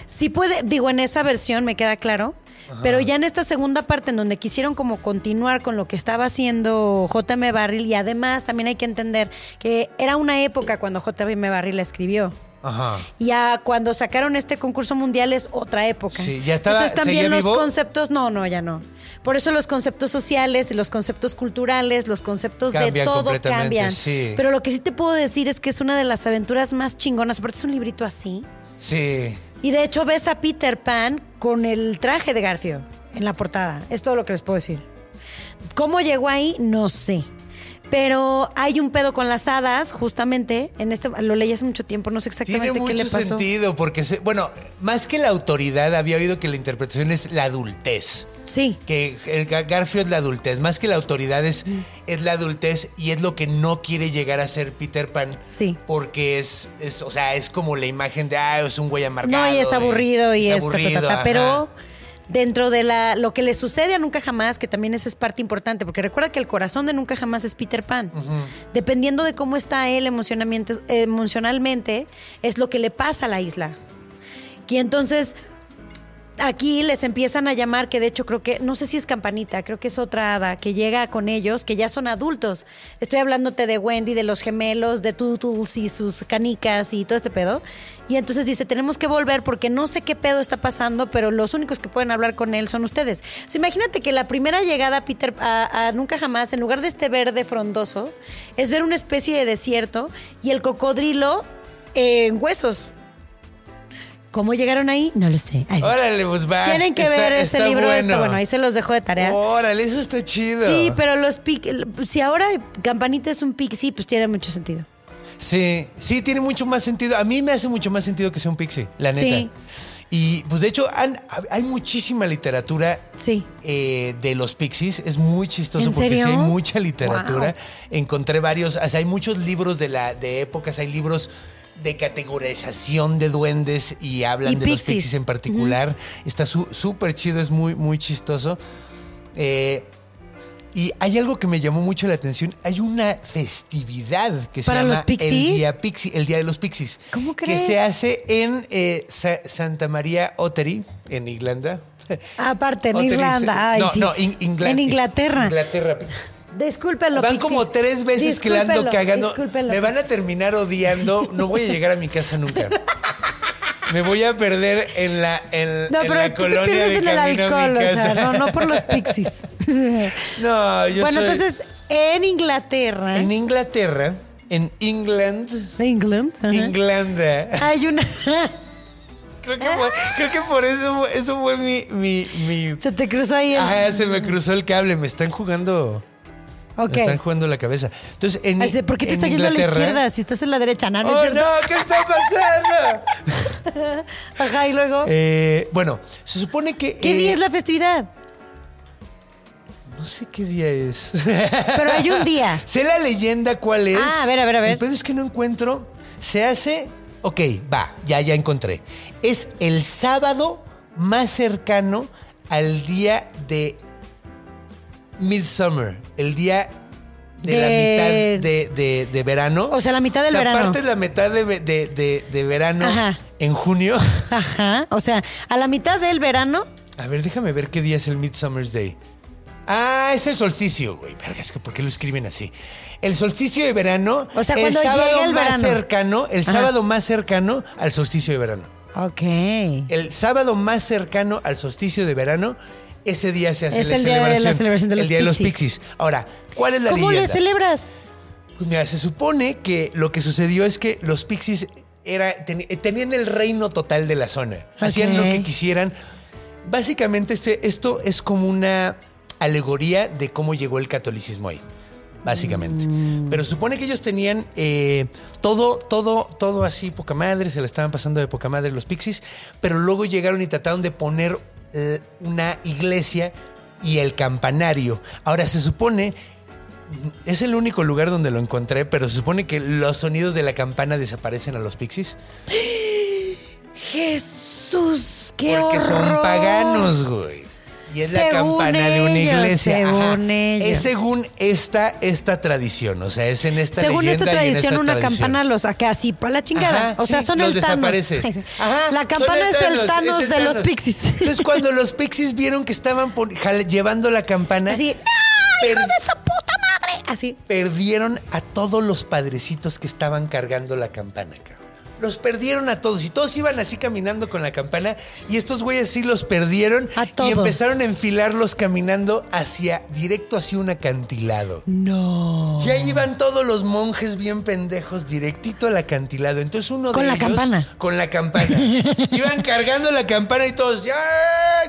[SPEAKER 3] Sí puede, digo, en esa versión me queda claro. Pero ya en esta segunda parte, en donde quisieron como continuar con lo que estaba haciendo J.M. Barril, y además también hay que entender que era una época cuando J.M. Barril la escribió.
[SPEAKER 1] Ajá.
[SPEAKER 3] Ya cuando sacaron este concurso mundial es otra época.
[SPEAKER 1] Sí, ya estaba-
[SPEAKER 3] Entonces también
[SPEAKER 1] ¿seguía
[SPEAKER 3] los
[SPEAKER 1] vivo?
[SPEAKER 3] conceptos, no, no, ya no. Por eso los conceptos sociales, los conceptos culturales, los conceptos
[SPEAKER 1] Cambian
[SPEAKER 3] de todo
[SPEAKER 1] completamente,
[SPEAKER 3] cambian.
[SPEAKER 1] sí.
[SPEAKER 3] Pero lo que sí te puedo decir es que es una de las aventuras más chingonas. Aparte es un librito así.
[SPEAKER 1] Sí.
[SPEAKER 3] Y de hecho ves a Peter Pan con el traje de Garfio en la portada. Es todo lo que les puedo decir. ¿Cómo llegó ahí? No sé. Pero hay un pedo con las hadas, justamente. En este lo leí hace mucho tiempo, no sé exactamente
[SPEAKER 1] Tiene
[SPEAKER 3] qué
[SPEAKER 1] mucho
[SPEAKER 3] le pasó.
[SPEAKER 1] sentido, porque, se- bueno, más que la autoridad, había oído que la interpretación es la adultez.
[SPEAKER 3] Sí.
[SPEAKER 1] Que el Gar- Garfio es la adultez, más que la autoridad es, es la adultez y es lo que no quiere llegar a ser Peter Pan.
[SPEAKER 3] Sí.
[SPEAKER 1] Porque es, es o sea, es como la imagen de, ah, es un güey amargado.
[SPEAKER 3] No, y es aburrido y es, ta, ta, ta, ta,
[SPEAKER 1] ajá.
[SPEAKER 3] pero dentro de la lo que le sucede a Nunca Jamás, que también esa es parte importante, porque recuerda que el corazón de Nunca Jamás es Peter Pan. Dependiendo de cómo está él emocionalmente, emocionalmente, es lo que le pasa a la isla. Y entonces aquí les empiezan a llamar, que de hecho creo que, no sé si es Campanita, creo que es otra hada que llega con ellos, que ya son adultos. Estoy hablándote de Wendy, de los gemelos, de Tootles y sus canicas y todo este pedo. Y entonces dice, tenemos que volver porque no sé qué pedo está pasando, pero los únicos que pueden hablar con él son ustedes. So, imagínate que la primera llegada a Peter a, a Nunca Jamás, en lugar de este verde frondoso, es ver una especie de desierto y el cocodrilo eh, en huesos. ¿Cómo llegaron ahí? No lo sé. Ay, sí.
[SPEAKER 1] Órale, pues va.
[SPEAKER 3] Tienen que
[SPEAKER 1] Está-
[SPEAKER 3] ver
[SPEAKER 1] está
[SPEAKER 3] ese libro. Está bueno, ahí se los dejo de tarea.
[SPEAKER 1] Órale, eso está chido.
[SPEAKER 3] Sí, pero los pic, si ahora Campanita es un pixie, pues tiene mucho sentido.
[SPEAKER 1] Sí, sí, tiene mucho más sentido. A mí me hace mucho más sentido que sea un pixie, la neta.
[SPEAKER 3] Sí.
[SPEAKER 1] Y pues de hecho han- hay muchísima literatura
[SPEAKER 3] Sí.
[SPEAKER 1] eh, de los pixies. Es muy chistoso
[SPEAKER 3] ¿En
[SPEAKER 1] porque sí
[SPEAKER 3] serio?
[SPEAKER 1] hay mucha literatura.
[SPEAKER 3] Wow.
[SPEAKER 1] Encontré varios, o sea, hay muchos libros de, la, de épocas, hay libros de categorización de duendes y hablan
[SPEAKER 3] Y
[SPEAKER 1] de los
[SPEAKER 3] pixies.
[SPEAKER 1] pixies en particular. Está su- súper chido, es muy, muy chistoso. Eh, y hay algo que me llamó mucho la atención. Hay una festividad que se
[SPEAKER 3] ¿Para
[SPEAKER 1] llama
[SPEAKER 3] los pixies?
[SPEAKER 1] el Día Pixie, el Día de los Pixies.
[SPEAKER 3] ¿Cómo
[SPEAKER 1] que
[SPEAKER 3] crees?
[SPEAKER 1] se hace en eh, Sa- Santa María Ottery, en Irlanda.
[SPEAKER 3] Ah, Aparte, en
[SPEAKER 1] Ottery,
[SPEAKER 3] Irlanda. Ay,
[SPEAKER 1] eh, no,
[SPEAKER 3] sí.
[SPEAKER 1] no, in- Ingla-
[SPEAKER 3] en Inglaterra.
[SPEAKER 1] Inglaterra.
[SPEAKER 3] Discúlpenlo.
[SPEAKER 1] Van
[SPEAKER 3] pixies.
[SPEAKER 1] como tres veces que la ando
[SPEAKER 3] Discúlpenlo,
[SPEAKER 1] cagando.
[SPEAKER 3] discúlpenlo.
[SPEAKER 1] Me van a terminar odiando. No voy a llegar a mi casa nunca. Me voy a perder en la, en,
[SPEAKER 3] No,
[SPEAKER 1] en
[SPEAKER 3] pero
[SPEAKER 1] la
[SPEAKER 3] tú te
[SPEAKER 1] colonia
[SPEAKER 3] pierdes
[SPEAKER 1] de
[SPEAKER 3] en el
[SPEAKER 1] camino a
[SPEAKER 3] alcohol,
[SPEAKER 1] mi
[SPEAKER 3] o
[SPEAKER 1] casa.
[SPEAKER 3] sea, no, no por los pixies.
[SPEAKER 1] No, yo
[SPEAKER 3] bueno,
[SPEAKER 1] soy-
[SPEAKER 3] entonces, ¿eh? en Inglaterra.
[SPEAKER 1] En Inglaterra, en England,
[SPEAKER 3] England. ajá,
[SPEAKER 1] Inglanda.
[SPEAKER 3] Hay una.
[SPEAKER 1] Creo que por, creo que por eso, fue- eso fue mi... mi, mi-
[SPEAKER 3] se te cruzó ahí el.
[SPEAKER 1] Ah, se me cruzó el cable. Me están jugando
[SPEAKER 3] Ok.
[SPEAKER 1] Me están jugando la cabeza. Entonces, en,
[SPEAKER 3] Así de, ¿Por qué te
[SPEAKER 1] en
[SPEAKER 3] está yendo a la
[SPEAKER 1] Inglaterra-
[SPEAKER 3] izquierda si estás en la derecha? No, no es
[SPEAKER 1] ¡Oh,
[SPEAKER 3] cierto.
[SPEAKER 1] no! ¿Qué está pasando?
[SPEAKER 3] Ajá, y luego.
[SPEAKER 1] Eh, bueno, se supone que.
[SPEAKER 3] ¿Qué
[SPEAKER 1] eh,
[SPEAKER 3] día es la festividad?
[SPEAKER 1] No sé qué día es.
[SPEAKER 3] Pero hay un día.
[SPEAKER 1] sé la leyenda cuál es.
[SPEAKER 3] Ah, a ver, a ver, a ver.
[SPEAKER 1] El pedo es que no encuentro. Se hace. Ok, va, ya, ya encontré. Es el sábado más cercano al día de Midsummer, el día de, la
[SPEAKER 3] De-
[SPEAKER 1] mitad de, de- de verano.
[SPEAKER 3] O sea, la mitad del verano.
[SPEAKER 1] Aparte de la mitad de, ve- de- de- de verano
[SPEAKER 3] Ajá.
[SPEAKER 1] en junio.
[SPEAKER 3] Ajá. O sea, a la mitad del verano.
[SPEAKER 1] A ver, déjame ver qué día es el Midsummer's Day. Ah, es el solsticio, güey. Verga, es que ¿por qué lo escriben así? El solsticio de verano.
[SPEAKER 3] O sea,
[SPEAKER 1] el
[SPEAKER 3] cuando
[SPEAKER 1] sábado
[SPEAKER 3] llega el
[SPEAKER 1] más
[SPEAKER 3] verano.
[SPEAKER 1] cercano, el
[SPEAKER 3] Ajá.
[SPEAKER 1] sábado más cercano al solsticio de verano.
[SPEAKER 3] Ok.
[SPEAKER 1] El sábado más cercano al solsticio de verano, ese día se hace
[SPEAKER 3] Es
[SPEAKER 1] la
[SPEAKER 3] el día de la celebración de
[SPEAKER 1] el
[SPEAKER 3] los
[SPEAKER 1] día de los
[SPEAKER 3] pixies.
[SPEAKER 1] pixies. Ahora, ¿cuál es la
[SPEAKER 3] ¿Cómo le
[SPEAKER 1] leyenda?
[SPEAKER 3] celebras?
[SPEAKER 1] Pues mira, se supone que lo que sucedió es que los pixies era, ten- eh, tenían el reino total de la zona. Hacían lo que quisieran. Básicamente, este- esto es como una alegoría de cómo llegó el catolicismo ahí. Básicamente. Pero se supone que ellos tenían eh, todo, todo, todo así, poca madre, se la estaban pasando de poca madre los pixies, pero luego llegaron y trataron de poner eh, una iglesia y el campanario. Ahora se supone es el único lugar donde lo encontré, pero se supone que los sonidos de la campana desaparecen a los pixies.
[SPEAKER 3] Jesús, qué
[SPEAKER 1] Porque son
[SPEAKER 3] horror!
[SPEAKER 1] paganos, güey. Y es la
[SPEAKER 3] Según
[SPEAKER 1] campana de una
[SPEAKER 3] ellos,
[SPEAKER 1] iglesia. Ajá.
[SPEAKER 3] según ellos.
[SPEAKER 1] Es según esta, esta tradición. O sea, es en esta
[SPEAKER 3] Según
[SPEAKER 1] leyenda y
[SPEAKER 3] esta
[SPEAKER 1] en
[SPEAKER 3] tradición,
[SPEAKER 1] esta
[SPEAKER 3] una
[SPEAKER 1] tradición.
[SPEAKER 3] campana los saca así, para la chingada.
[SPEAKER 1] Ajá,
[SPEAKER 3] o sea,
[SPEAKER 1] sí,
[SPEAKER 3] son
[SPEAKER 1] los
[SPEAKER 3] el Thanos.
[SPEAKER 1] desaparece.
[SPEAKER 3] Ay, sí.
[SPEAKER 1] Ajá,
[SPEAKER 3] la
[SPEAKER 1] son
[SPEAKER 3] campana es el Thanos
[SPEAKER 1] es
[SPEAKER 3] de
[SPEAKER 1] el
[SPEAKER 3] los
[SPEAKER 1] Thanos.
[SPEAKER 3] pixies.
[SPEAKER 1] Entonces, cuando los pixies vieron que estaban pon- jale- llevando la campana,
[SPEAKER 3] Así,
[SPEAKER 1] per-
[SPEAKER 3] ¡esa puta madre! Así.
[SPEAKER 1] perdieron a todos los padrecitos que estaban cargando la campana, cabrón. Los perdieron a todos y todos iban así caminando con la campana y estos güeyes sí los perdieron
[SPEAKER 3] A todos.
[SPEAKER 1] y empezaron a enfilarlos caminando hacia directo hacia un acantilado. No. Y ahí iban todos los monjes bien pendejos directito al acantilado. Entonces uno
[SPEAKER 3] Con
[SPEAKER 1] de
[SPEAKER 3] la
[SPEAKER 1] ellos-
[SPEAKER 3] campana.
[SPEAKER 1] con la campana. Iban cargando la campana y todos ya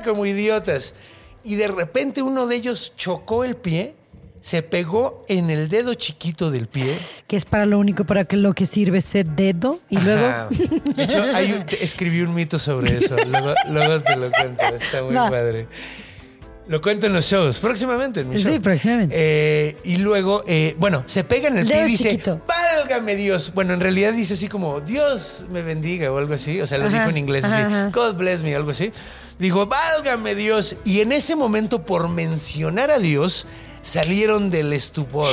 [SPEAKER 1] como idiotas. Y de repente uno de ellos chocó el pie, se pegó en el dedo chiquito del pie.
[SPEAKER 3] Que es para lo único para que lo que sirve ese dedo. Y luego.
[SPEAKER 1] Ah, de hecho, hay un- te- escribí un mito sobre eso. Luego, luego te lo cuento. Está muy
[SPEAKER 3] Va.
[SPEAKER 1] padre. Lo cuento en los shows, próximamente en mi
[SPEAKER 3] Sí,
[SPEAKER 1] show.
[SPEAKER 3] próximamente.
[SPEAKER 1] Eh, y luego, eh, bueno, se pega en el pie
[SPEAKER 3] Dedo
[SPEAKER 1] y dice,
[SPEAKER 3] chiquito.
[SPEAKER 1] válgame Dios. Bueno, en realidad dice así como, Dios me bendiga o algo así. O sea, lo
[SPEAKER 3] Ajá,
[SPEAKER 1] dijo en inglés así,
[SPEAKER 3] ajá, ajá.
[SPEAKER 1] God bless me, algo así. Digo, válgame Dios. Y en ese momento, por mencionar a Dios, salieron del estupor,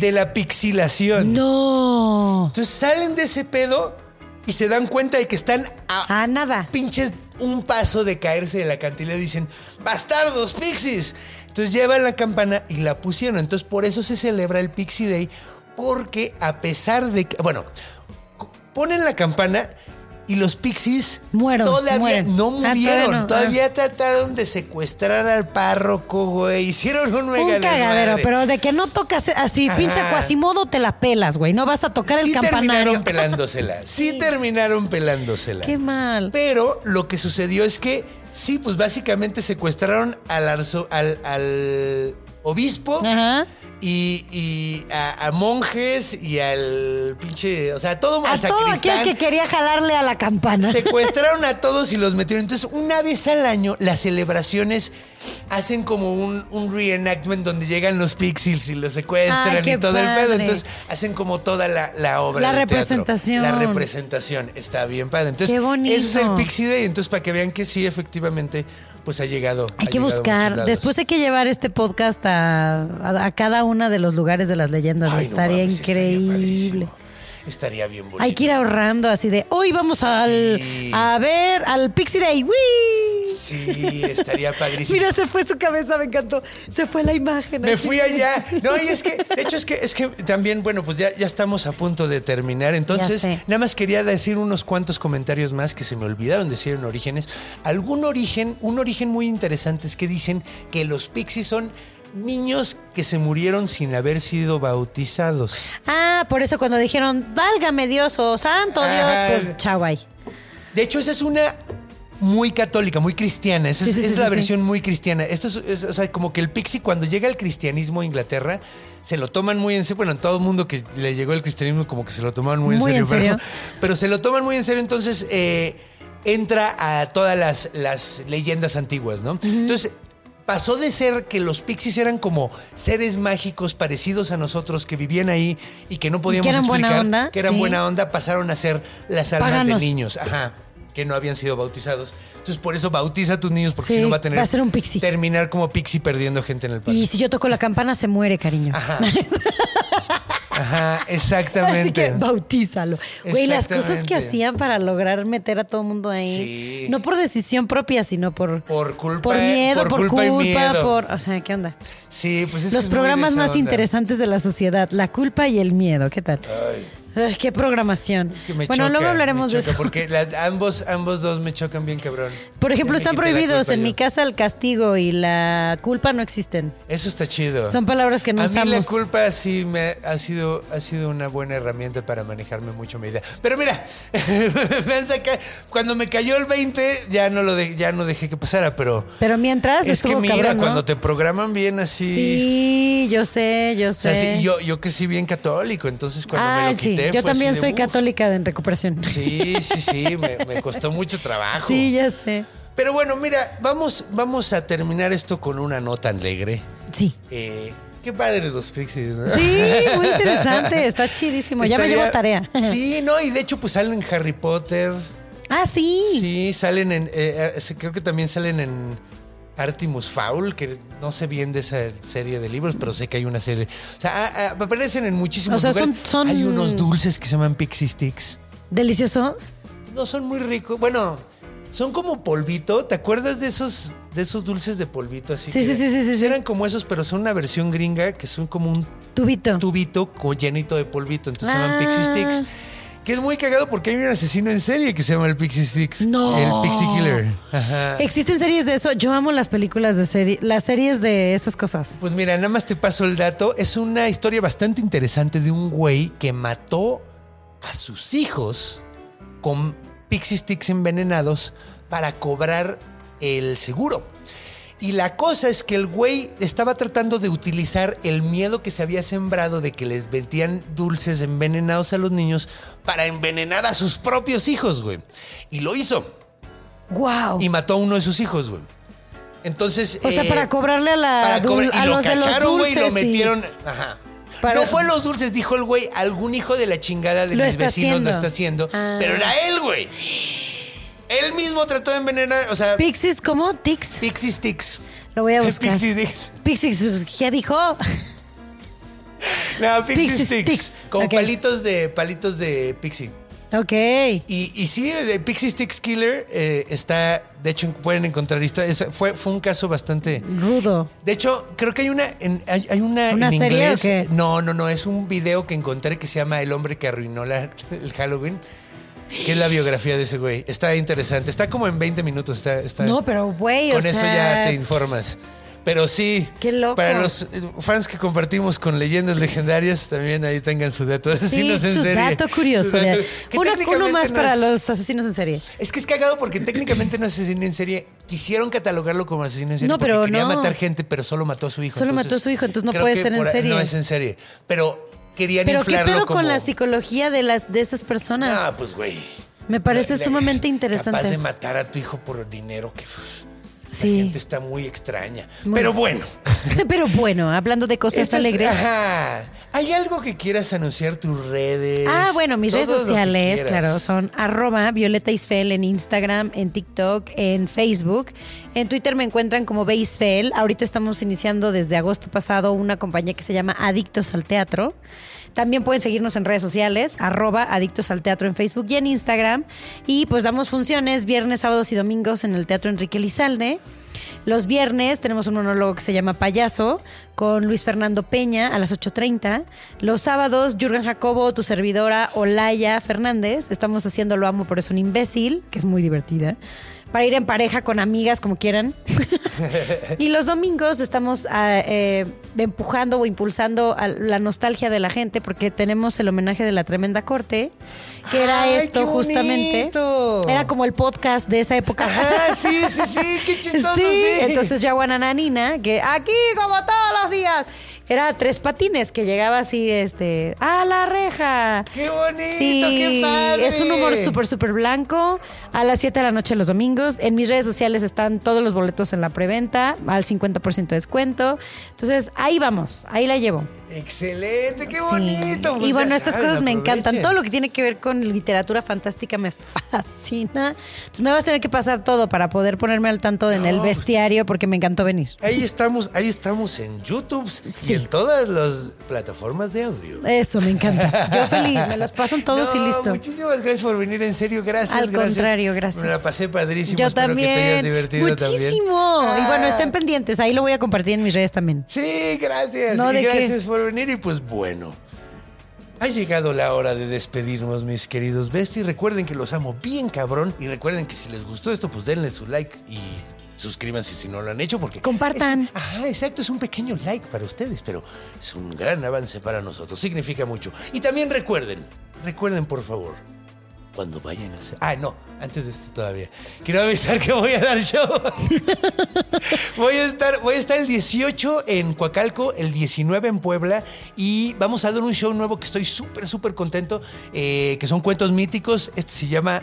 [SPEAKER 1] de la pixilación.
[SPEAKER 3] ¡No!
[SPEAKER 1] Entonces salen de ese pedo y se dan cuenta de que están a
[SPEAKER 3] Ah, nada.
[SPEAKER 1] pinches un paso de caerse de la cantilera y dicen, bastardos, pixies. Entonces llevan la campana y la pusieron. Entonces por eso se celebra el Pixie Day, porque a pesar de que, bueno, co- ponen la campana y los pixies
[SPEAKER 3] Muero,
[SPEAKER 1] todavía
[SPEAKER 3] mueren.
[SPEAKER 1] no
[SPEAKER 3] Ah, todavía
[SPEAKER 1] murieron.
[SPEAKER 3] no, ah.
[SPEAKER 1] todavía trataron de secuestrar al párroco, güey. Hicieron un mega
[SPEAKER 3] Un cagadero,
[SPEAKER 1] desmadre.
[SPEAKER 3] pero de que no tocas así,
[SPEAKER 1] Ajá.
[SPEAKER 3] pinche cuasimodo, te la pelas, güey. No vas a tocar el
[SPEAKER 1] sí
[SPEAKER 3] campanario.
[SPEAKER 1] terminaron pelándosela. Sí, terminaron pelándosela.
[SPEAKER 3] Qué mal.
[SPEAKER 1] Pero lo que sucedió es que sí, pues básicamente secuestraron al, arzo- al, al obispo
[SPEAKER 3] Ajá.
[SPEAKER 1] y, y a, a monjes y al pinche, o sea, a todo
[SPEAKER 3] A
[SPEAKER 1] al
[SPEAKER 3] todo aquel
[SPEAKER 1] sacristán.
[SPEAKER 3] que quería jalarle a la campana.
[SPEAKER 1] Secuestraron a todos y los metieron. Entonces, una vez al año, las celebraciones hacen como un, un reenactment donde llegan los pixies y los secuestran
[SPEAKER 3] Ay, qué
[SPEAKER 1] y todo el pedo.
[SPEAKER 3] padre.
[SPEAKER 1] Entonces, hacen como toda la, la obra.
[SPEAKER 3] La
[SPEAKER 1] de teatro.
[SPEAKER 3] representación.
[SPEAKER 1] La representación. Está bien padre. Entonces,
[SPEAKER 3] Qué bonito.
[SPEAKER 1] eso es el Pixie Day. Entonces, para que vean que sí, efectivamente, pues ha llegado.
[SPEAKER 3] Hay
[SPEAKER 1] ha
[SPEAKER 3] que
[SPEAKER 1] llegado a muchos
[SPEAKER 3] buscar.
[SPEAKER 1] lados.
[SPEAKER 3] Después hay que llevar este podcast a, a- a cada uno de los lugares de las leyendas.
[SPEAKER 1] Ay, no
[SPEAKER 3] estaría
[SPEAKER 1] mames,
[SPEAKER 3] increíble.
[SPEAKER 1] padrísimo. Estaría bien bonito.
[SPEAKER 3] hay que ir ahorrando así de hoy vamos al
[SPEAKER 1] Sí.
[SPEAKER 3] a ver al Pixie Day. ¡Wii!
[SPEAKER 1] Sí, estaría padrísimo.
[SPEAKER 3] Mira, se fue su cabeza, me encantó. Se fue la imagen.
[SPEAKER 1] Me
[SPEAKER 3] así.
[SPEAKER 1] fui allá. No, y es que, de hecho, es que, es que también, bueno, pues ya, ya estamos a punto de terminar. Entonces,
[SPEAKER 3] sé.
[SPEAKER 1] nada más quería decir unos cuantos comentarios más que se me olvidaron decir en Orígenes. Algún origen, un origen muy interesante es que dicen que los pixies son niños que se murieron sin haber sido bautizados.
[SPEAKER 3] Ah, por eso cuando dijeron, válgame Dios o oh, santo Dios,
[SPEAKER 1] Ajá.
[SPEAKER 3] pues chau ahí.
[SPEAKER 1] De hecho, esa es una muy católica, muy cristiana. Esa es,
[SPEAKER 3] Sí, sí,
[SPEAKER 1] es
[SPEAKER 3] sí,
[SPEAKER 1] la
[SPEAKER 3] sí,
[SPEAKER 1] versión muy cristiana. Esto es, es- o sea, como que el pixie cuando llega el cristianismo a Inglaterra, se lo toman muy en serio. Bueno, en todo el mundo que le llegó el cristianismo como que se lo tomaban muy en
[SPEAKER 5] Muy
[SPEAKER 1] serio.
[SPEAKER 5] en serio.
[SPEAKER 1] Pero, pero se lo toman muy en serio, entonces eh, entra a todas las, las leyendas antiguas, ¿no? Entonces... Pasó de ser que los pixies eran como seres mágicos parecidos a nosotros que vivían ahí y que no podíamos
[SPEAKER 3] eran buena
[SPEAKER 1] explicar
[SPEAKER 3] onda,
[SPEAKER 1] que eran
[SPEAKER 3] sí.
[SPEAKER 1] buena onda, pasaron a ser las almas
[SPEAKER 3] Páganos.
[SPEAKER 1] de niños, ajá, que no habían sido bautizados. Entonces por eso bautiza a tus niños porque
[SPEAKER 3] Sí,
[SPEAKER 1] si no va a tener
[SPEAKER 3] va a ser un pixie.
[SPEAKER 1] terminar como pixie perdiendo gente en el parque.
[SPEAKER 3] Y si yo toco la campana, se muere, cariño.
[SPEAKER 1] Ajá. Ajá,
[SPEAKER 3] Así que
[SPEAKER 1] exactamente.
[SPEAKER 3] bautízalo. Güey, las cosas que
[SPEAKER 1] Exactamente.
[SPEAKER 3] hacían para lograr meter a todo el mundo ahí.
[SPEAKER 1] Sí.
[SPEAKER 3] No por decisión propia, sino por.
[SPEAKER 1] Por culpa-
[SPEAKER 3] Por miedo, por,
[SPEAKER 1] por
[SPEAKER 3] culpa,
[SPEAKER 1] culpa y miedo.
[SPEAKER 3] por. O sea, ¿qué onda?
[SPEAKER 1] Sí, pues es que
[SPEAKER 3] Los
[SPEAKER 1] es muy de
[SPEAKER 3] programas
[SPEAKER 1] esa
[SPEAKER 3] más
[SPEAKER 1] onda.
[SPEAKER 3] interesantes de la sociedad: la culpa y el miedo. ¿Qué tal? Ay, qué programación.
[SPEAKER 1] Que me
[SPEAKER 3] bueno,
[SPEAKER 1] choca,
[SPEAKER 3] luego
[SPEAKER 1] me
[SPEAKER 3] hablaremos de
[SPEAKER 1] choca,
[SPEAKER 3] eso.
[SPEAKER 1] Porque la- ambos, ambos dos me chocan bien, cabrón.
[SPEAKER 3] Por
[SPEAKER 1] Ya
[SPEAKER 3] ejemplo,
[SPEAKER 1] me quité
[SPEAKER 3] están
[SPEAKER 1] la
[SPEAKER 3] prohibidos.
[SPEAKER 1] culpa
[SPEAKER 3] En
[SPEAKER 1] yo.
[SPEAKER 3] mi casa el castigo y la culpa no existen.
[SPEAKER 1] Eso está chido.
[SPEAKER 3] Son palabras que no
[SPEAKER 1] Ah. A mí la
[SPEAKER 3] usamos.
[SPEAKER 1] culpa sí me ha sido, ha sido una buena herramienta para manejarme mucho mi vida. Pero mira, me han sacado- cuando me cayó el 20 ya no lo de- ya no dejé que pasara, pero
[SPEAKER 3] Pero mientras
[SPEAKER 1] es que
[SPEAKER 3] estuvo
[SPEAKER 1] mira,
[SPEAKER 3] cabrón, ¿no?
[SPEAKER 1] cuando te programan bien así,
[SPEAKER 3] Sí, yo sé, yo
[SPEAKER 1] o
[SPEAKER 3] sé.
[SPEAKER 1] sea, sí, yo yo que sí bien católico, entonces cuando
[SPEAKER 3] ah,
[SPEAKER 1] me lo quité
[SPEAKER 3] sí. Yo
[SPEAKER 1] fue así
[SPEAKER 3] también
[SPEAKER 1] de,
[SPEAKER 3] soy
[SPEAKER 1] "Uf".
[SPEAKER 3] católica en recuperación.
[SPEAKER 1] Sí, sí, sí, me, me costó mucho trabajo.
[SPEAKER 3] Sí, ya sé.
[SPEAKER 1] Pero bueno, mira, vamos, vamos a terminar esto con una nota alegre.
[SPEAKER 3] Sí.
[SPEAKER 1] Eh, qué padre los pixies, ¿no?
[SPEAKER 3] Sí, muy interesante. Está chidísimo. Ya me
[SPEAKER 1] Estaría-
[SPEAKER 3] llevo tarea.
[SPEAKER 1] Sí, no, y de hecho, pues salen en Harry Potter.
[SPEAKER 3] Ah, sí.
[SPEAKER 1] Sí, salen en. eh, eh, se- creo que también salen en Artemus Fowl, que no sé bien de esa serie de libros, pero sé que hay una serie. O sea, ah, ah, aparecen en muchísimos
[SPEAKER 3] O sea,
[SPEAKER 1] lugares.
[SPEAKER 3] son- son-
[SPEAKER 1] Hay unos dulces que se llaman Pixie Sticks.
[SPEAKER 3] Deliciosos.
[SPEAKER 1] No son muy ricos. Bueno, son como polvito. ¿Te acuerdas de esos, de esos dulces de polvito así?
[SPEAKER 3] Sí,
[SPEAKER 1] que-
[SPEAKER 3] sí, sí, sí, sí, sí.
[SPEAKER 1] Eran como esos, pero son una versión gringa que son como un
[SPEAKER 3] Tubito.
[SPEAKER 1] tubito con llenito de polvito. Entonces
[SPEAKER 3] Ah.
[SPEAKER 1] se llaman Pixie Sticks. Que es muy cagado porque hay un asesino en serie que se llama el Pixie Sticks.
[SPEAKER 3] No.
[SPEAKER 1] El Pixie Killer. Ajá.
[SPEAKER 3] Existen series de eso. Yo amo las películas de serie, las series de esas cosas.
[SPEAKER 1] Pues mira, nada más te paso el dato. Es una historia bastante interesante de un güey que mató a sus hijos con Pixie Sticks envenenados para cobrar el seguro. Y la cosa es que el güey estaba tratando de utilizar el miedo que se había sembrado de que les vendían dulces envenenados a los niños para envenenar a sus propios hijos, güey. Y lo hizo.
[SPEAKER 3] Wow.
[SPEAKER 1] Y mató a uno de sus hijos, güey. Entonces.
[SPEAKER 3] O sea, para cobrarle a la
[SPEAKER 1] Eh, para
[SPEAKER 3] Ah, dul-
[SPEAKER 1] cobrar-
[SPEAKER 3] a
[SPEAKER 1] y lo
[SPEAKER 3] los de los
[SPEAKER 1] cacharon, güey, y lo
[SPEAKER 3] dulces y-
[SPEAKER 1] metieron. Ajá.
[SPEAKER 3] Para-
[SPEAKER 1] No fue los dulces, dijo el güey. Algún hijo de la chingada de
[SPEAKER 3] Lo
[SPEAKER 1] mis
[SPEAKER 3] está
[SPEAKER 1] vecinos
[SPEAKER 3] haciendo.
[SPEAKER 1] lo está haciendo.
[SPEAKER 3] Ah.
[SPEAKER 1] Pero era él, güey. Él mismo trató de envenenar. O sea,
[SPEAKER 3] Pixies, ¿cómo? Tix.
[SPEAKER 1] Pixie Sticks.
[SPEAKER 3] Lo voy a buscar.
[SPEAKER 1] Pixie Sticks.
[SPEAKER 3] Pixies, ya dijo.
[SPEAKER 1] No, Pixie,
[SPEAKER 3] Pixie
[SPEAKER 1] Sticks.
[SPEAKER 3] Sticks,
[SPEAKER 1] Con
[SPEAKER 3] ok.
[SPEAKER 1] palitos de palitos de Pixie.
[SPEAKER 3] Ok.
[SPEAKER 1] Y, y sí, de Pixie Sticks Killer eh, está. De hecho, pueden encontrar historias. Fue, fue un caso bastante.
[SPEAKER 3] Rudo.
[SPEAKER 1] De hecho, creo que hay una en, hay, hay una,
[SPEAKER 3] ¿Una
[SPEAKER 1] en
[SPEAKER 3] serie
[SPEAKER 1] inglés.
[SPEAKER 3] o qué?
[SPEAKER 1] No, no, no. Es un video que encontré que se llama El hombre que arruinó la- el Halloween. Que es la biografía de ese güey. Está interesante. Está como en 20 minutos. Está, está-
[SPEAKER 3] No, pero, güey, o
[SPEAKER 1] Con eso
[SPEAKER 3] sea-
[SPEAKER 1] ya te informas. Pero sí.
[SPEAKER 3] Qué loco.
[SPEAKER 1] Para los eh, fans que compartimos con leyendas legendarias, también ahí tengan su dato. de
[SPEAKER 3] Sí,
[SPEAKER 1] asesinos en
[SPEAKER 3] su
[SPEAKER 1] serie.
[SPEAKER 3] dato curioso.
[SPEAKER 1] Su dato-
[SPEAKER 3] ya.
[SPEAKER 1] que
[SPEAKER 3] ¿eh? Uno, uno
[SPEAKER 1] técnicamente
[SPEAKER 3] más
[SPEAKER 1] no
[SPEAKER 3] para
[SPEAKER 1] es-
[SPEAKER 3] los asesinos en serie.
[SPEAKER 1] es que es cagado porque técnicamente no es asesino en serie. Quisieron catalogarlo como asesino en serie
[SPEAKER 3] No,
[SPEAKER 1] porque
[SPEAKER 3] pero
[SPEAKER 1] quería
[SPEAKER 3] no.
[SPEAKER 1] matar gente, pero solo mató a su hijo.
[SPEAKER 3] Solo mató a su hijo, entonces no puede
[SPEAKER 1] que
[SPEAKER 3] ser en
[SPEAKER 1] por ahí-
[SPEAKER 3] serie.
[SPEAKER 1] No es en serie. Pero querían
[SPEAKER 3] Pero qué
[SPEAKER 1] inflarlo
[SPEAKER 3] pedo
[SPEAKER 1] como-
[SPEAKER 3] con la psicología de las de esas personas.
[SPEAKER 1] Ah, pues güey.
[SPEAKER 3] Me parece
[SPEAKER 1] La- la-
[SPEAKER 3] sumamente interesante.
[SPEAKER 1] Capaz de matar a tu hijo por dinero que pff,
[SPEAKER 3] Sí.
[SPEAKER 1] la gente está muy extraña. Pero bueno.
[SPEAKER 3] Pero bueno, hablando de cosas
[SPEAKER 1] Estas-
[SPEAKER 3] alegres.
[SPEAKER 1] Ajá. ¿Hay algo que quieras anunciar tus redes?
[SPEAKER 3] Ah, bueno, mis redes
[SPEAKER 1] Todo lo que
[SPEAKER 3] sociales,
[SPEAKER 1] quieras.
[SPEAKER 3] claro, son arroba Violeta Isfel en Instagram, en TikTok, en Facebook. En Twitter me encuentran como Beisfel. Ahorita estamos iniciando desde agosto pasado una compañía que se llama Adictos al Teatro. También pueden seguirnos en redes sociales, arroba Adictos al Teatro en Facebook y en Instagram. Y pues damos funciones viernes, sábados y domingos en el Teatro Enrique Lizalde. Los viernes tenemos un monólogo que se llama Payaso con Luis Fernando Peña a las 8.30. Los sábados, Jurgen Jacobo, tu servidora Olaya Fernández. Estamos haciendo Lo Amo, pero es un imbécil, que es muy divertida. para ir en pareja con amigas, como quieran. y los domingos estamos ah, eh, empujando o impulsando a la nostalgia de la gente porque tenemos el homenaje de la tremenda corte, que era
[SPEAKER 1] ¡Ay,
[SPEAKER 3] esto
[SPEAKER 1] qué
[SPEAKER 3] justamente.
[SPEAKER 1] bonito!
[SPEAKER 3] Era como el podcast de esa época.
[SPEAKER 1] Ajá, sí, sí, sí, qué chistoso, sí.
[SPEAKER 3] entonces ya Nina, que aquí como todos los días. Era tres patines que llegaba así, este, a la reja.
[SPEAKER 1] ¡Qué bonito, qué padre!
[SPEAKER 3] Es un humor súper, súper blanco. A las 7 de la noche los domingos. En mis redes sociales están todos los boletos en la preventa, al 50% de descuento. Entonces, ahí vamos, ahí la llevo.
[SPEAKER 1] Excelente, qué
[SPEAKER 3] Sí.
[SPEAKER 1] bonito. pues
[SPEAKER 3] Y
[SPEAKER 1] ya
[SPEAKER 3] bueno, estas
[SPEAKER 1] saben,
[SPEAKER 3] cosas me encantan.
[SPEAKER 1] aprovechen.
[SPEAKER 3] Todo lo que tiene que ver con literatura fantástica me fascina. Entonces me vas a tener que pasar todo para poder ponerme al tanto en el bestiario porque me encantó venir.
[SPEAKER 1] Ahí estamos, ahí estamos en YouTube y
[SPEAKER 3] Sí.
[SPEAKER 1] en todas las plataformas de audio.
[SPEAKER 3] Eso me encanta. Yo feliz, me los pasan todos
[SPEAKER 1] No,
[SPEAKER 3] y listo.
[SPEAKER 1] Muchísimas gracias por venir, en serio, gracias.
[SPEAKER 3] Al
[SPEAKER 1] gracias.
[SPEAKER 3] contrario, gracias.
[SPEAKER 1] Me la pasé padrísimo.
[SPEAKER 3] Yo
[SPEAKER 1] espero
[SPEAKER 3] también.
[SPEAKER 1] Que te hayas divertido también.
[SPEAKER 3] Muchísimo. Y bueno, este
[SPEAKER 1] Ah,
[SPEAKER 3] estén pendientes. Ahí lo voy a compartir en mis redes también.
[SPEAKER 1] Sí, gracias.
[SPEAKER 3] No,
[SPEAKER 1] y
[SPEAKER 3] ¿de qué?
[SPEAKER 1] gracias por venir y pues bueno. Ha llegado la hora de despedirnos, mis queridos besties. Recuerden que los amo bien cabrón y recuerden que si les gustó esto, pues denle su like y suscríbanse si no lo han hecho porque
[SPEAKER 3] Compartan.
[SPEAKER 1] es- ajá, exacto, es un pequeño like para ustedes, pero es un gran avance para nosotros, significa mucho. Y también recuerden, recuerden por favor, cuando vayan a hacer. Ah, no, antes de esto todavía. Quiero avisar que voy a dar show. voy, a estar, voy a estar el 18 en Coacalco, el 19 en Puebla y vamos a dar un show nuevo que estoy súper, súper contento, eh, que son cuentos míticos. Este se llama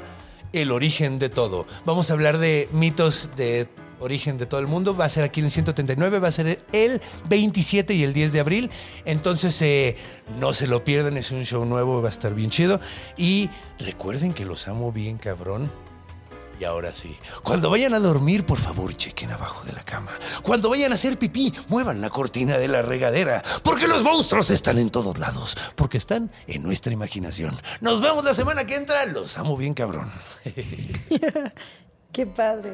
[SPEAKER 1] El origen de todo. Vamos a hablar de mitos de origen de todo el mundo. Va a ser aquí en el 139, va a ser el 27 y el 10 de abril. Entonces, eh, no se lo pierdan, es un show nuevo, va a estar bien chido. Y recuerden que los amo bien, cabrón. Y ahora sí, cuando vayan a dormir, por favor, chequen abajo de la cama. Cuando vayan a hacer pipí, muevan la cortina de la regadera, porque los monstruos están en todos lados, porque están en nuestra imaginación. Nos vemos la semana que entra, los amo bien, cabrón.
[SPEAKER 3] Qué padre.